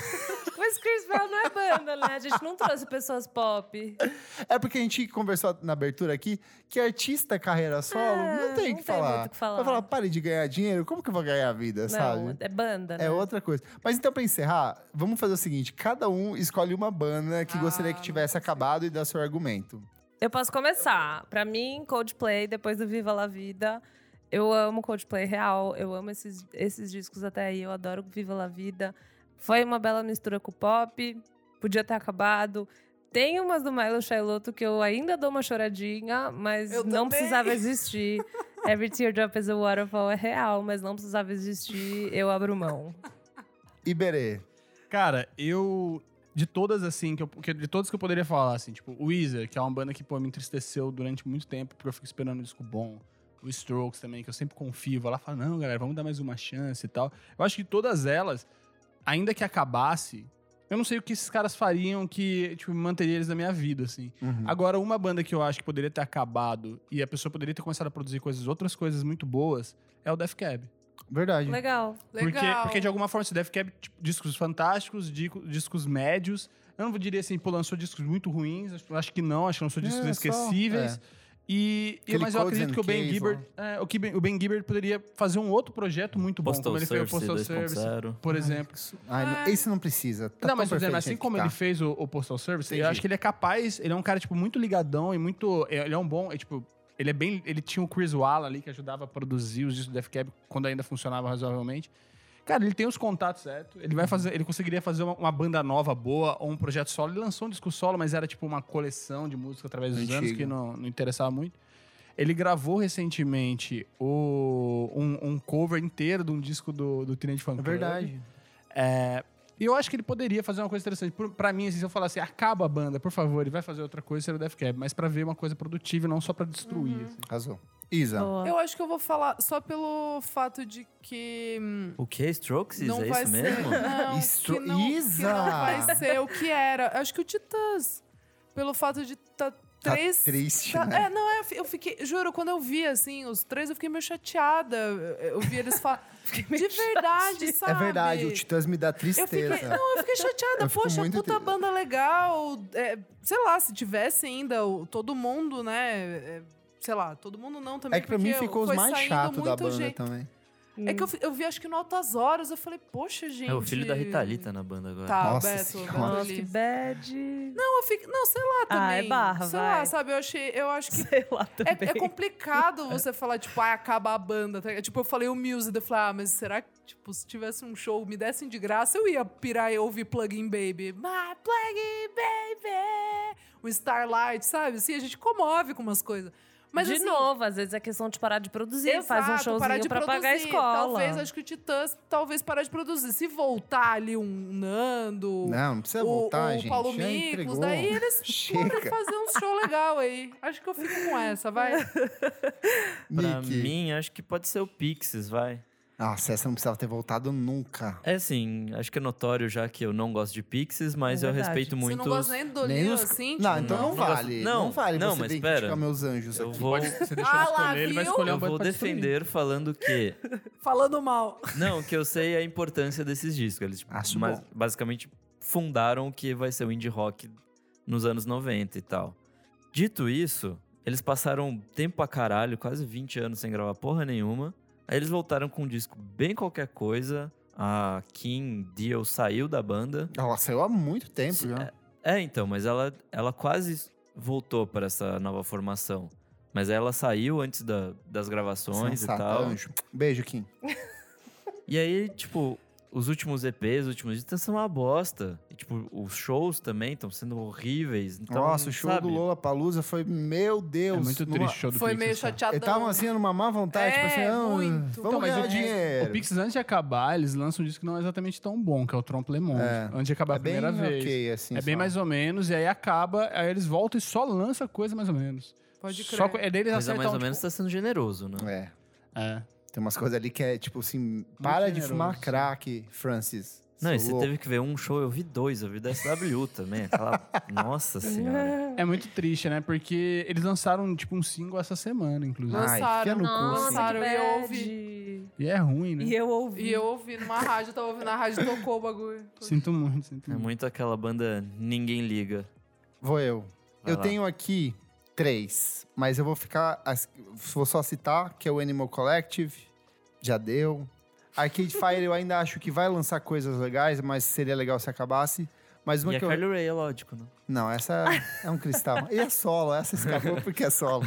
Speaker 4: Mas Chris Brown não é banda, né? A gente não trouxe pessoas pop.
Speaker 3: É porque a gente conversou na abertura aqui que artista carreira solo
Speaker 4: É,
Speaker 3: não tem o
Speaker 4: não
Speaker 3: que
Speaker 4: tem
Speaker 3: falar.
Speaker 4: muito o que falar.
Speaker 3: Vai falar, pare de ganhar dinheiro, como que eu vou ganhar a vida,
Speaker 4: Não,
Speaker 3: sabe?
Speaker 4: é banda, né?
Speaker 3: É outra coisa. Mas então, pra encerrar, vamos fazer o seguinte: cada um escolhe uma banda que
Speaker 5: Ah,
Speaker 3: gostaria que
Speaker 5: não
Speaker 3: tivesse acabado e dá seu argumento.
Speaker 4: Eu posso começar. Pra mim, Coldplay, depois do Viva La Vida. Eu amo Coldplay real, eu amo esses, esses discos até aí, eu adoro Viva La Vida. Foi uma bela mistura com o pop, podia ter acabado. Tem umas do Milo Chailoto que eu ainda dou uma choradinha, mas
Speaker 5: Eu
Speaker 4: não
Speaker 5: também.
Speaker 4: precisava existir. Every Teardrop is a Waterfall é real, mas não precisava existir, eu abro mão.
Speaker 3: Iberê.
Speaker 6: Cara, eu. De todas, assim, que eu, que- de todas que eu poderia falar, assim, tipo, o Weezer, que é uma banda que, pô, me entristeceu durante muito tempo, porque eu fico esperando um disco bom. O Strokes também, que eu sempre confio, vou lá e falo, não, galera, vamos dar mais uma chance e tal. Eu acho que todas elas, ainda que acabasse, eu não sei o que esses caras fariam que, tipo, manteria eles na minha vida, assim. Agora, uma banda que eu acho que poderia ter acabado e a pessoa poderia ter começado a produzir coisas, outras coisas muito boas, é o Def Cab.
Speaker 3: Verdade.
Speaker 4: Legal.
Speaker 6: Porque,
Speaker 5: Legal.
Speaker 6: porque é de alguma forma você deve quer tipo, discos fantásticos, dico- discos médios. Eu não diria assim, pô, lançou discos muito ruins. acho- Acho que não, acho que lançou discos
Speaker 3: É, só-
Speaker 6: esquecíveis.
Speaker 3: é.
Speaker 6: E, e-
Speaker 3: Aquele
Speaker 6: mas eu
Speaker 3: Codes
Speaker 6: acredito
Speaker 3: and
Speaker 6: que o Ben
Speaker 3: Case
Speaker 6: Gibbard, é, o, que Ben- o Ben Gibbard poderia fazer um outro projeto muito bom,
Speaker 2: Postal
Speaker 6: como ele fez o
Speaker 2: Service
Speaker 6: Postal Service,
Speaker 2: 2.0.
Speaker 6: por exemplo.
Speaker 3: Ai, não, esse não precisa. Tá
Speaker 6: não, mas,
Speaker 3: tão
Speaker 6: por exemplo,
Speaker 3: perfeito,
Speaker 6: assim
Speaker 3: gente,
Speaker 6: como
Speaker 3: tá.
Speaker 6: ele fez o, o Postal Service,
Speaker 3: Entendi.
Speaker 6: eu acho que ele é capaz, ele é um cara, tipo, muito ligadão e muito. Ele é um bom. É, tipo, ele é bem. Ele tinha o Chris Walla ali que ajudava a produzir os discos do Def Cab quando ainda funcionava razoavelmente. Cara, ele tem os contatos certo. Ele vai fazer. Ele conseguiria fazer uma, uma banda nova boa ou um projeto solo. Ele lançou um disco solo, mas era tipo uma coleção de música através dos anos
Speaker 3: Antigo.
Speaker 6: que não, não interessava muito. Ele gravou recentemente o, um, um cover inteiro de um disco do, do Teenage Fan
Speaker 3: É
Speaker 6: Club. né?
Speaker 3: verdade.
Speaker 6: E eu acho que ele poderia fazer uma coisa interessante. Por- Pra mim, assim, se eu falasse, acaba a banda, por favor, e vai fazer outra coisa, seria o Death Cab. Mas pra ver uma coisa produtiva e não só pra destruir.
Speaker 3: Uhum.
Speaker 6: assim.
Speaker 3: Razão. Isa.
Speaker 4: Boa.
Speaker 5: Eu acho que eu vou falar só pelo fato de que. hum,
Speaker 2: O que? Strokes?
Speaker 5: não
Speaker 2: é
Speaker 5: vai
Speaker 2: isso
Speaker 5: ser.
Speaker 2: mesmo?
Speaker 5: Não,
Speaker 3: Estro-
Speaker 5: que não, Que
Speaker 3: Isa!
Speaker 5: não vai ser o que era. Acho que o Titãs. Pelo fato de tá
Speaker 3: Tá
Speaker 5: três.
Speaker 3: triste,
Speaker 5: tá-
Speaker 3: né?
Speaker 5: É, não, é, eu fiquei. Juro, quando eu vi assim, os três, eu fiquei meio chateada. Eu vi eles falar. de verdade, sabe?
Speaker 3: É verdade, o Titãs me dá
Speaker 5: Eu
Speaker 3: tristeza.
Speaker 5: fiquei, não, eu fiquei chateada.
Speaker 3: Eu fico
Speaker 5: Poxa,
Speaker 3: muito
Speaker 5: puta
Speaker 3: triste.
Speaker 5: banda legal. É, sei lá, se tivesse ainda o- todo mundo, né? é, sei lá, todo mundo não também.
Speaker 3: É que pra mim
Speaker 5: porque
Speaker 3: ficou os
Speaker 5: foi
Speaker 3: mais
Speaker 5: saindo
Speaker 3: chato da
Speaker 5: muita
Speaker 3: banda
Speaker 5: gente.
Speaker 3: também.
Speaker 5: É que eu, fi- eu vi, acho que no Altas Horas, eu falei, poxa, gente.
Speaker 2: É o filho da Rita Lee tá na banda agora.
Speaker 5: Tá,
Speaker 3: Nossa
Speaker 5: Beto,
Speaker 3: Senhora.
Speaker 5: Beto
Speaker 4: Nossa, que
Speaker 5: Lee.
Speaker 4: bad. Não,
Speaker 5: Não, eu fiquei- não, sei lá também.
Speaker 4: Ah, é barra,
Speaker 5: Sei
Speaker 4: vai.
Speaker 5: lá, sabe? Eu achei. Eu acho que.
Speaker 4: sei lá
Speaker 5: É,
Speaker 4: também.
Speaker 5: é complicado você falar, tipo, ah, acaba a banda. tá ligado? Tipo, eu falei o Muse, eu falei, ah, mas será que, tipo, se tivesse um show, me dessem de graça, eu ia pirar e ouvir Plugin Baby. My Plugin Baby! O Starlight, sabe? Assim, a gente comove com umas coisas. Mas,
Speaker 4: de
Speaker 5: assim,
Speaker 4: novo, às vezes é questão de parar de produzir, faz um
Speaker 5: Exato,
Speaker 4: showzinho
Speaker 5: parar de
Speaker 4: pra pagar a
Speaker 5: produzir.
Speaker 4: escola.
Speaker 5: Talvez, acho que o Titãs, talvez parar de produzir. Se voltar ali um Nando,
Speaker 3: Não, não precisa
Speaker 5: o,
Speaker 3: voltar,
Speaker 5: o
Speaker 3: gente.
Speaker 5: Paulo
Speaker 3: Já
Speaker 5: Micos,
Speaker 3: entregou.
Speaker 5: daí eles podem
Speaker 3: Chega.
Speaker 5: fazer um show legal aí. Acho que eu fico com essa, vai.
Speaker 4: É.
Speaker 2: Pra
Speaker 3: Nick.
Speaker 2: mim, acho que pode ser o Pixies, vai.
Speaker 3: Nossa, essa não precisava ter voltado nunca.
Speaker 2: É assim, acho que é notório já que eu não gosto de Pixies, mas
Speaker 4: É
Speaker 2: eu
Speaker 4: verdade.
Speaker 2: respeito
Speaker 5: Você
Speaker 2: muito.
Speaker 5: não
Speaker 2: os-
Speaker 5: gosta nem do Lil,
Speaker 3: os-
Speaker 5: assim?
Speaker 3: Não,
Speaker 5: tipo,
Speaker 3: então não,
Speaker 2: não gosto-
Speaker 3: vale. Não,
Speaker 2: não,
Speaker 3: vale
Speaker 2: não,
Speaker 3: você
Speaker 2: mas
Speaker 3: tem
Speaker 2: pera.
Speaker 3: que meus anjos
Speaker 2: Eu
Speaker 3: aqui.
Speaker 2: vou,
Speaker 5: Ah
Speaker 6: Você deixa ele
Speaker 5: lá,
Speaker 6: escolher, ele vai
Speaker 5: viu?
Speaker 6: escolher
Speaker 2: eu
Speaker 6: uma banda
Speaker 2: vou
Speaker 6: pra destruir.
Speaker 2: defender falando que
Speaker 5: Falando mal.
Speaker 2: Não, que eu sei é a importância desses discos. Eles tipo,
Speaker 3: Acho
Speaker 2: mas-
Speaker 3: bom.
Speaker 2: basicamente fundaram o que vai ser o indie rock nos anos 90 e tal. Dito isso, eles passaram um tempo pra caralho, quase 20 anos sem gravar porra nenhuma. Aí eles voltaram com um disco bem qualquer coisa. A Kim Deal saiu da banda.
Speaker 3: Ela saiu há muito tempo
Speaker 2: Se-
Speaker 3: já.
Speaker 2: É, então, mas ela, ela quase voltou para essa nova formação. Mas ela saiu antes da- das gravações
Speaker 3: tá Sensata,
Speaker 2: e tal.
Speaker 3: anjo. Beijo, Kim.
Speaker 2: E aí, tipo, os últimos EPs, os últimos discos são uma bosta. E, tipo, os shows também estão sendo horríveis. Então,
Speaker 3: Nossa, o show
Speaker 2: sabe?
Speaker 3: do Lola Palusa foi, meu Deus.
Speaker 6: É muito
Speaker 3: numa-
Speaker 6: triste o show do
Speaker 5: Foi
Speaker 6: Pixar.
Speaker 5: meio chateadão.
Speaker 3: Estavam assim, numa má vontade,
Speaker 5: Tá É,
Speaker 3: tipo assim, ah,
Speaker 5: muito.
Speaker 3: vamos
Speaker 5: Então, mas
Speaker 3: ganhar
Speaker 5: o Pix-
Speaker 3: dinheiro.
Speaker 6: O Pix, antes de acabar, eles lançam um disco que não é exatamente tão bom, que é o Trompe Le Monde.
Speaker 3: É.
Speaker 6: Antes de acabar
Speaker 3: é
Speaker 6: a
Speaker 3: bem
Speaker 6: primeira vez.
Speaker 3: ok, assim.
Speaker 6: é bem
Speaker 3: só.
Speaker 6: mais ou menos, e aí acaba, aí eles voltam e só lança coisa mais ou menos.
Speaker 5: Pode crer.
Speaker 6: Só, co- é deles
Speaker 2: Mas é
Speaker 6: acertam,
Speaker 2: mais ou
Speaker 6: tipo,
Speaker 2: menos tá sendo generoso, né?
Speaker 3: um, É,
Speaker 6: É.
Speaker 3: tem umas coisas ali que é tipo assim, para de
Speaker 6: generoso.
Speaker 3: fumar crack, Francis.
Speaker 2: Não,
Speaker 3: seu
Speaker 2: e você
Speaker 3: louco.
Speaker 2: teve que ver um show, eu vi dois, eu vi da SW também. Aquela... Nossa senhora.
Speaker 6: É muito triste, né? Porque eles lançaram, tipo, um single essa semana, inclusive.
Speaker 3: Ai,
Speaker 5: Lançaram.
Speaker 3: fica no cu,
Speaker 4: Nossa,
Speaker 3: assim.
Speaker 5: Lançaram,
Speaker 4: que
Speaker 5: e eu
Speaker 4: bad.
Speaker 6: E é ruim, né?
Speaker 4: E eu ouvi.
Speaker 5: E eu ouvi numa rádio, eu tava ouvindo na rádio, tocou o bagulho.
Speaker 6: Sinto muito, sinto
Speaker 2: É
Speaker 6: muito.
Speaker 2: muito aquela banda Ninguém Liga.
Speaker 3: Vou eu.
Speaker 2: Vai
Speaker 3: eu
Speaker 2: lá.
Speaker 3: tenho aqui três, mas eu vou ficar. as- Vou só citar, que é o Animal Collective, já deu. Arcade Fire eu ainda acho que vai lançar coisas legais, mas seria legal se acabasse. Mas uma
Speaker 2: E a
Speaker 3: que eu.
Speaker 2: Carly Rae, é lógico, né?
Speaker 3: Não, essa é um cristal. E é solo, essa escapou porque é solo.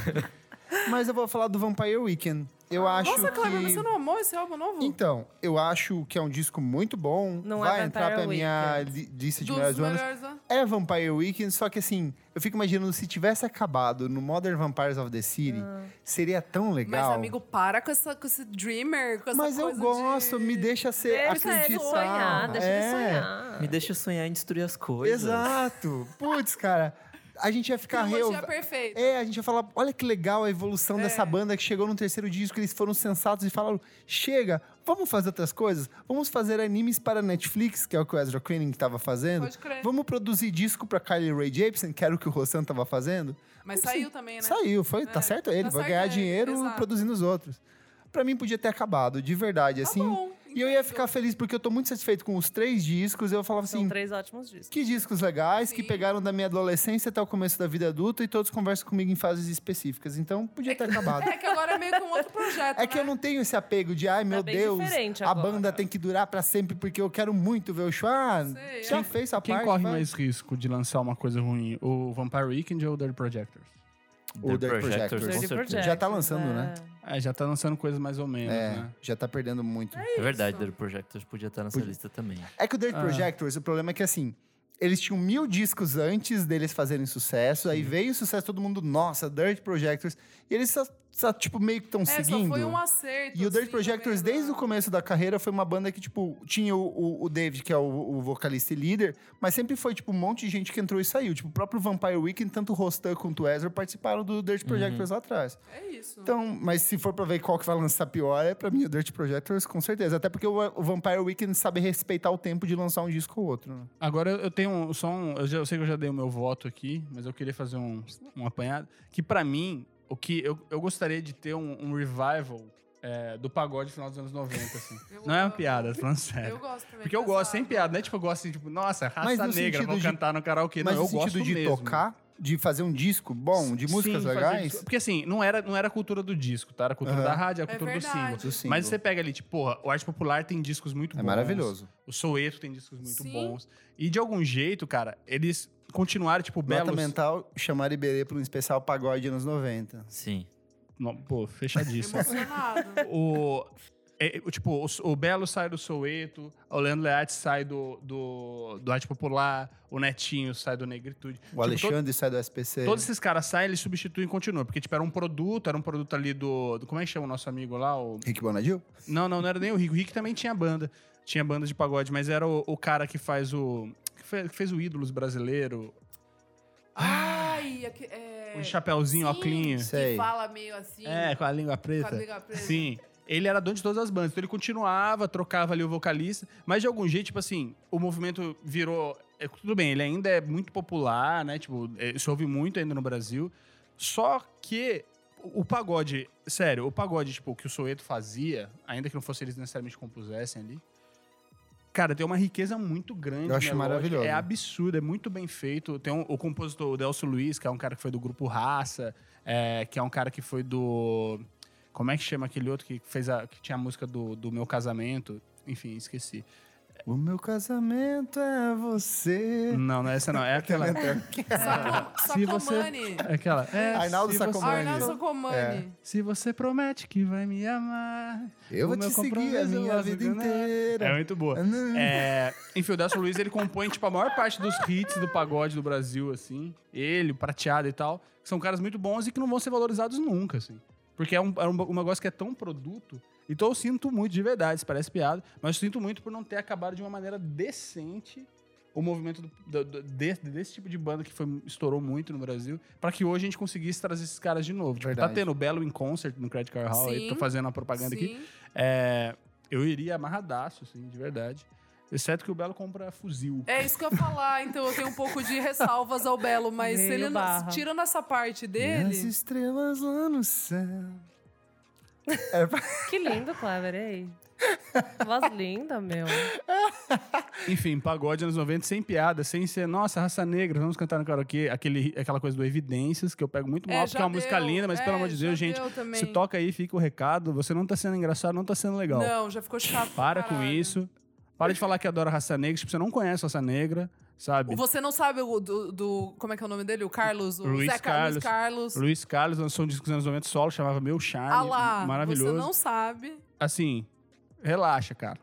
Speaker 3: Mas eu vou falar do Vampire Weekend. Eu acho
Speaker 5: Nossa,
Speaker 3: que.
Speaker 5: Kleber, você é não amou esse álbum novo?
Speaker 3: Então, eu acho que é um disco muito bom.
Speaker 4: Não é
Speaker 3: vai entrar pra
Speaker 4: Vampire
Speaker 3: minha
Speaker 4: Weekend.
Speaker 3: li- lista de
Speaker 5: Dos
Speaker 3: melhores do ano.
Speaker 5: melhores, né?
Speaker 3: É Vampire Weekend, só que assim, eu fico imaginando se tivesse acabado no Modern Vampires of the City, seria tão legal.
Speaker 5: Mas, amigo, para com, essa, com esse dreamer, com essa
Speaker 3: Mas eu
Speaker 5: coisa
Speaker 3: gosto,
Speaker 5: de-
Speaker 3: me deixa ser
Speaker 4: Deixa
Speaker 3: acreditar.
Speaker 4: ele sonhar, deixa
Speaker 3: é.
Speaker 4: ele sonhar.
Speaker 2: Me deixa sonhar em destruir as coisas.
Speaker 3: Exato. Putz, cara, a gente ia ficar reu...
Speaker 5: Trilogia perfeita.
Speaker 3: É, a gente ia falar, olha que legal a evolução
Speaker 5: É.
Speaker 3: dessa banda que chegou no terceiro disco, eles foram sensatos e falaram, chega, vamos fazer outras coisas, vamos fazer animes para Netflix, que é o que o Ezra Koenig estava fazendo.
Speaker 5: Pode crer.
Speaker 3: Vamos produzir disco para Kylie Rae Jepsen, que era o que o Rossan estava fazendo.
Speaker 5: Mas
Speaker 3: Não
Speaker 5: saiu
Speaker 3: sei.
Speaker 5: também, né?
Speaker 3: Saiu, foi, tá
Speaker 5: É,
Speaker 3: certo ele,
Speaker 5: tá
Speaker 3: vai
Speaker 5: certo
Speaker 3: ganhar
Speaker 5: ele,
Speaker 3: dinheiro
Speaker 5: exato.
Speaker 3: produzindo os outros. Pra mim podia ter acabado, de verdade, assim.
Speaker 5: Tá bom,
Speaker 3: e eu
Speaker 5: entendo.
Speaker 3: ia ficar feliz porque eu tô muito satisfeito com os três discos. Eu falava
Speaker 4: São
Speaker 3: assim,
Speaker 4: três ótimos discos.
Speaker 3: que discos legais que
Speaker 5: Sim.
Speaker 3: pegaram da minha adolescência até o começo da vida adulta e todos conversam comigo em fases específicas. Então podia ter acabado.
Speaker 5: É que agora é meio que um outro projeto.
Speaker 3: É que eu
Speaker 5: né?
Speaker 3: não tenho esse apego de, ai meu
Speaker 4: Tá bem
Speaker 3: Deus,
Speaker 4: diferente
Speaker 3: a
Speaker 4: agora."
Speaker 3: banda tem que durar pra sempre porque eu quero muito ver o show. Ah,
Speaker 5: Sei,
Speaker 3: já
Speaker 5: é.
Speaker 3: fez sua
Speaker 6: Quem
Speaker 3: parte.
Speaker 6: corre
Speaker 3: vai.
Speaker 6: mais risco de lançar uma coisa ruim? O Vampire Weekend ou o Dead Projectors?
Speaker 3: O The Projectors.
Speaker 2: com
Speaker 4: Dirty
Speaker 2: certeza.
Speaker 4: Projectors,
Speaker 3: Já tá lançando,
Speaker 4: é.
Speaker 3: né?
Speaker 6: É, já tá lançando coisas mais ou menos,
Speaker 3: É,
Speaker 6: né?
Speaker 3: já tá perdendo muito.
Speaker 2: É verdade, The Projectors podia estar nessa lista também.
Speaker 3: É que o Dirt
Speaker 6: Ah.
Speaker 3: Projectors, o problema é que assim. Eles tinham mil discos antes deles fazerem sucesso, aí veio o sucesso, todo mundo, nossa, Dirt Projectors. E eles só, só, tipo, meio que estão
Speaker 5: É,
Speaker 3: seguindo.
Speaker 5: só foi um acerto.
Speaker 3: E o Dirt
Speaker 5: assim,
Speaker 3: Projectors,
Speaker 5: no meio
Speaker 3: desde o
Speaker 5: da-
Speaker 3: começo da carreira, foi uma banda que, tipo, tinha o, o, o David, que é o, o vocalista e líder, mas sempre foi, tipo, um monte de gente que entrou e saiu. Tipo, o próprio Vampire Weekend, tanto o Rostan quanto o Ezra participaram do Dirt Projectors lá atrás.
Speaker 5: É isso.
Speaker 3: Então, mas se for pra ver qual que vai lançar pior, é pra mim o Dirt Projectors, com certeza. Até porque o, o Vampire Weekend sabe respeitar o tempo de lançar um disco ou outro, né?
Speaker 6: Agora eu- eu tenho um- só um. Eu, já- eu sei que eu já dei o meu voto aqui, mas eu queria fazer um, um apanhado. Que pra mim, o que eu, eu gostaria de ter um, um revival é, do pagode final dos anos 90, assim.
Speaker 5: Eu
Speaker 6: Não é uma
Speaker 5: amo.
Speaker 6: piada, tô falando sério.
Speaker 5: Eu gosto também.
Speaker 6: Porque eu
Speaker 5: dessa-
Speaker 6: gosto, sem piada, não é tipo, eu gosto assim, tipo, nossa,
Speaker 3: Mas
Speaker 6: raça
Speaker 3: no
Speaker 6: negra,
Speaker 3: sentido
Speaker 6: vão
Speaker 3: de-
Speaker 6: cantar no karaokê.
Speaker 3: mas
Speaker 6: não, eu
Speaker 3: no sentido
Speaker 6: gosto
Speaker 3: de
Speaker 6: mesmo.
Speaker 3: tocar, de fazer um disco bom, de músicas
Speaker 6: Sim, fazer
Speaker 3: legais.
Speaker 6: disco. Porque assim, não era, não era a cultura do disco, tá? Era a cultura
Speaker 3: Aham.
Speaker 6: da rádio, era a
Speaker 5: É
Speaker 6: cultura do single.
Speaker 5: verdade.
Speaker 3: Do single.
Speaker 6: Mas você pega ali, tipo, porra, o Arte Popular tem discos muito
Speaker 3: É
Speaker 6: bons.
Speaker 3: maravilhoso.
Speaker 6: O Soweto tem discos muito
Speaker 5: Sim.
Speaker 6: bons. E de algum jeito, cara, eles continuaram, tipo,
Speaker 3: Nota
Speaker 6: belos...
Speaker 3: mental, chamar Iberê pra um especial pagode anos 90.
Speaker 2: Sim.
Speaker 6: Não, pô, fechadíssimo.
Speaker 5: Emocionado.
Speaker 6: o... é, o, tipo, o, o Belo sai do Soweto, o Leandro Learte sai do, do, do Arte Popular, o Netinho sai do Negritude.
Speaker 3: O Alexandre sai do SPC.
Speaker 6: Todos esses caras saem, eles substituem e continuam. Porque, tipo, era um produto, era um produto ali do. do- como é que chama o nosso amigo lá? O-
Speaker 3: Rick Bonadil?
Speaker 6: não, não, não era nem o Rico. O Rick também tinha banda. Tinha banda de pagode, mas era o, o cara que faz o. Que fe- que fez o ídolos brasileiro.
Speaker 5: Ai, aqui, é...
Speaker 6: O chapéuzinho,
Speaker 5: Sim,
Speaker 6: óculinho.
Speaker 5: que
Speaker 3: Sei.
Speaker 5: fala meio assim.
Speaker 6: É, com a língua preta.
Speaker 5: Com a língua preta.
Speaker 6: Sim. Ele era dono de todas as bandas. Então ele continuava, trocava ali o vocalista. Mas de algum jeito, tipo assim, o movimento virou. é, tudo bem, ele ainda é muito popular, né? Tipo, é, se ouve muito ainda no Brasil. Só que o o pagode, sério, o pagode, tipo, que o Soweto fazia, ainda que não fosse eles necessariamente compusessem ali. Cara, tem uma riqueza muito grande.
Speaker 3: Eu acho
Speaker 6: melódica,
Speaker 3: maravilhoso.
Speaker 6: É absurdo, é muito bem feito. Tem um- o compositor, o Delcio Luiz, que é um cara que foi do grupo Raça, é, que é um cara que foi do. Como é que chama aquele outro que fez a. que tinha a música do, do meu casamento? Enfim, esqueci.
Speaker 3: O meu casamento é você.
Speaker 6: Não, não é essa não. É aquela. Se você-
Speaker 5: Sacomani.
Speaker 6: É aquela. É,
Speaker 3: Arnaldo
Speaker 6: se você-
Speaker 3: Sacomani.
Speaker 5: Arnaldo
Speaker 3: é,
Speaker 5: Sacomani.
Speaker 6: Se você promete que vai me amar.
Speaker 3: Eu vou
Speaker 6: o
Speaker 3: te
Speaker 6: meu
Speaker 3: seguir a
Speaker 6: compromisso
Speaker 3: minha
Speaker 6: vai
Speaker 3: vida
Speaker 6: durar. É
Speaker 3: inteira.
Speaker 6: muito boa. É, enfim, o Delcio Luiz, ele compõe, tipo, a maior parte dos hits do pagode do Brasil, assim. Ele, o Prateado e tal. que São caras muito bons e que não vão ser valorizados nunca, assim. Porque é um, é um- um negócio que é tão produto. Então eu sinto muito, de verdade, isso parece piada. Mas eu sinto muito por não ter acabado de uma maneira decente o movimento do- do- do- de- desse tipo de banda que foi- estourou muito no Brasil, pra que hoje a gente conseguisse trazer esses caras de novo. Tipo,
Speaker 3: Verdade.
Speaker 6: tá tendo o Belo em concert no Credit Card Hall, aí,
Speaker 5: Sim.
Speaker 6: tô fazendo a propaganda aqui.
Speaker 5: Sim.
Speaker 6: É, eu iria amarradaço, assim, de verdade. Exceto que o Belo compra fuzil.
Speaker 5: É isso que eu ia falar, então eu tenho um pouco de ressalvas ao Belo, mas
Speaker 4: Meio
Speaker 5: ele não,
Speaker 4: barra.
Speaker 5: tirando essa parte
Speaker 3: E As
Speaker 5: dele.
Speaker 3: estrelas lá no céu.
Speaker 4: Que lindo, Clever, ei. Voz linda, meu.
Speaker 6: Enfim, pagode anos 90, sem piada, sem ser, nossa, raça negra, vamos cantar no karaokê. Aquele, aquela coisa do Evidências, que eu pego muito mal,
Speaker 5: já
Speaker 6: porque é uma música
Speaker 5: deu,
Speaker 6: linda, mas pelo
Speaker 5: é,
Speaker 6: amor de
Speaker 5: já
Speaker 6: Deus, gente,
Speaker 5: deu também.
Speaker 6: se toca aí, fica o recado. Você não tá sendo engraçado, não tá sendo legal.
Speaker 5: Não, já ficou chato. pra
Speaker 6: Para com
Speaker 5: caralho.
Speaker 6: isso. Para de falar que adora raça negra, tipo, você não conhece raça negra, sabe?
Speaker 5: Você não sabe o do, do- Como é que é o nome dele? O Carlos? O
Speaker 6: Luiz
Speaker 5: Zé Carlos. Carlos.
Speaker 6: Luiz Carlos lançou um disco nos anos 90 solo, chamava Meu Charme.
Speaker 5: Ah lá,
Speaker 6: maravilhoso.
Speaker 5: você não sabe.
Speaker 6: assim, relaxa, cara.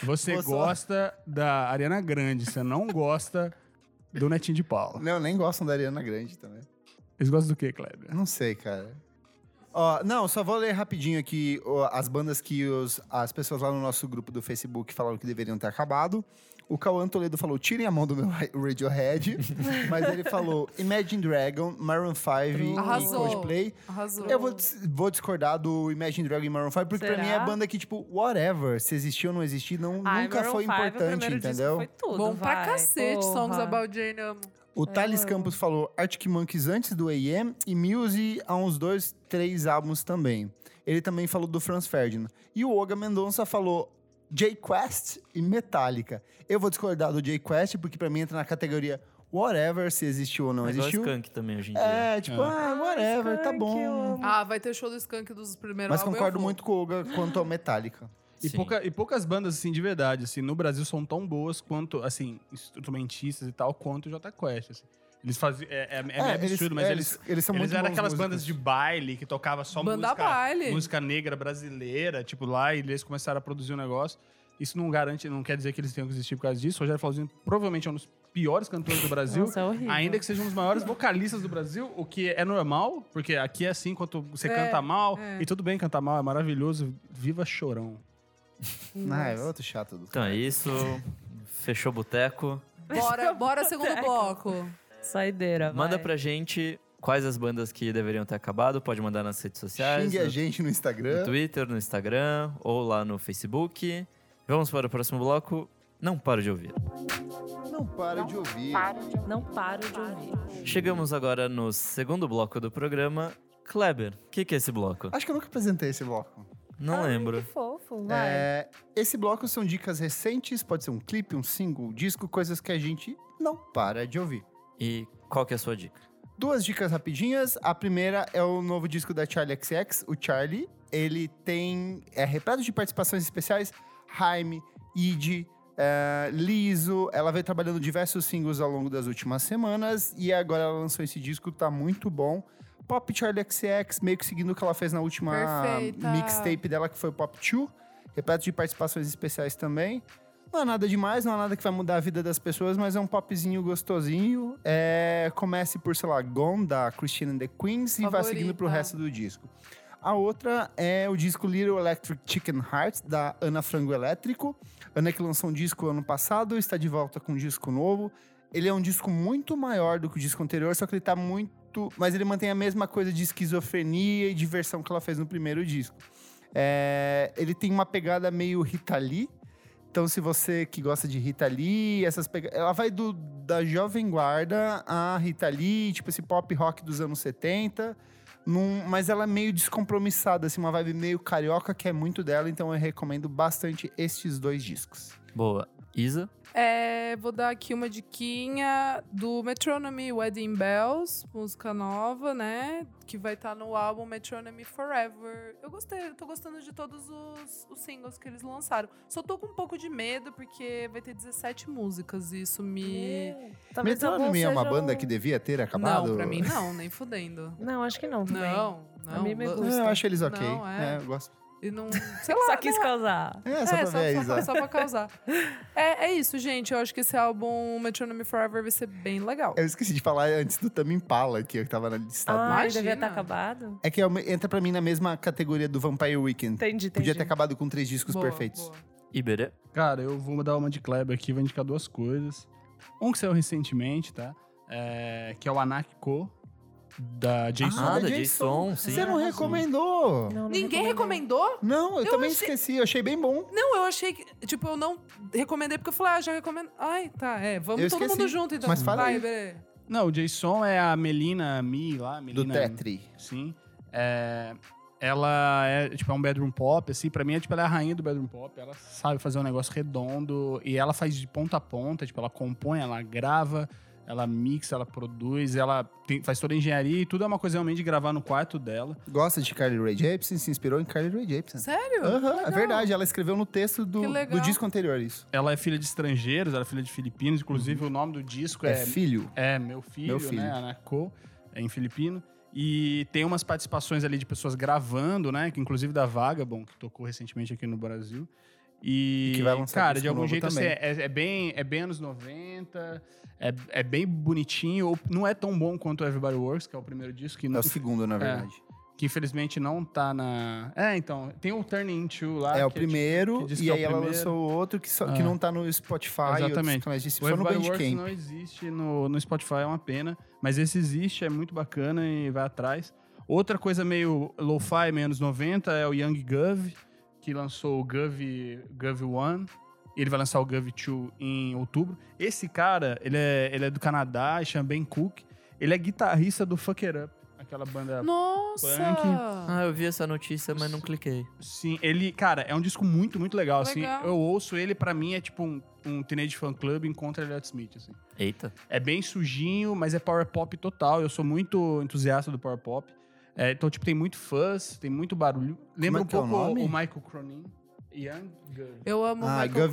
Speaker 6: Você
Speaker 3: Vou só-
Speaker 6: gosta da Ariana Grande, você não gosta do Netinho de Paula.
Speaker 3: Não, nem gostam da Ariana Grande também.
Speaker 6: Eles gostam do quê, Kleber?
Speaker 3: Eu Não sei, cara. Ó, não, só vou ler rapidinho aqui ó, as bandas que os- as pessoas lá no nosso grupo do Facebook falaram que deveriam ter acabado. O Cauã Toledo falou, tirem a mão do meu ra- Radiohead. mas ele falou Imagine Dragon, Maroon 5
Speaker 5: Arrasou.
Speaker 3: e Coldplay.
Speaker 5: Arrasou.
Speaker 3: Eu vou, dis- vou discordar do Imagine Dragon e Maroon 5, porque pra
Speaker 4: Será?
Speaker 3: mim é banda que, tipo, whatever, se existiu ou não existir, não,
Speaker 4: Ai,
Speaker 3: nunca
Speaker 4: Maroon
Speaker 3: foi
Speaker 4: five, é o
Speaker 3: importante,
Speaker 4: primeiro disco
Speaker 3: entendeu?
Speaker 4: Foi tudo,
Speaker 5: Bom pra
Speaker 4: vai,
Speaker 5: cacete,
Speaker 4: porra.
Speaker 5: Songs About Jane, amo.
Speaker 3: O Thales Campos falou Arctic Monkeys antes do AM e Muse há uns dois, três álbuns também. Ele também falou do Franz Ferdinand. E o Olga Mendonça falou J Quest e Metallica. Eu vou discordar do J Quest porque pra mim entra na categoria whatever se existiu ou não
Speaker 2: É igual
Speaker 3: existiu.
Speaker 2: skunk também hoje em dia.
Speaker 3: É, tipo, ah, whatever, tá bom.
Speaker 5: Ah, vai ter show do Skank dos primeiros
Speaker 3: Mas
Speaker 5: álbum, eu
Speaker 3: concordo
Speaker 5: vou.
Speaker 3: muito com o Olga quanto ao Metallica.
Speaker 6: E,
Speaker 2: Sim.
Speaker 6: pouca- e poucas bandas, assim, de verdade, assim, no Brasil são tão boas quanto, assim, instrumentistas e tal, quanto o Jota Quest, assim. Eles faziam... É, é, é meio
Speaker 3: É,
Speaker 6: absurdo,
Speaker 3: eles-
Speaker 6: mas
Speaker 3: é,
Speaker 6: eles...
Speaker 3: eles são
Speaker 6: Eles
Speaker 3: muito
Speaker 6: eram
Speaker 3: bons
Speaker 6: aquelas
Speaker 3: músicos.
Speaker 6: bandas de baile que tocava só
Speaker 5: Banda
Speaker 6: música,
Speaker 5: baile.
Speaker 6: música negra brasileira, tipo lá, e eles começaram a produzir um negócio. Isso não garante, não quer dizer que eles tenham que existir por causa disso. O Rogério Flauzino provavelmente é um dos piores cantores do Brasil.
Speaker 4: Nossa, é horrível.
Speaker 6: Ainda que seja um dos maiores vocalistas do Brasil, o que é normal, porque aqui é assim, quando você
Speaker 5: É,
Speaker 6: canta mal,
Speaker 5: é.
Speaker 6: e tudo bem cantar mal, é maravilhoso. Viva Chorão.
Speaker 3: Ah, é outro chato do
Speaker 2: Então é isso. Fechou o boteco.
Speaker 5: Bora, bora segundo bloco.
Speaker 4: Saideira,
Speaker 2: Manda
Speaker 4: vai.
Speaker 2: pra gente quais as bandas que deveriam ter acabado. Pode mandar nas redes sociais.
Speaker 3: Xingue a
Speaker 2: no-
Speaker 3: gente né? no
Speaker 2: no
Speaker 3: Instagram.
Speaker 2: Twitter, no Instagram ou lá no Facebook. Vamos para o próximo bloco. Não paro de ouvir.
Speaker 3: Não para de ouvir.
Speaker 4: Não paro de ouvir.
Speaker 2: Chegamos agora no segundo bloco do programa. Kleber, o que, que é esse bloco?
Speaker 3: Acho que eu nunca apresentei esse bloco.
Speaker 2: Não
Speaker 4: Ai,
Speaker 2: lembro.
Speaker 4: Que fofo, vai.
Speaker 3: É, esse bloco são dicas recentes, pode ser um clipe, um single, um disco, coisas que a gente não para de ouvir.
Speaker 2: E qual que é a sua dica?
Speaker 3: Duas dicas rapidinhas. A primeira é o novo disco da Charlie XX, o Charlie. Ele tem. é repleto de participações especiais. Jaime, Id, é, Liso. Ela veio trabalhando diversos singles ao longo das últimas semanas. E agora ela lançou esse disco, tá muito bom. Pop Charlie XX, meio que seguindo o que ela fez na última
Speaker 5: Perfeita.
Speaker 3: mixtape dela, que foi o Pop 2. Repleto de participações especiais também. Não é nada demais, não é nada que vai mudar a vida das pessoas, mas é um popzinho gostosinho. É, comece por, sei lá, Gone, da Christina and the Queens, e vai
Speaker 5: Favorita.
Speaker 3: seguindo pro resto do disco. A outra é o disco Little Electric Chicken Heart, da Ana Frango Elétrico. Ana que lançou um disco ano passado, está de volta com um disco novo. Ele é um disco muito maior do que o disco anterior, só que ele tá muito. Mas ele mantém a mesma coisa de esquizofrenia e diversão que ela fez no primeiro disco. É, ele tem uma pegada meio Rita Lee. Então, se você que gosta de Rita Lee, essas pega... ela vai do, da Jovem Guarda a Rita Lee, tipo esse pop rock dos anos 70. num- mas ela é meio descompromissada, assim, uma vibe meio carioca que é muito dela, então eu recomendo bastante estes dois discos.
Speaker 2: Boa. Isa?
Speaker 5: É, vou dar aqui uma diquinha do Metronomy Wedding Bells, música nova, né? Que vai estar no álbum Metronomy Forever. Eu gostei, eu tô gostando de todos os, os singles que eles lançaram. Só tô com um pouco de medo, porque vai ter 17 músicas e isso me.
Speaker 4: Talvez algum
Speaker 3: Metronomy é uma
Speaker 4: seja
Speaker 3: banda
Speaker 4: um-
Speaker 3: que devia ter acabado?
Speaker 5: Não, pra mim não, nem fudendo.
Speaker 4: Não, acho que não também.
Speaker 5: Não, não.
Speaker 4: A mim me
Speaker 5: lo-
Speaker 3: É, Eu acho eles ok.
Speaker 5: Não, é.
Speaker 3: é. eu gosto.
Speaker 5: E não. Sei lá. né?
Speaker 4: Só quis causar.
Speaker 3: É, só pra
Speaker 5: é, só,
Speaker 3: ver a
Speaker 5: só pra-
Speaker 3: Isa.
Speaker 5: só pra causar. É, é isso, gente. Eu acho que esse álbum Metronomy Forever vai ser bem legal.
Speaker 3: Eu esqueci de falar antes do Tame Impala, que eu tava na lista.
Speaker 4: Ah,
Speaker 5: Imagina.
Speaker 4: devia estar acabado.
Speaker 3: É que é uma- entra pra mim na mesma categoria do Vampire Weekend.
Speaker 4: Entendi, entendi.
Speaker 3: Podia ter acabado com três discos
Speaker 5: Boa,
Speaker 3: perfeitos.
Speaker 5: boa.
Speaker 2: Iberê?
Speaker 6: Cara, eu vou dar uma de Kleber aqui, vou indicar duas coisas. Um que saiu recentemente, tá? É, que é o Anak Co, da Jason.
Speaker 2: Ah,
Speaker 3: da
Speaker 2: da
Speaker 3: Jason.
Speaker 2: Jason, sim.
Speaker 3: Você não recomendou?
Speaker 4: Não, não
Speaker 5: Ninguém
Speaker 4: recomendei.
Speaker 5: recomendou?
Speaker 3: Não, eu,
Speaker 5: Eu
Speaker 3: também
Speaker 5: achei-
Speaker 3: esqueci. Eu achei bem bom.
Speaker 5: Não, eu achei que. Tipo, eu não recomendei porque eu falei, ah, já recomendo. Ai, tá, é. Vamos
Speaker 3: Eu
Speaker 5: todo
Speaker 3: esqueci.
Speaker 5: mundo junto, então.
Speaker 3: Mas fala
Speaker 5: Vai,
Speaker 3: aí.
Speaker 5: Iberê.
Speaker 6: Não, o Jason é a Melina Mi lá,
Speaker 3: Do
Speaker 6: Melina.
Speaker 3: Tetri.
Speaker 6: Sim. É, ela é, tipo, é um bedroom pop, assim. Pra mim, é, tipo, ela é a rainha do bedroom pop. Ela sabe fazer um negócio redondo. E ela faz de ponta a ponta. Tipo, ela compõe, ela grava, ela mixa, ela produz. Ela tem- faz toda a engenharia. E tudo é uma coisa realmente de gravar no quarto dela.
Speaker 3: Gosta de Carly Rae Jepsen, se inspirou em Carly Rae Jepsen.
Speaker 5: Sério?
Speaker 3: Aham, é
Speaker 5: Legal.
Speaker 3: verdade. Ela escreveu no texto do,
Speaker 5: Que legal.
Speaker 3: do disco anterior isso.
Speaker 6: Ela é filha de estrangeiros, ela é filha de filipinos. Inclusive, o nome do disco
Speaker 3: É,
Speaker 6: é...
Speaker 3: filho.
Speaker 6: É, Meu Filho,
Speaker 3: Meu Filho.
Speaker 6: né? Anacô, é em filipino. E tem umas participações ali de pessoas gravando, né? Que inclusive da Vagabond, que tocou recentemente aqui no Brasil. E,
Speaker 3: E que vai lançar
Speaker 6: cara,
Speaker 3: disco
Speaker 6: de algum
Speaker 3: novo
Speaker 6: jeito assim,
Speaker 3: também.
Speaker 6: é, é bem, é bem anos 90, é, é bem bonitinho. ou Não é tão bom quanto Everybody Works, que é o primeiro disco, que,
Speaker 3: É
Speaker 6: não,
Speaker 3: o segundo, na verdade.
Speaker 6: que infelizmente não tá na. É, então, tem o Turn Into lá.
Speaker 3: É, o
Speaker 6: que tipo-
Speaker 3: primeiro,
Speaker 6: que diz
Speaker 3: e
Speaker 6: que é o
Speaker 3: aí ela
Speaker 6: primeiro.
Speaker 3: lançou outro que, só- que
Speaker 6: Ah.
Speaker 3: não tá no Spotify. e outros
Speaker 6: Exatamente.
Speaker 3: canais de streaming,
Speaker 6: O
Speaker 3: só no
Speaker 6: Everybody Works
Speaker 3: Bandcamp.
Speaker 6: não existe no, no Spotify, é uma pena. Mas esse existe, é muito bacana e vai atrás. Outra coisa meio lo-fi, meio anos 90, é o Young Gov, que lançou o Gov, Gov One. Ele vai lançar o Gov 2 em outubro. Esse cara, ele é, ele é do Canadá, chama Ben Cook. Ele é guitarrista do Fuck It Up, aquela banda
Speaker 5: Nossa!
Speaker 2: Ah, eu vi essa notícia, mas não cliquei.
Speaker 6: Sim, ele, cara, é um disco muito, muito legal, assim.
Speaker 5: Legal.
Speaker 6: Eu ouço ele, pra mim, é tipo um, um Teenage Fan Club encontra Elliot Smith, assim.
Speaker 2: Eita.
Speaker 6: É bem sujinho, mas é power pop total. Eu sou muito entusiasta do power pop. É, então, tipo, tem muito fuzz, tem muito barulho. Lembra
Speaker 3: é
Speaker 6: um
Speaker 3: que é o
Speaker 6: pouco
Speaker 3: nome?
Speaker 6: o Michael Cronin. Young Gun.
Speaker 5: Eu amo o
Speaker 3: Ah,
Speaker 5: Michael
Speaker 3: Gov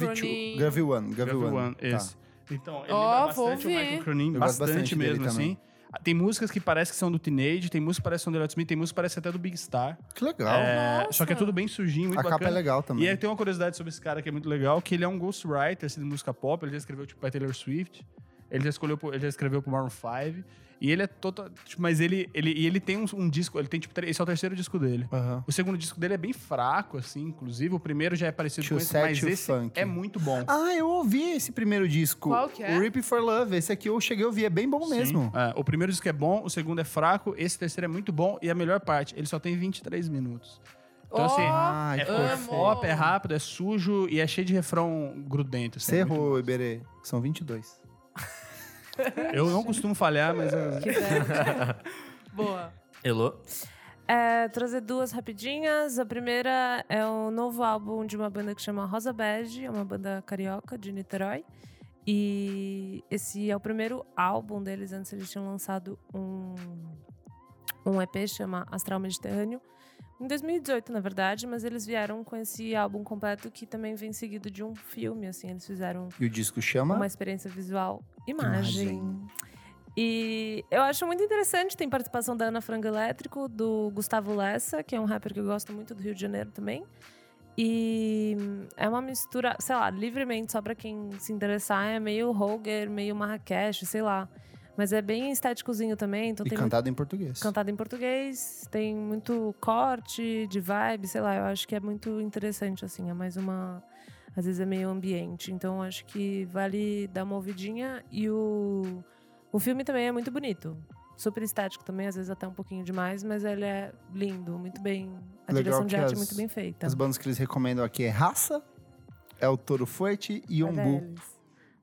Speaker 3: 2.
Speaker 5: Cronin.
Speaker 3: Gov 1. Gov
Speaker 6: Gov
Speaker 3: 1.
Speaker 6: One,
Speaker 3: Tá.
Speaker 6: esse. Então, ele
Speaker 5: Ó,
Speaker 6: lembra
Speaker 5: vou
Speaker 6: bastante o
Speaker 5: ouvir.
Speaker 6: Michael Cronin,
Speaker 3: Eu gosto
Speaker 6: bastante,
Speaker 3: bastante dele
Speaker 6: mesmo,
Speaker 3: também.
Speaker 6: assim. Ah, Tem músicas que parece que são do Teenage, tem músicas que parecem que são do Elliot Smith, tem músicas que parecem até do Big Star.
Speaker 3: Que legal.
Speaker 6: É,
Speaker 5: Nossa.
Speaker 6: só que é tudo bem sujinho, muito
Speaker 3: a capa é
Speaker 6: bacana.
Speaker 3: legal também.
Speaker 6: E aí tem uma curiosidade sobre esse cara que é muito legal, que ele é um ghostwriter assim, de música pop, ele já escreveu tipo pra Taylor Swift, ele já, escolheu, pro- ele já escreveu pro Maroon 5, e ele é total... tipo, mas ele, ele, e ele tem um, um disco, ele tem tipo, tre- esse é o terceiro disco dele.
Speaker 3: Aham.
Speaker 6: O segundo disco dele é bem fraco, assim, inclusive, o primeiro já é parecido
Speaker 3: Tio
Speaker 6: com esse,
Speaker 3: Set,
Speaker 6: mas
Speaker 3: Tio
Speaker 6: esse
Speaker 3: Funk.
Speaker 6: é muito bom.
Speaker 3: Ah, eu ouvi esse primeiro disco.
Speaker 5: Qual que é?
Speaker 3: O Rip for Love. Esse aqui eu cheguei a ouvir. É bem bom mesmo.
Speaker 6: É, o primeiro disco é bom, o segundo é fraco, esse terceiro é muito bom, e a melhor parte, ele só tem 23 minutos. Então,
Speaker 5: Ó,
Speaker 6: assim,
Speaker 3: Ai,
Speaker 6: é
Speaker 5: amo.
Speaker 6: power pop, é rápido, é sujo e é cheio de refrão grudento. assim,
Speaker 3: Você
Speaker 6: é muito
Speaker 3: errou, Iberê. São 22.
Speaker 6: Eu não costumo falhar, mas. eu-
Speaker 4: Que ideia.
Speaker 5: Boa.
Speaker 2: Elô?
Speaker 3: Hum.
Speaker 4: É, trazer duas rapidinhas. A primeira é o novo álbum de uma banda que chama Rosa Bege, é uma banda carioca de Niterói. E esse é o primeiro álbum deles, antes eles tinham lançado um, um EP chama Astral Mediterrâneo. Em 2018, na verdade, mas eles vieram com esse álbum completo que também vem seguido de um filme, assim, eles fizeram
Speaker 3: E o disco chama?
Speaker 4: uma experiência visual imagem. E eu acho muito interessante, tem participação da Ana Frango Elétrico, do Gustavo Lessa, que é um rapper que eu gosto muito do Rio de Janeiro também. E é uma mistura, sei lá, livremente, só pra quem se interessar, é meio Holger, meio Marrakech, sei lá. Mas é bem estéticozinho também, então
Speaker 3: E
Speaker 4: tem
Speaker 3: cantado em português.
Speaker 4: cantado em português, tem muito corte de vibe, sei lá, eu acho que é muito interessante, assim, é mais uma. Às vezes é meio ambiente, então acho que vale dar uma ouvidinha. E o, o filme também é muito bonito. Super estético também, às vezes até um pouquinho demais, mas ele é lindo, muito bem. A
Speaker 3: Legal
Speaker 4: direção
Speaker 3: que
Speaker 4: de arte
Speaker 3: as-
Speaker 4: é muito bem feita.
Speaker 3: As bandas que eles recomendam aqui é Raça, é o Toro Fuerte e
Speaker 4: Olha
Speaker 3: Ombu.
Speaker 4: eles.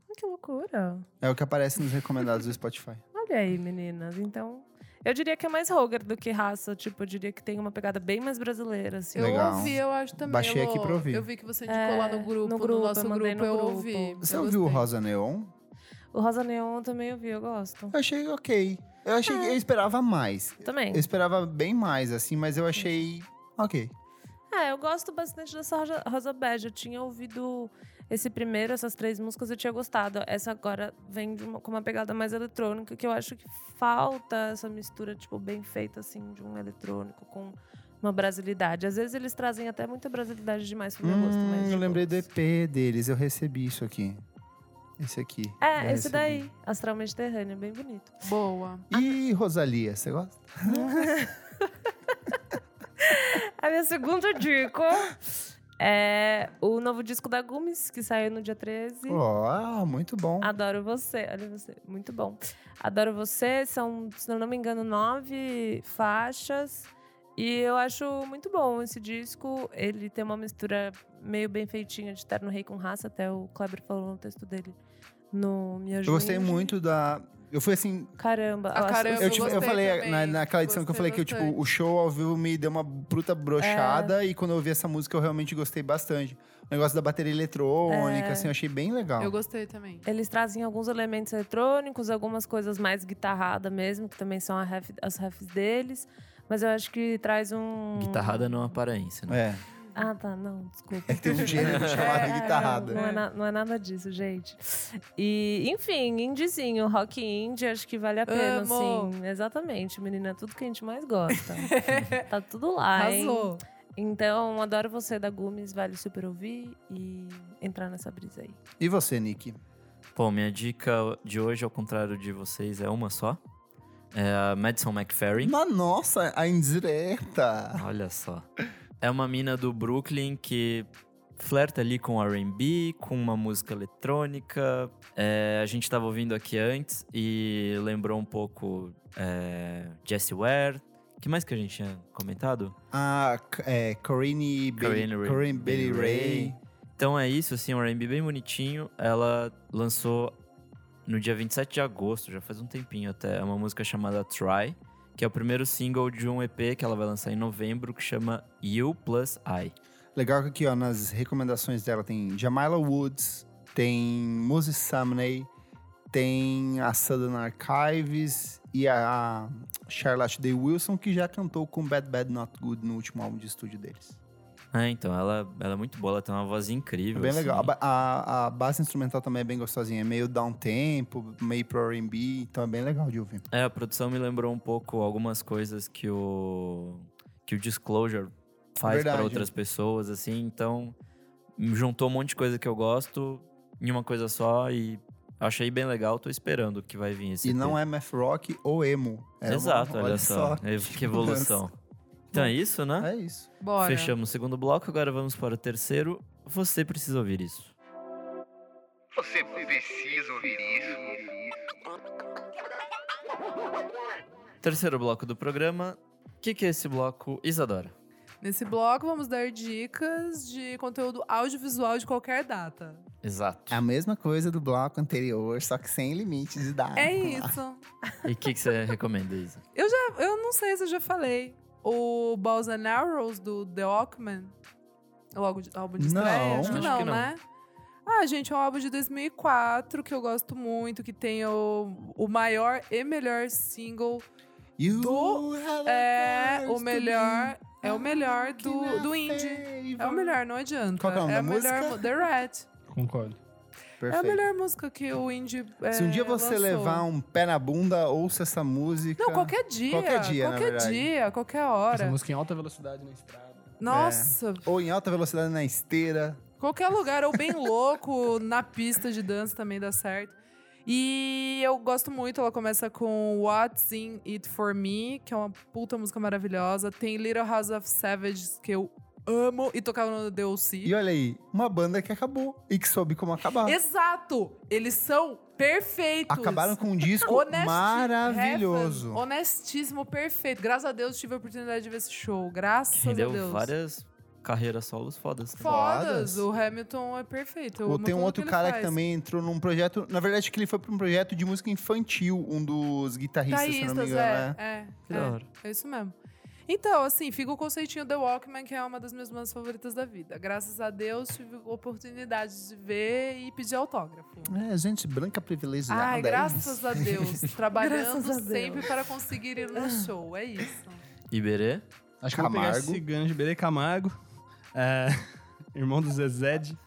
Speaker 4: Ai, que loucura!
Speaker 3: É o que aparece nos recomendados do Spotify.
Speaker 4: Olha aí, meninas. Então, Eu diria que é mais Roger do que raça. Tipo, eu diria que tem uma pegada bem mais brasileira, assim.
Speaker 5: Eu
Speaker 3: Legal.
Speaker 5: ouvi, eu acho também.
Speaker 3: Baixei aqui
Speaker 5: Elô.
Speaker 3: pra ouvir.
Speaker 5: Eu vi que você indicou lá no grupo, no,
Speaker 4: É, grupo,
Speaker 5: nosso
Speaker 4: eu
Speaker 5: grupo,
Speaker 4: mandei no
Speaker 5: eu
Speaker 4: grupo.
Speaker 5: ouvi.
Speaker 3: Você
Speaker 5: eu
Speaker 3: ouviu o
Speaker 5: gostei.
Speaker 3: Rosa Neon?
Speaker 4: O Rosa Neon também eu vi, eu gosto.
Speaker 3: Eu achei ok. Eu achei que eu esperava mais.
Speaker 4: Também.
Speaker 3: Eu esperava bem mais, assim, mas eu achei ok.
Speaker 4: É, eu gosto bastante dessa Rosa, Rosa Bege. Eu tinha ouvido esse primeiro, essas três músicas, eu tinha gostado. Essa agora vem de uma- com uma pegada mais eletrônica, que eu acho que falta essa mistura, tipo, bem feita, assim, de um eletrônico com uma brasilidade. Às vezes eles trazem até muita brasilidade demais pro meu gosto,
Speaker 3: Hum,
Speaker 4: mas...
Speaker 3: eu
Speaker 4: tipo,
Speaker 3: lembrei do EP deles, eu recebi isso aqui. Esse aqui.
Speaker 4: É,
Speaker 3: Já
Speaker 4: esse
Speaker 3: recebi.
Speaker 4: daí, Astral Mediterrâneo, bem bonito.
Speaker 5: Boa.
Speaker 3: E Rosalia, você gosta?
Speaker 4: A minha segunda dica é o novo disco da Gumes, que saiu no dia 13.
Speaker 3: Ó, muito bom.
Speaker 4: Adoro você, olha você, muito bom. Adoro você, são, se eu não me engano, nove faixas. E eu acho muito bom esse disco. Ele tem uma mistura meio bem feitinha de Terno Rei com raça, até o Kleber falou no texto dele. No Minha
Speaker 3: Eu gostei muito da. Eu fui assim.
Speaker 4: Caramba,
Speaker 5: A
Speaker 4: eu acho-
Speaker 5: Ah, caramba,
Speaker 3: Eu, tive- eu
Speaker 5: gostei
Speaker 3: falei
Speaker 5: também.
Speaker 3: na, naquela edição que eu falei
Speaker 5: Gostei
Speaker 3: que eu, tipo,
Speaker 5: bastante. É.
Speaker 3: o show ao vivo me deu uma bruta brochada e quando eu ouvi essa música eu realmente gostei bastante. O negócio da bateria eletrônica, assim, eu achei bem legal.
Speaker 5: É. Eu gostei também.
Speaker 4: Eles trazem alguns elementos eletrônicos, algumas coisas mais guitarrada mesmo, que também são a ref- as refs deles. Mas eu acho que traz um.
Speaker 2: Guitarrada não é uma aparência, né?
Speaker 3: É,
Speaker 4: Ah, tá, não, desculpa.
Speaker 3: tem um gênero chamado
Speaker 5: É, não,
Speaker 3: guitarrada.
Speaker 4: Não é, na- não é nada disso, gente. E, enfim, indiezinho, rock indie, acho que vale a pena,
Speaker 5: Amo.
Speaker 4: assim. Exatamente, menina, é tudo que a gente mais gosta. tá tudo lá, hein?
Speaker 5: Arrasou.
Speaker 4: Então, adoro você da Gumes, vale super ouvir e entrar nessa brisa aí.
Speaker 3: E você, Nick?
Speaker 2: Bom, minha dica de hoje, ao contrário de vocês, é uma só. É a Madison McFerrin.
Speaker 3: Na nossa, a indireta.
Speaker 2: Olha só. É uma mina do Brooklyn que flerta ali com R&B, com uma música eletrônica. É, a gente tava ouvindo aqui antes e lembrou um pouco é, Jessie Ware. que mais que a gente tinha comentado?
Speaker 3: A é, Corinne, Bailey-
Speaker 2: Corinne Ray-
Speaker 3: Corinne Bailey
Speaker 2: Bailey
Speaker 3: Ray.
Speaker 2: Ray. Então é isso, assim, um R&B bem bonitinho. Ela lançou no dia 27 de agosto, já faz um tempinho até, uma música chamada Try, que é o primeiro single de um EP que ela vai lançar em novembro, que chama You Plus I.
Speaker 3: Legal que aqui, ó, nas recomendações dela tem Jamila Woods, tem Moses Sumney, tem a Southern Archives e a Charlotte Day Wilson, que já cantou com Bad Bad Not Good no último álbum de estúdio deles.
Speaker 2: É, então, ela, ela é muito boa, ela tem uma voz
Speaker 3: É
Speaker 2: incrível.
Speaker 3: bem
Speaker 2: assim.
Speaker 3: legal. A, ba- a- a base instrumental também é bem gostosinha, é meio down tempo, meio pro R&B, então é bem legal de ouvir.
Speaker 2: É, a produção me lembrou um pouco algumas coisas que o que o Disclosure faz para
Speaker 3: Verdade.
Speaker 2: outras pessoas, assim. Então, juntou um monte de coisa que eu gosto em uma coisa só e achei bem legal. Tô esperando o que vai vir esse.
Speaker 3: E não é math rock ou emo. É uma-
Speaker 2: Exato, olha, só. É, que evolução. Então é isso, né?
Speaker 3: É isso.
Speaker 5: Bora.
Speaker 2: Fechamos o segundo bloco, agora vamos para o terceiro. Você precisa ouvir isso.
Speaker 7: Você precisa ouvir isso.
Speaker 2: Terceiro bloco do programa. O que, que é esse bloco, Isadora?
Speaker 5: Nesse bloco, vamos dar dicas de conteúdo audiovisual de qualquer data.
Speaker 2: Exato.
Speaker 3: É a mesma coisa do bloco anterior, só que sem limite de dados.
Speaker 5: É isso.
Speaker 2: E o que, que você recomenda, Isa?
Speaker 5: Eu não sei se eu já falei. O Balls and Arrows do The Walkman. É O álbum de, álbum de
Speaker 3: Não,
Speaker 5: estreia?
Speaker 3: acho
Speaker 5: não,
Speaker 2: que não.
Speaker 5: né? Ah, gente, é um álbum de 2004 que eu gosto muito, que tem o, o maior e melhor single.
Speaker 3: You
Speaker 5: Do-
Speaker 3: have a
Speaker 5: É o
Speaker 3: curse to
Speaker 5: melhor. É o melhor
Speaker 3: be
Speaker 5: do,
Speaker 3: in
Speaker 5: do
Speaker 3: a
Speaker 5: indie.
Speaker 3: favor.
Speaker 5: É o melhor, não adianta.
Speaker 3: Qual que é o nome da
Speaker 5: é a melhor
Speaker 3: música?
Speaker 5: mu- The Rat.
Speaker 1: Concordo.
Speaker 5: É a
Speaker 3: Perfeito.
Speaker 5: melhor música que o indie. é,
Speaker 3: Se um dia você
Speaker 5: lançou.
Speaker 3: levar um pé na bunda, ouça essa música.
Speaker 5: Não, qualquer dia.
Speaker 3: Qualquer dia, na
Speaker 5: Qualquer
Speaker 3: verdade. é.
Speaker 5: dia, qualquer hora.
Speaker 1: Essa música em alta velocidade na estrada.
Speaker 5: Nossa,
Speaker 3: Ou em alta velocidade na esteira.
Speaker 5: Qualquer lugar, ou bem louco, na pista de dança também dá certo. E eu gosto muito, ela começa com What's in It For Me, que é uma puta música maravilhosa. Tem Little House of Savages, que eu amo, e tocava no
Speaker 3: E
Speaker 5: DLC.
Speaker 3: olha aí, uma banda que acabou e que soube como acabar.
Speaker 5: Exato! Eles são perfeitos!
Speaker 3: Acabaram com um disco
Speaker 5: Honesti-
Speaker 3: maravilhoso.
Speaker 5: Heaven, honestíssimo, perfeito. Graças a Deus tive a oportunidade de ver esse show. Graças a
Speaker 2: Rendeu
Speaker 5: Deus.
Speaker 2: várias carreiras solos fodas. também.
Speaker 5: Fodas. O Hamilton é perfeito. Eu
Speaker 3: Ou
Speaker 5: amo
Speaker 3: tem um
Speaker 5: tudo
Speaker 3: outro
Speaker 5: que ele
Speaker 3: cara que
Speaker 5: faz.
Speaker 3: também entrou num projeto. Na verdade, que ele foi pra um projeto de música infantil, um dos guitarristas, se não me
Speaker 5: Taístas,
Speaker 3: engano. né?
Speaker 5: é, é.
Speaker 2: Que
Speaker 5: é.
Speaker 2: da hora.
Speaker 5: É isso mesmo. Então, assim, fica o conceitinho The Walkman, que é uma das minhas bandas favoritas da vida. Graças a Deus, tive oportunidade de ver e pedir autógrafo.
Speaker 3: É, gente branca privilegiada.
Speaker 5: Ai,
Speaker 3: é isso.
Speaker 5: graças a Deus. Trabalhando
Speaker 4: Graças a Deus. Ah.
Speaker 5: sempre para conseguir ir no show. É isso.
Speaker 2: Iberê?
Speaker 6: Acho que eu vou pegar
Speaker 3: Camargo.
Speaker 6: esse gancho. Berê Camargo. é, irmão do Zezed.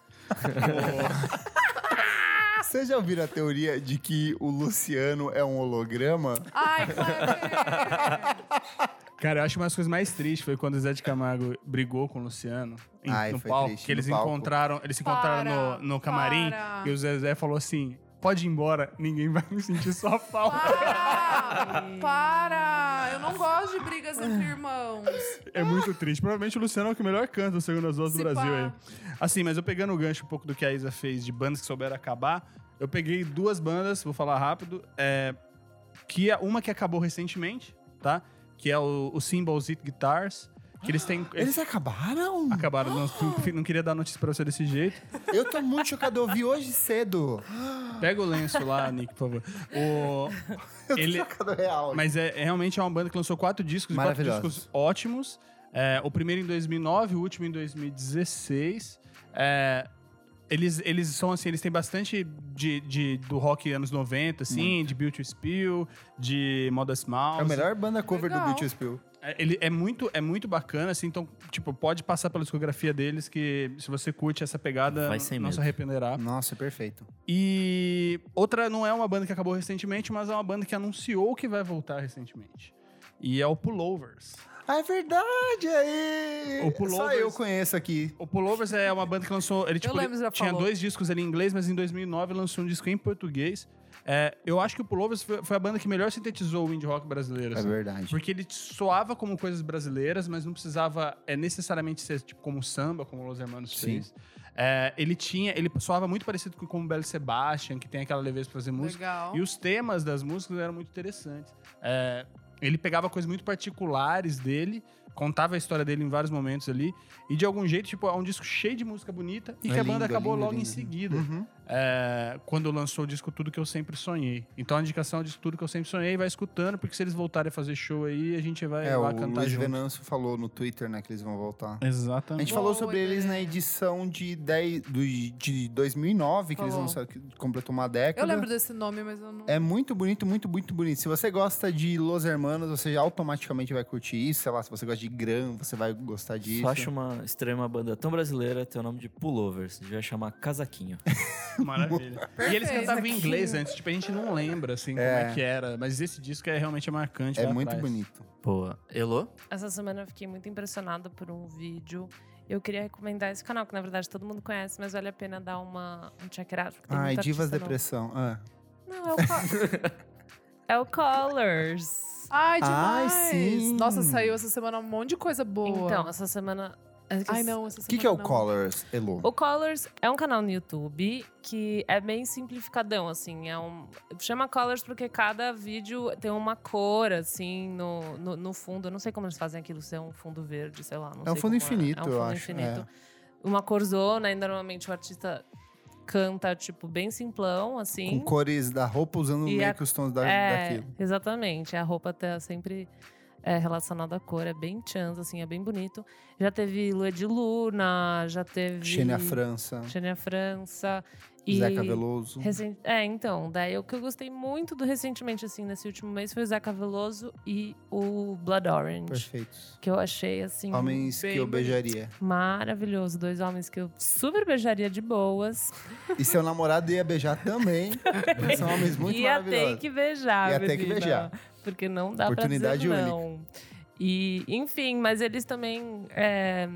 Speaker 3: Vocês já ouviram a teoria de que o Luciano é um holograma?
Speaker 5: Ai, Kleber!
Speaker 6: Cara, eu acho uma das coisas mais tristes foi quando o Zé de Camargo brigou com o Luciano em-
Speaker 3: Ai,
Speaker 6: no
Speaker 3: foi
Speaker 6: palco.
Speaker 3: triste,
Speaker 6: que eles
Speaker 3: no palco.
Speaker 6: encontraram. Eles se
Speaker 5: Para,
Speaker 6: encontraram no, no camarim
Speaker 5: para.
Speaker 6: e o Zezé falou assim: pode ir embora, ninguém vai me sentir sua falta.
Speaker 5: Para! Para! Eu não gosto de brigas entre irmãos.
Speaker 6: É muito triste. Provavelmente o Luciano é o que melhor canta, segundo as vozes do
Speaker 5: Se
Speaker 6: Brasil
Speaker 5: pá.
Speaker 6: aí. Assim, mas eu pegando o gancho um pouco do que a Isa fez de bandas que souberam acabar, eu peguei duas bandas, vou falar rápido. É, que é uma que acabou recentemente, tá? Que é o, o Symbols It Guitars. Que eles têm. Eles
Speaker 3: Eles acabaram?
Speaker 6: acabaram. Não, não queria dar notícia pra você desse jeito.
Speaker 3: Eu tô muito chocado, eu vi hoje cedo.
Speaker 6: Pega o lenço lá, Nick, por favor. O,
Speaker 3: Eu
Speaker 6: Ele-
Speaker 3: tô chocado real.
Speaker 6: Mas é, é realmente é uma banda que lançou quatro discos, e quatro
Speaker 3: Maravilhosos.
Speaker 6: discos ótimos. É, o primeiro em 2009, o último em 2016. É, eles, eles são assim, eles têm bastante de, de- do rock anos 90, assim, de Beauty Spill, de Modest Mouse.
Speaker 3: É a melhor banda cover
Speaker 5: Legal.
Speaker 3: do Beauty Spill.
Speaker 6: É, ele é muito, é muito bacana, assim, então, tipo, pode passar pela discografia deles, que se você curte essa pegada,
Speaker 2: Vai sem
Speaker 6: não se
Speaker 2: medo.
Speaker 6: arrependerá.
Speaker 3: Nossa, perfeito.
Speaker 6: E outra não é uma banda que acabou recentemente, mas é uma banda que anunciou que vai voltar recentemente. E é o Pullovers.
Speaker 3: Ah, é verdade, aí!
Speaker 6: O Pullovers-
Speaker 3: Só eu conheço aqui.
Speaker 6: O Pullovers é uma banda que lançou. Ele, tipo,
Speaker 5: lembro,
Speaker 6: ele
Speaker 5: já
Speaker 6: tinha
Speaker 5: falou.
Speaker 6: dois discos ali em inglês, mas em 2009 lançou um disco em português. É, eu acho que o Pullovers foi, foi a banda que melhor sintetizou o indie rock brasileiro.
Speaker 3: É
Speaker 6: assim.
Speaker 3: verdade.
Speaker 6: Porque ele soava como coisas brasileiras, mas não precisava é, necessariamente ser tipo como samba, como Los Hermanos
Speaker 3: Sim.
Speaker 6: fez. É, ele tinha, ele soava muito parecido com como Belo Sebastian, que tem aquela leveza pra fazer música.
Speaker 5: Legal.
Speaker 6: E os temas das músicas eram muito interessantes. É, ele pegava coisas muito particulares dele, contava a história dele em vários momentos ali. E de algum jeito, tipo, é um disco cheio de música bonita e
Speaker 3: É
Speaker 6: que a banda
Speaker 3: lindo, é
Speaker 6: acabou
Speaker 3: lindo,
Speaker 6: logo em
Speaker 3: lindo.
Speaker 6: seguida.
Speaker 3: Uhum.
Speaker 6: É, quando lançou o disco Tudo Que Eu Sempre Sonhei. Então a indicação é o disco Tudo Que Eu Sempre Sonhei, vai escutando, porque se eles voltarem a fazer show aí, a gente vai
Speaker 3: É, o
Speaker 6: lá cantar
Speaker 3: Luiz
Speaker 6: junto.
Speaker 3: Venâncio falou no Twitter, né, que eles vão voltar. A
Speaker 6: Exatamente.
Speaker 3: gente falou
Speaker 5: Boa
Speaker 3: sobre eles na
Speaker 5: ideia.
Speaker 3: edição de, 10, do- de 2009, que eles
Speaker 5: Falou.
Speaker 3: lançaram, que completou uma década.
Speaker 5: Eu lembro desse nome, mas eu não.
Speaker 3: É muito bonito, muito, muito bonito. Se você gosta de Los Hermanos, você já automaticamente vai curtir isso. Sei lá, se você gosta de Gram, você vai gostar disso.
Speaker 2: Só acho uma extrema banda tão brasileira ter o nome de Pullovers. Devia chamar Casaquinho.
Speaker 6: Maravilha. e eles cantavam em inglês antes, tipo, a gente não lembra, assim, como é que era. Mas esse disco é realmente marcante. assim.
Speaker 3: É
Speaker 6: lá
Speaker 3: muito
Speaker 6: atrás.
Speaker 3: bonito.
Speaker 2: Boa. Elô?
Speaker 4: Essa semana eu fiquei muito impressionada por um vídeo. Eu queria recomendar esse canal, que na verdade todo mundo conhece, mas vale a pena dar uma, um check it out. porque tem
Speaker 3: Ai,
Speaker 4: muito
Speaker 3: Divas
Speaker 4: artista
Speaker 3: Depressão.
Speaker 4: novo.
Speaker 3: Ah.
Speaker 4: Não, é o, Co- é o Colors.
Speaker 5: Ai,
Speaker 3: Ai,
Speaker 5: demais!
Speaker 3: sim.
Speaker 5: Nossa, saiu essa semana um monte de coisa boa.
Speaker 4: Então, essa semana.
Speaker 5: Ai, não, essa
Speaker 3: O
Speaker 5: semana.
Speaker 3: que, que é o
Speaker 5: não.
Speaker 3: Colors, Elo?
Speaker 4: O Colors é um canal no YouTube que é bem simplificadão, assim. É um, chama Colors porque cada vídeo tem uma cor, assim, no, no, no fundo. Eu não sei como eles fazem aquilo, se é um fundo verde, sei lá. não
Speaker 3: É um
Speaker 4: sei
Speaker 3: fundo
Speaker 4: como
Speaker 3: infinito,
Speaker 4: é. É
Speaker 3: eu
Speaker 4: um fundo
Speaker 3: acho,
Speaker 4: infinito. Uma corzona, e normalmente o artista canta, tipo, bem simplão, assim.
Speaker 3: Com cores da roupa, usando
Speaker 4: E
Speaker 3: meio
Speaker 4: a-
Speaker 3: que os tons da,
Speaker 4: É,
Speaker 3: daquilo.
Speaker 4: exatamente. A roupa tá sempre é, relacionada à cor. É bem chans, assim, é bem bonito. Já teve Lua de Luna, já teve...
Speaker 3: Xenia França,
Speaker 4: Xenia França. E...
Speaker 3: Zeca Veloso.
Speaker 4: Recen- É, então, daí o que eu gostei muito do recentemente, assim, nesse último mês foi o Zeca Veloso e o Blood Orange.
Speaker 3: Perfeitos.
Speaker 4: Que eu achei, assim,
Speaker 3: Homens
Speaker 5: Bem
Speaker 3: que eu
Speaker 5: bonito.
Speaker 3: beijaria.
Speaker 4: maravilhoso. Dois homens que eu super beijaria de boas.
Speaker 3: E seu namorado ia beijar também. São homens muito
Speaker 4: Ia ter
Speaker 3: maravilhosos.
Speaker 4: que beijar,
Speaker 3: Ia ter que
Speaker 4: menina.
Speaker 3: beijar.
Speaker 4: Porque não dá pra dizer
Speaker 3: Oportunidade única.
Speaker 4: não. E, enfim, mas eles também... é,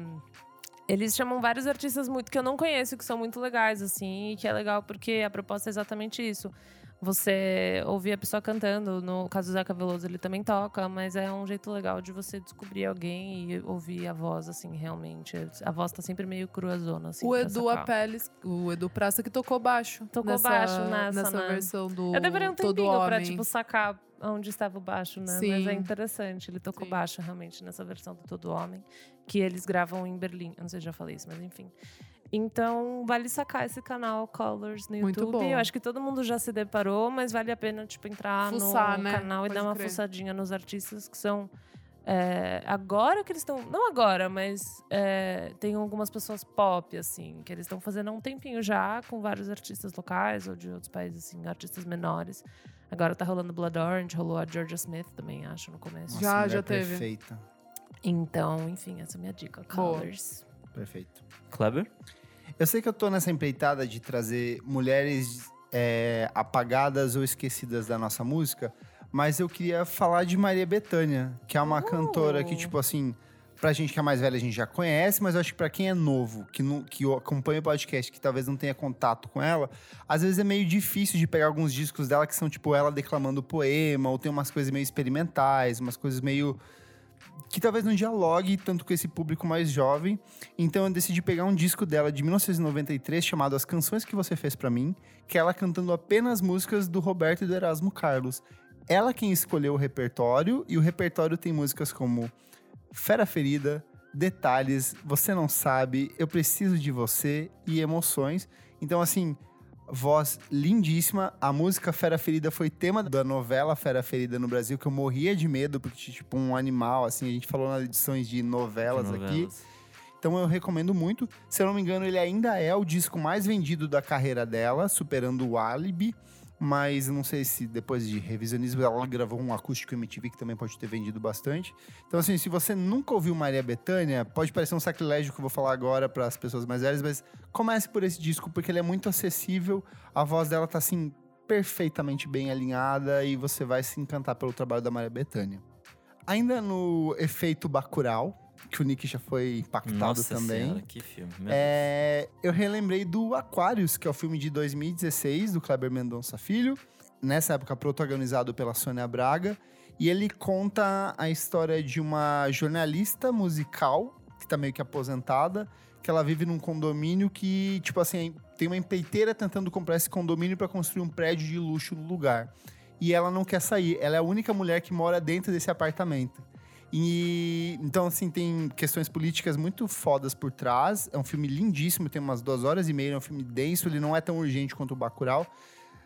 Speaker 4: Eles chamam vários artistas muito que eu não conheço, que são muito legais, assim, e que é legal porque a proposta é exatamente isso. Você ouvir a pessoa cantando. No caso do Zeca Veloso, ele também toca, mas é um jeito legal de você descobrir alguém e ouvir a voz, assim, realmente. A voz tá sempre meio cruazona, assim.
Speaker 5: O
Speaker 4: pra
Speaker 5: Edu
Speaker 4: sacar.
Speaker 5: Apeles, o Edu Praça que tocou baixo.
Speaker 4: Tocou baixo nessa, né?
Speaker 5: versão do
Speaker 4: Eu deveria um
Speaker 5: Todo
Speaker 4: tempinho
Speaker 5: Homem.
Speaker 4: pra, tipo, sacar onde estava o baixo, né? Mas
Speaker 5: Sim.
Speaker 4: é interessante. Ele tocou
Speaker 5: Sim.
Speaker 4: baixo, realmente, nessa versão do Todo Homem. Que eles gravam em Berlim. Eu não sei se eu já falei isso, mas enfim. Então, vale sacar esse canal Colors no
Speaker 5: Muito
Speaker 4: YouTube.
Speaker 5: bom.
Speaker 4: Eu acho que todo mundo já se deparou, mas vale a pena, tipo, entrar
Speaker 5: Fuçar,
Speaker 4: no
Speaker 5: né?
Speaker 4: canal e
Speaker 5: Pode
Speaker 4: dar uma
Speaker 5: crer.
Speaker 4: fuçadinha nos artistas que são... é, agora que eles estão... Não agora, mas é, tem algumas pessoas pop, assim, que eles estão fazendo há um tempinho já, com vários artistas locais ou de outros países, assim, artistas menores. Agora tá rolando Blood Orange, rolou a Georgia Smith também, acho, no começo.
Speaker 5: Já,
Speaker 3: mulher
Speaker 5: já teve.
Speaker 3: Perfeita.
Speaker 4: Então, enfim, essa é a minha dica.
Speaker 5: Boa.
Speaker 4: Colors.
Speaker 3: Perfeito.
Speaker 2: Kleber?
Speaker 3: Eu sei que eu tô nessa empreitada de trazer mulheres é, apagadas ou esquecidas da nossa música, mas eu queria falar de Maria Bethânia, que é uma cantora que, tipo assim, pra gente que é mais velha a gente já conhece, mas eu acho que pra quem é novo, que, não, que acompanha o podcast, que talvez não tenha contato com ela, às vezes é meio difícil de pegar alguns discos dela que são, tipo, ela declamando poema, ou tem umas coisas meio experimentais, umas coisas meio. que talvez não dialogue tanto com esse público mais jovem. Então eu decidi pegar um disco dela de 1993 chamado As Canções que Você Fez Pra Mim, que é ela cantando apenas músicas do Roberto e do Erasmo Carlos. Ela quem escolheu o repertório e o repertório tem músicas como Fera Ferida, Detalhes, Você Não Sabe, Eu Preciso de Você e Emoções. Então assim, voz lindíssima. A música Fera Ferida foi tema da novela Fera Ferida no Brasil que eu morria de medo porque tinha, tipo um animal assim, a gente falou nas edições de novelas, aqui.
Speaker 2: Novelas.
Speaker 3: Então eu recomendo muito. Se eu não me engano, ele ainda é o disco mais vendido da carreira dela, superando o Alibi. Mas eu não sei se depois de revisionismo ela gravou um acústico MTV que também pode ter vendido bastante. Então, assim, se você nunca ouviu Maria Bethânia, pode parecer um sacrilégio que eu vou falar agora para as pessoas mais velhas, mas comece por esse disco porque ele é muito acessível. A voz dela tá assim perfeitamente bem alinhada e você vai se encantar pelo trabalho da Maria Bethânia. Ainda no efeito Bacurau, que o Nick já foi impactado
Speaker 2: Nossa
Speaker 3: também.
Speaker 2: senhora, que filme. meu
Speaker 3: É, eu relembrei do Aquarius, que é o filme de 2016 do Kleber Mendonça Filho, nessa época protagonizado pela Sônia Braga, e ele conta a história de uma jornalista musical que tá meio que aposentada, que ela vive num condomínio que, tipo assim, tem uma empreiteira tentando comprar esse condomínio para construir um prédio de luxo no lugar. E ela não quer sair, ela é a única mulher que mora dentro desse apartamento. E então, assim, tem questões políticas muito fodas por trás. É um filme lindíssimo, tem umas duas horas e meia, é um filme denso, ele não é tão urgente quanto o Bacurau.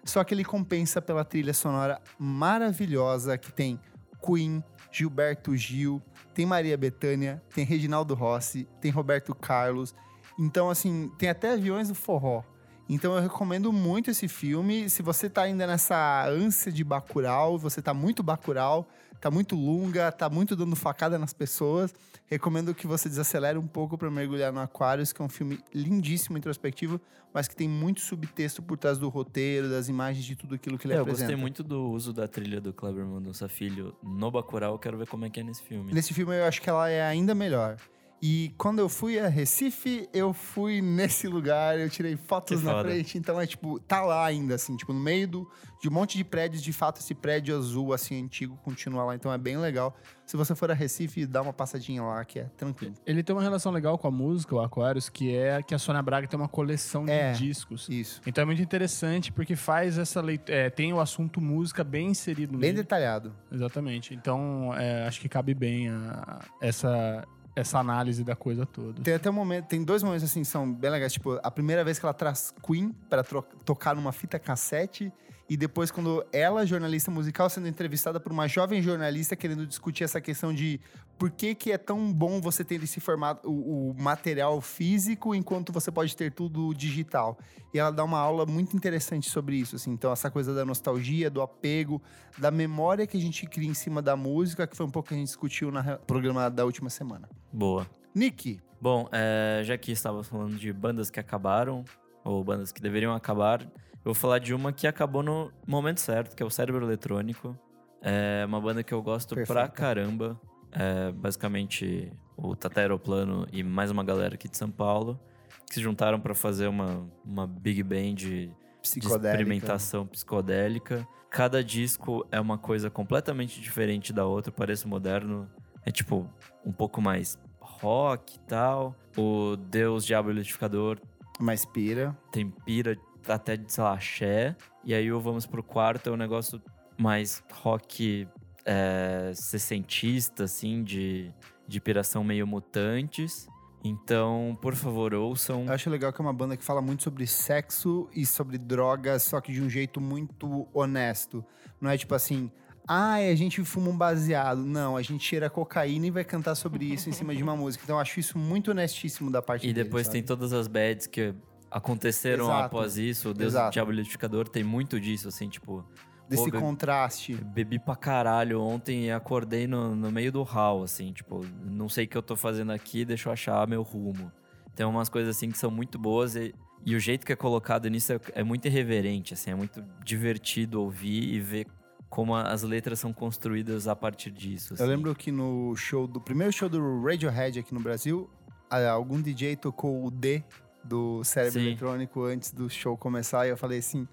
Speaker 3: Só que ele compensa pela trilha sonora maravilhosa que tem Queen, Gilberto Gil, tem Maria Bethânia, tem Reginaldo Rossi, tem Roberto Carlos. Então, assim, tem até aviões do forró. Então eu recomendo muito esse filme. Se você tá ainda nessa ânsia de Bacurau, você tá muito Bacurau, tá muito longa, tá muito dando facada nas pessoas. Recomendo que você desacelere um pouco para mergulhar no Aquarius, que é um filme lindíssimo, introspectivo, mas que tem muito subtexto por trás do roteiro, das imagens, de tudo aquilo que ele
Speaker 2: É, eu
Speaker 3: apresenta.
Speaker 2: gostei muito do uso da trilha do Kleber Mendonça Filho no Bacurau. Eu Quero ver como é que é nesse filme.
Speaker 3: Nesse filme eu acho que ela é ainda melhor. E quando eu fui a Recife, eu fui nesse lugar, eu tirei fotos
Speaker 2: Que
Speaker 3: na
Speaker 2: foda.
Speaker 3: frente, então é tipo, tá lá ainda, assim, tipo, no meio do, de um monte de prédios, de fato, esse prédio azul, assim, antigo, continua lá, então é bem legal. Se você for a Recife, dá uma passadinha lá, que é tranquilo.
Speaker 1: Ele tem uma relação legal com a música, o Aquarius, que é que a Sônia Braga tem uma coleção de
Speaker 3: É.
Speaker 1: discos.
Speaker 3: Isso.
Speaker 1: Então é muito interessante, porque faz essa leitura.
Speaker 6: é,
Speaker 1: tem o assunto música bem inserido
Speaker 3: Bem
Speaker 1: nele.
Speaker 3: detalhado.
Speaker 1: Exatamente. Então, é, acho que cabe bem a- essa, essa análise da coisa toda.
Speaker 3: Tem até um momento, tem dois momentos assim, que são bem legais. Tipo, a primeira vez que ela traz Queen pra tro- tocar numa fita cassete. E depois, quando ela, jornalista musical, sendo entrevistada por uma jovem jornalista querendo discutir essa questão de por que, que é tão bom você ter esse formato, o, o material físico, enquanto você pode ter tudo digital. E ela dá uma aula muito interessante sobre isso, assim. Então, essa coisa da nostalgia, do apego, da memória que a gente cria em cima da música, que foi um pouco que a gente discutiu no programa da última semana.
Speaker 2: Boa.
Speaker 3: Nick,
Speaker 2: Bom, é, já que estava falando de bandas que acabaram, ou bandas que deveriam acabar, eu vou falar de uma que acabou no momento certo, que é o Cérebro Eletrônico. É uma banda que eu gosto pra
Speaker 3: Perfeita.
Speaker 2: caramba. É, basicamente, o Tata Aeroplano e mais uma galera aqui de São Paulo, que se juntaram pra fazer uma, uma big band de
Speaker 3: Psicodélica. né?
Speaker 2: experimentação psicodélica. Cada disco é uma coisa completamente diferente da outra, parece moderno. É tipo um pouco mais rock e tal. O Deus Diabo e o Liquidificador
Speaker 3: Mas pira.
Speaker 2: tem pira até de, sei lá, axé. E aí o Vamos Pro Quarto é um negócio mais rock é, sessentista, assim, de, de piração meio mutantes. Então, por favor, ouçam.
Speaker 3: Eu acho legal que é uma banda que fala muito sobre sexo e sobre drogas, só que de um jeito muito honesto. Não é tipo assim, ai, a gente fuma um baseado. Não, a gente cheira cocaína e vai cantar sobre isso em cima de uma música. Então eu acho isso muito honestíssimo da parte
Speaker 2: E depois tem
Speaker 3: deles, sabe?
Speaker 2: todas as bads que aconteceram
Speaker 3: Exato.
Speaker 2: após isso. O Deus
Speaker 3: Exato.
Speaker 2: do Diabo Liquidificador tem muito disso, assim, tipo...
Speaker 3: Desse
Speaker 2: Pô,
Speaker 3: contraste.
Speaker 2: Bebi pra caralho ontem e acordei no, no meio do hall, assim, tipo, não sei o que eu tô fazendo aqui, deixa eu achar meu rumo. Tem umas coisas assim que são muito boas e, e o jeito que é colocado nisso é, é muito irreverente, assim, é muito divertido ouvir e ver como a- as letras são construídas a partir disso.
Speaker 3: Eu
Speaker 2: assim.
Speaker 3: lembro que no show do primeiro show do Radiohead aqui no Brasil, a- algum DJ tocou o D do cérebro
Speaker 2: Sim.
Speaker 3: eletrônico antes do show começar e eu falei assim: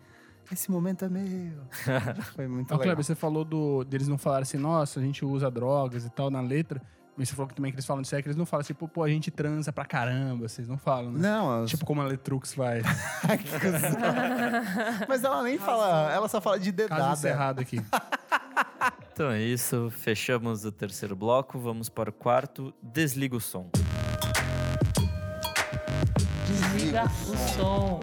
Speaker 3: esse momento é meu. Foi muito
Speaker 6: Então,
Speaker 3: legal.
Speaker 6: Kleber, você falou do, deles não falarem assim, nossa, a gente usa drogas e tal na letra. Mas você falou que também que eles falam de sexo, eles não falam assim, pô, pô, a gente transa pra caramba, vocês não falam, né?
Speaker 3: Não,
Speaker 6: Tipo como a Letrux vai.
Speaker 3: que cuzão. mas ela nem fala, ela só fala de
Speaker 6: Caso
Speaker 3: dedada.
Speaker 6: encerrado aqui.
Speaker 2: Então é isso, fechamos o terceiro bloco, vamos para o quarto, desliga o som.
Speaker 4: Desliga o som.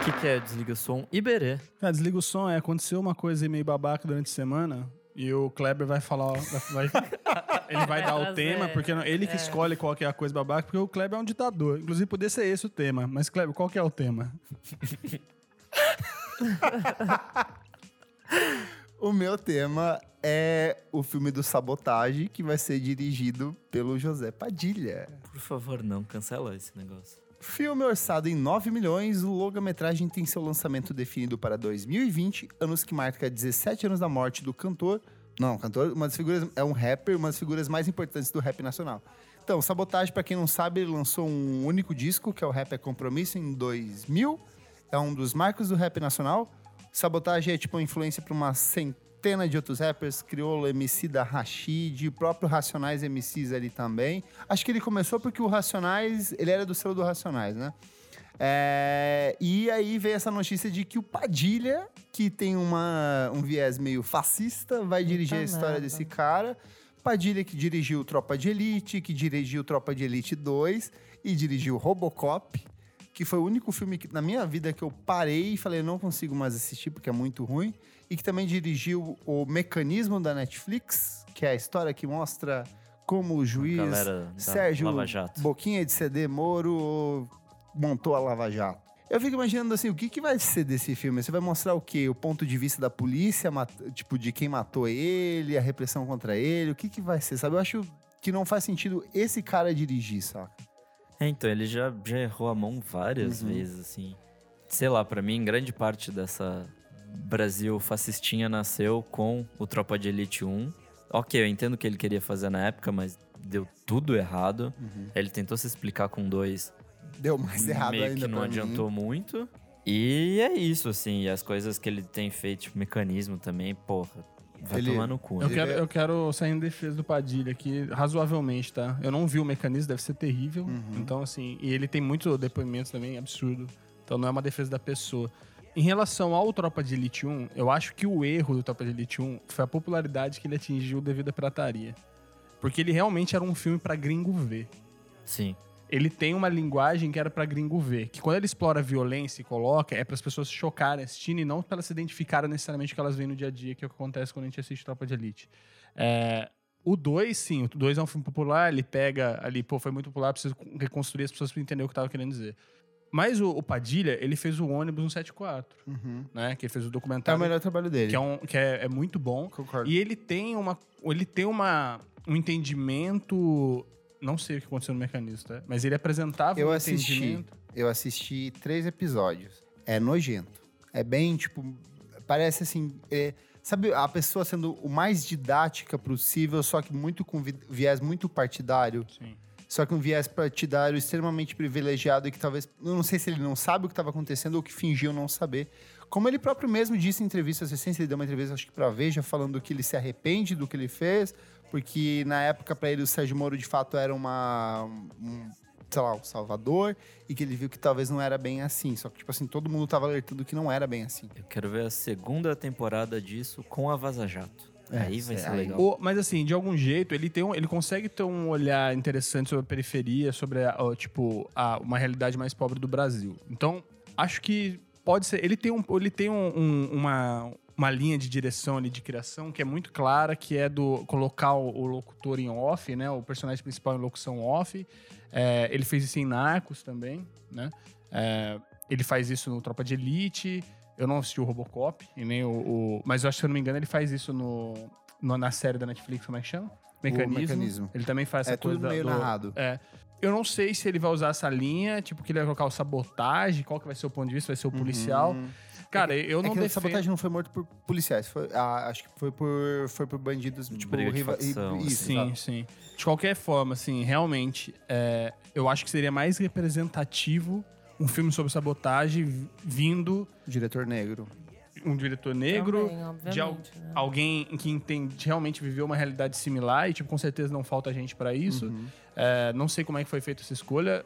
Speaker 2: O que, que é desliga o som? Iberê.
Speaker 6: Cara, desliga o som, é, aconteceu uma coisa aí meio babaca durante a semana e o Kleber vai falar, vai- vai- ele vai dar o
Speaker 4: Trazer,
Speaker 6: tema, porque não- ele que escolhe qual que é a coisa babaca, porque o Kleber é um ditador. Inclusive, poderia ser esse o tema. Mas, Kleber, qual que é o tema?
Speaker 3: O meu tema é o filme do Sabotage, que vai ser dirigido pelo José Padilha.
Speaker 2: Por favor, não, cancela esse negócio.
Speaker 3: Filme orçado em 9 milhões, o longa-metragem tem seu lançamento definido para 2020, anos que marca 17 anos da morte do cantor. Não, cantor, uma das figuras. É um rapper, uma das figuras mais importantes do rap nacional. Então, Sabotage, pra quem não sabe, ele lançou um único disco, que é o Rap é Compromisso, em 2000. É um dos marcos do rap nacional. Sabotage é tipo uma influência para uma centena de outros rappers, Criolo, MC da Rashid, o próprio Racionais MCs ali também. Acho que ele começou porque o Racionais, ele era do selo do Racionais, né? É, e aí veio essa notícia de que o Padilha, que tem uma, um viés meio fascista, vai dirigir a história
Speaker 4: merda.
Speaker 3: desse cara. Padilha que dirigiu Tropa de Elite, que dirigiu Tropa de Elite 2 e dirigiu Robocop, que foi o único filme que, na minha vida que eu parei e falei, não consigo mais assistir porque é muito ruim. E que também dirigiu o Mecanismo da Netflix, que é a história que mostra como o juiz
Speaker 2: Galera da
Speaker 3: Sérgio
Speaker 2: Lava Jato.
Speaker 3: Boquinha de CD Moro montou a Lava Jato. Eu fico imaginando assim, o que, que vai ser desse filme? Você vai mostrar o quê? O ponto de vista da polícia, mat- tipo, de quem matou ele, a repressão contra ele, o que, que vai ser, sabe? Eu acho que não faz sentido esse cara dirigir, saca?
Speaker 2: É, então, ele já, já errou a mão várias
Speaker 3: Uhum.
Speaker 2: vezes, assim. Sei lá, pra mim, grande parte dessa Brasil fascistinha nasceu com o Tropa de Elite 1. Ok, eu entendo o que ele queria fazer na época, mas deu tudo errado. Ele tentou se explicar com dois,
Speaker 3: Deu mais Uhum. errado
Speaker 2: meio
Speaker 3: ainda
Speaker 2: que não
Speaker 3: pra mim.
Speaker 2: adiantou muito. E é isso, assim. E as coisas que ele tem feito, tipo, mecanismo também, porra, vai
Speaker 3: Ele-
Speaker 2: tomar no cu.
Speaker 6: Eu
Speaker 2: Né?
Speaker 6: quero, eu quero sair em defesa do Padilha aqui, razoavelmente, tá? Eu não vi o mecanismo, deve ser terrível. Então, assim, e ele tem muito depoimento também, absurdo. Então não é uma defesa da pessoa. Em relação ao Tropa de Elite 1, eu acho que o erro do Tropa de Elite 1 foi a popularidade que ele atingiu devido à pirataria. Porque ele realmente era um filme pra gringo ver
Speaker 2: Sim.
Speaker 6: ele tem uma linguagem que era pra gringo ver. Que quando ele explora a violência e coloca, é para as pessoas se chocarem assistindo e não para elas se identificarem necessariamente com o que elas veem no dia a dia, que é o que acontece quando a gente assiste Tropa de Elite. É, o 2, sim, o 2 é um filme popular, ele pega ali, pô, foi muito popular, preciso reconstruir as pessoas para entender o que eu tava querendo dizer. Mas o, o Padilha, ele fez o ônibus 174,
Speaker 3: Uhum.
Speaker 6: né? Que ele fez
Speaker 3: É
Speaker 6: o
Speaker 3: o
Speaker 6: documentário,
Speaker 3: melhor trabalho dele.
Speaker 6: que, é, um, que é- é muito bom.
Speaker 3: Concordo.
Speaker 6: E ele tem uma. Ele tem uma, um entendimento. Não sei o que aconteceu no mecanismo, tá? Mas ele apresentava
Speaker 3: Eu
Speaker 6: um
Speaker 3: assisti.
Speaker 6: entendimento.
Speaker 3: Eu assisti três episódios. É nojento. É bem, tipo. Parece assim. é- sabe, a pessoa sendo o mais didática possível, só que muito com vi- viés muito partidário.
Speaker 6: Sim.
Speaker 3: Só que um viés partidário extremamente privilegiado e que talvez. Eu não sei se ele não sabe o que estava acontecendo ou que fingiu não saber. Como ele próprio mesmo disse em entrevistas recentes, ele deu uma entrevista, acho que pra Veja, falando que ele se arrepende do que ele fez, porque na época, para ele, o Sérgio Moro de fato era uma. um- sei lá, o Salvador, e que ele viu que talvez não era bem assim. Só que, tipo assim, todo mundo tava alertando que não era bem assim.
Speaker 2: Eu quero ver a segunda temporada disso com a Vaza Jato.
Speaker 3: É,
Speaker 2: aí vai
Speaker 3: é,
Speaker 2: ser
Speaker 3: aí-
Speaker 2: legal.
Speaker 6: O- mas assim, de algum jeito, ele, tem um- ele consegue ter um olhar interessante sobre a periferia, sobre a, ó, tipo, a- uma realidade mais pobre do Brasil. Então, acho que pode ser. Ele tem, um, ele tem um- um- uma, uma linha de direção ali, de criação, que é muito clara, que é do colocar o, o locutor em off, né? O personagem principal em locução off. É, ele fez isso em Narcos também, né? É, ele faz isso no Tropa de Elite. Eu não assisti o Robocop, e nem o, o- Mas eu acho que, se eu não me engano, ele faz isso no, no- na série da Netflix, como é que chama? Mecanismo.
Speaker 3: Mecanismo.
Speaker 6: Ele também faz essa
Speaker 3: é
Speaker 6: coisa
Speaker 3: tudo meio
Speaker 6: do- É.
Speaker 3: narrado.
Speaker 6: Eu não sei se ele vai usar essa linha, tipo, que ele vai colocar o sabotagem, qual que vai ser o ponto de vista, vai ser o policial.
Speaker 3: Uhum.
Speaker 6: Cara, eu
Speaker 3: É
Speaker 6: não
Speaker 3: que o
Speaker 6: defendo...
Speaker 3: sabotagem não foi morto por policiais, foi- ah, acho que foi por, foi por bandidos, tipo,
Speaker 2: Briga de
Speaker 3: riva- e-
Speaker 2: facção, assim.
Speaker 3: isso,
Speaker 6: Sim,
Speaker 3: exato.
Speaker 6: sim. De qualquer forma, assim, realmente, é, eu acho que seria mais representativo um filme sobre sabotagem vi- vindo
Speaker 3: diretor negro.
Speaker 6: um diretor negro,
Speaker 4: Também,
Speaker 6: de al-
Speaker 4: obviamente,
Speaker 3: Ah.
Speaker 4: né?
Speaker 6: alguém que entende, realmente viveu uma realidade similar e, tipo, com certeza não falta gente pra isso.
Speaker 3: Uhum.
Speaker 6: É, não sei como é que foi feita essa escolha,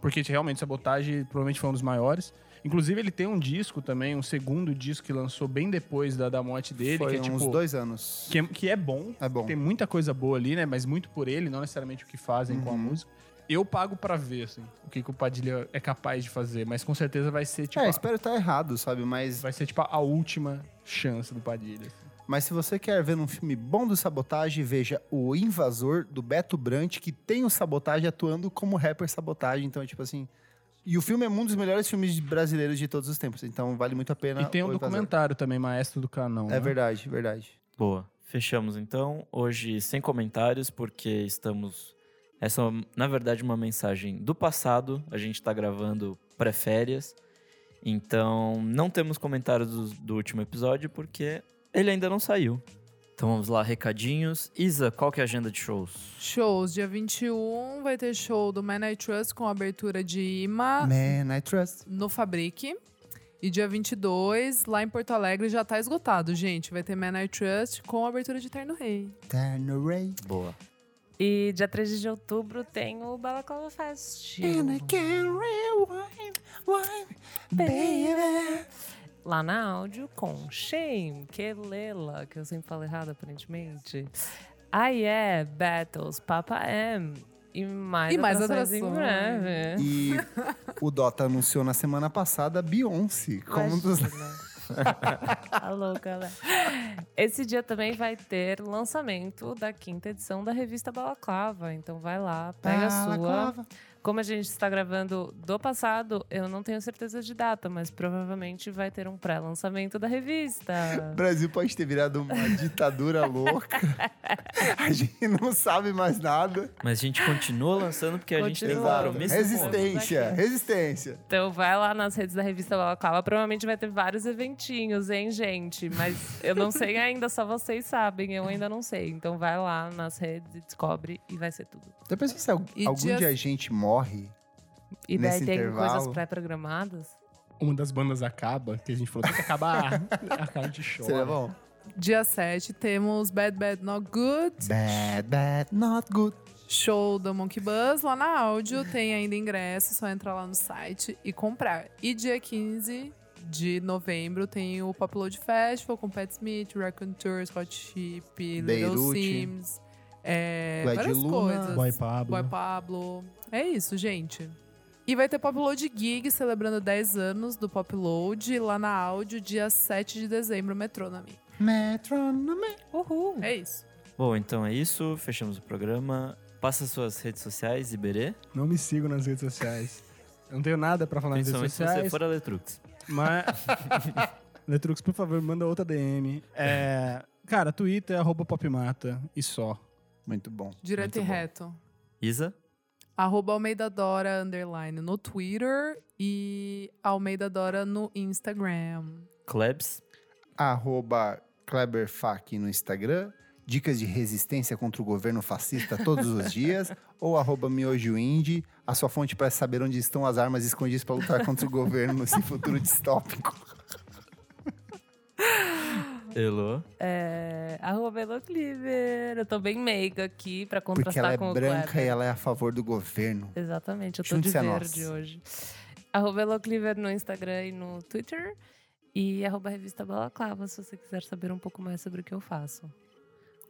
Speaker 6: porque tipo, realmente Sabotagem provavelmente foi um dos maiores. Inclusive, ele tem um disco também, um segundo disco que lançou bem depois da, da morte dele,
Speaker 3: foi
Speaker 6: que é
Speaker 3: uns
Speaker 6: tipo.
Speaker 3: dois anos.
Speaker 6: Que é, que é bom,
Speaker 3: É bom.
Speaker 6: tem muita coisa boa ali, né? Mas muito por ele, não necessariamente o que fazem com a
Speaker 3: Uhum.
Speaker 6: música. Eu pago pra ver, assim, o que, que o Padilha é capaz de fazer, mas com certeza vai ser, tipo,
Speaker 3: é,
Speaker 6: a-
Speaker 3: espero estar errado, sabe? Mas,
Speaker 6: vai ser, tipo, a última chance do Padilha. assim.
Speaker 3: mas se você quer ver um filme bom do Sabotagem, veja O Invasor, do Beto Brant, que tem o Sabotagem atuando como rapper Sabotagem. Então, é tipo assim... E o filme é um dos melhores filmes brasileiros de todos os tempos. Então, vale muito a pena
Speaker 6: E tem um
Speaker 3: O Invasor.
Speaker 6: documentário também, Maestro do Canão.
Speaker 3: É
Speaker 6: né?
Speaker 3: verdade, verdade.
Speaker 2: Boa. Fechamos então. Hoje sem comentários, porque estamos. Essa, é, na verdade, uma mensagem do passado. A gente está gravando pré-férias. Então, não temos comentários do, do último episódio, porque ele ainda não saiu. Então vamos lá, recadinhos. Isa, qual que é a agenda de shows?
Speaker 5: Shows. Dia 21 vai ter show do Man I Trust com abertura de
Speaker 4: Ah.
Speaker 5: Ima
Speaker 3: Man, I Trust.
Speaker 5: no Fabric. E dia 22, lá em Porto Alegre, já tá esgotado, gente. Vai ter Man I Trust com abertura de Terno Rei.
Speaker 3: Turn away.
Speaker 2: Boa.
Speaker 4: E dia 13 de outubro tem o Balaclava Fest.
Speaker 5: É, né?
Speaker 4: Lá na áudio com Shame, Kelela, que eu sempre falo errado aparentemente. Aí é Battles, Papa M. E mais,
Speaker 5: E mais
Speaker 4: atrações em
Speaker 5: atrações.
Speaker 4: breve.
Speaker 3: E o Dota anunciou na semana passada Beyoncé como um dos.
Speaker 4: A louca, né? Esse dia também vai ter lançamento da quinta edição da revista Balaclava. Então vai lá, pega a sua. Como a gente está gravando do passado, eu não tenho certeza de data, mas provavelmente vai ter um pré-lançamento da revista.
Speaker 3: O Brasil pode ter virado uma ditadura louca. A gente não sabe mais nada.
Speaker 2: Mas a gente continua lançando porque a gente tem
Speaker 4: Continua.
Speaker 2: É um compromisso com
Speaker 4: Existe-
Speaker 3: Resistência,
Speaker 4: Aqui.
Speaker 3: resistência.
Speaker 4: Então vai lá nas redes da revista Balaclava. Provavelmente vai ter vários eventinhos, hein, gente? Mas eu não sei ainda, só vocês sabem. Eu ainda não sei. Então vai lá nas redes, e descobre e vai ser tudo.
Speaker 3: Depois Então, se al-
Speaker 5: E
Speaker 3: algum
Speaker 5: dia-
Speaker 3: dia a gente morre,
Speaker 4: E daí
Speaker 3: Nesse
Speaker 4: tem coisas
Speaker 3: intervalo-
Speaker 4: pré-programadas.
Speaker 6: Uma das bandas acaba, que a gente falou, tem que acabar, a cara de show.
Speaker 3: seria bom?
Speaker 5: Dia 7, temos Bad Bad Not Good.
Speaker 3: Bad, bad, not good.
Speaker 5: Show do Monkey Buzz lá na áudio. Tem ainda ingresso, só entrar lá no site e comprar. E dia 15 de novembro tem o Pop Load Festival com Pat Smith, Raccoon Tour, Scott Chip, Little
Speaker 3: Beirute.
Speaker 5: Sims. É,
Speaker 3: Glad
Speaker 5: várias
Speaker 3: Luna.
Speaker 5: coisas.
Speaker 6: Boy Pablo.
Speaker 5: Boy Pablo. É isso, gente. E vai ter Pop Load Gig celebrando 10 anos do Pop Load lá na áudio, dia 7 de dezembro, Metronomy.
Speaker 3: Metronome.
Speaker 4: Uhul!
Speaker 5: É isso.
Speaker 2: Bom, então é isso. Fechamos o programa. Passa suas redes sociais, Iberê.
Speaker 6: Não me sigam nas redes sociais. Eu não tenho nada pra falar nas redes
Speaker 2: Principalmente se você
Speaker 6: sociais,
Speaker 2: for a Letrux.
Speaker 6: mas... Letrux, por favor, manda outra DM. É, Cara, Twitter é arroba popmata e só.
Speaker 3: Muito bom.
Speaker 5: Direto
Speaker 2: Muito
Speaker 5: e
Speaker 2: bom.
Speaker 5: reto.
Speaker 2: Isa?
Speaker 5: Arroba Almeida Dora underline no Twitter e Almeida Dora no Instagram.
Speaker 2: Klebs.
Speaker 3: Arroba Kleberfac no Instagram dicas de resistência contra o governo fascista todos os dias, ou arroba miojoindy, a sua fonte para saber onde estão as armas escondidas para lutar contra o governo nesse futuro distópico.
Speaker 2: Elô.
Speaker 4: É, arroba Belo Cleaver. Eu tô bem meiga aqui pra
Speaker 3: Porque
Speaker 4: contrastar
Speaker 3: ela é
Speaker 4: com o
Speaker 3: branca
Speaker 4: Kleber.
Speaker 3: e ela é a favor do governo.
Speaker 4: Exatamente, eu tô
Speaker 3: Junte-se
Speaker 4: de
Speaker 3: a nós.
Speaker 4: verde hoje. Arroba Elocliver no Instagram e no Twitter. E arroba revista Balaclava, se você quiser saber um pouco mais sobre o que eu faço.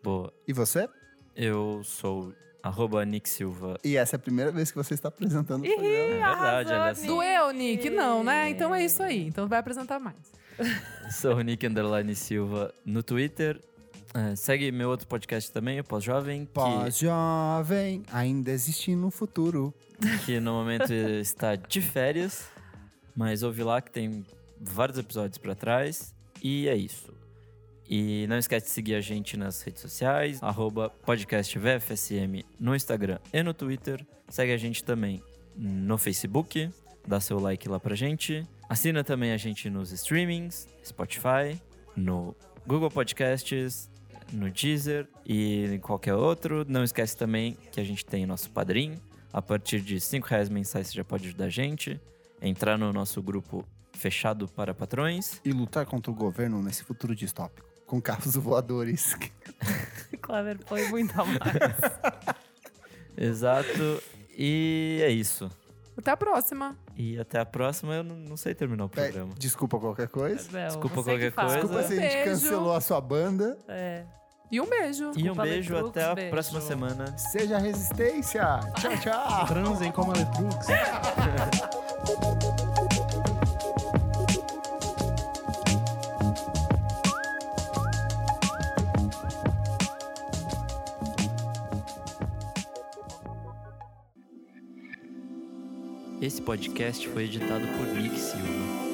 Speaker 2: Boa.
Speaker 3: E você?
Speaker 2: Eu sou arroba Nick Silva.
Speaker 3: E essa é a primeira vez que você está apresentando o programa.
Speaker 2: É verdade, olha só.
Speaker 5: Doeu, Nick? Não, né? Então é isso aí. Então vai apresentar mais.
Speaker 2: Sou o Nick Underline Silva no Twitter. É, segue meu outro podcast também, o Pós-Jovem, que,
Speaker 3: Pós-jovem, ainda existe no futuro.
Speaker 2: que no momento está de férias. Mas ouve lá que tem vários episódios pra trás. E é isso. E não esquece de seguir a gente nas redes sociais, arroba podcast VFSM no Instagram e no Twitter. Segue a gente também no Facebook, dá seu like lá pra gente. Assina também a gente nos streamings, Spotify, no Google Podcasts, no Deezer e em qualquer outro. Não esquece também que a gente tem nosso padrinho. A partir de R$ 5 reais mensais você já pode ajudar a gente. Entrar no nosso grupo fechado para patrões.
Speaker 3: E lutar contra o governo nesse futuro distópico. Com carros voadores.
Speaker 4: Claver põe muita mais.
Speaker 2: Exato. E é isso.
Speaker 5: Até a próxima.
Speaker 2: E até a próxima. Eu não, não sei terminar o
Speaker 3: É,
Speaker 2: programa.
Speaker 3: desculpa qualquer coisa.
Speaker 4: Bel,
Speaker 2: Desculpa
Speaker 4: você
Speaker 2: qualquer
Speaker 4: que fala.
Speaker 2: coisa.
Speaker 3: Desculpa
Speaker 5: Pois é.
Speaker 3: se a gente
Speaker 5: Beijo.
Speaker 3: cancelou a sua banda.
Speaker 4: É.
Speaker 5: E um beijo.
Speaker 2: E um
Speaker 4: Desculpa,
Speaker 2: beijo
Speaker 4: Letrux,
Speaker 2: até a
Speaker 4: beijo.
Speaker 2: próxima semana.
Speaker 3: Seja a resistência. Tchau, tchau.
Speaker 1: Transem como a Letrux.
Speaker 2: Esse podcast foi editado por Nick Silva.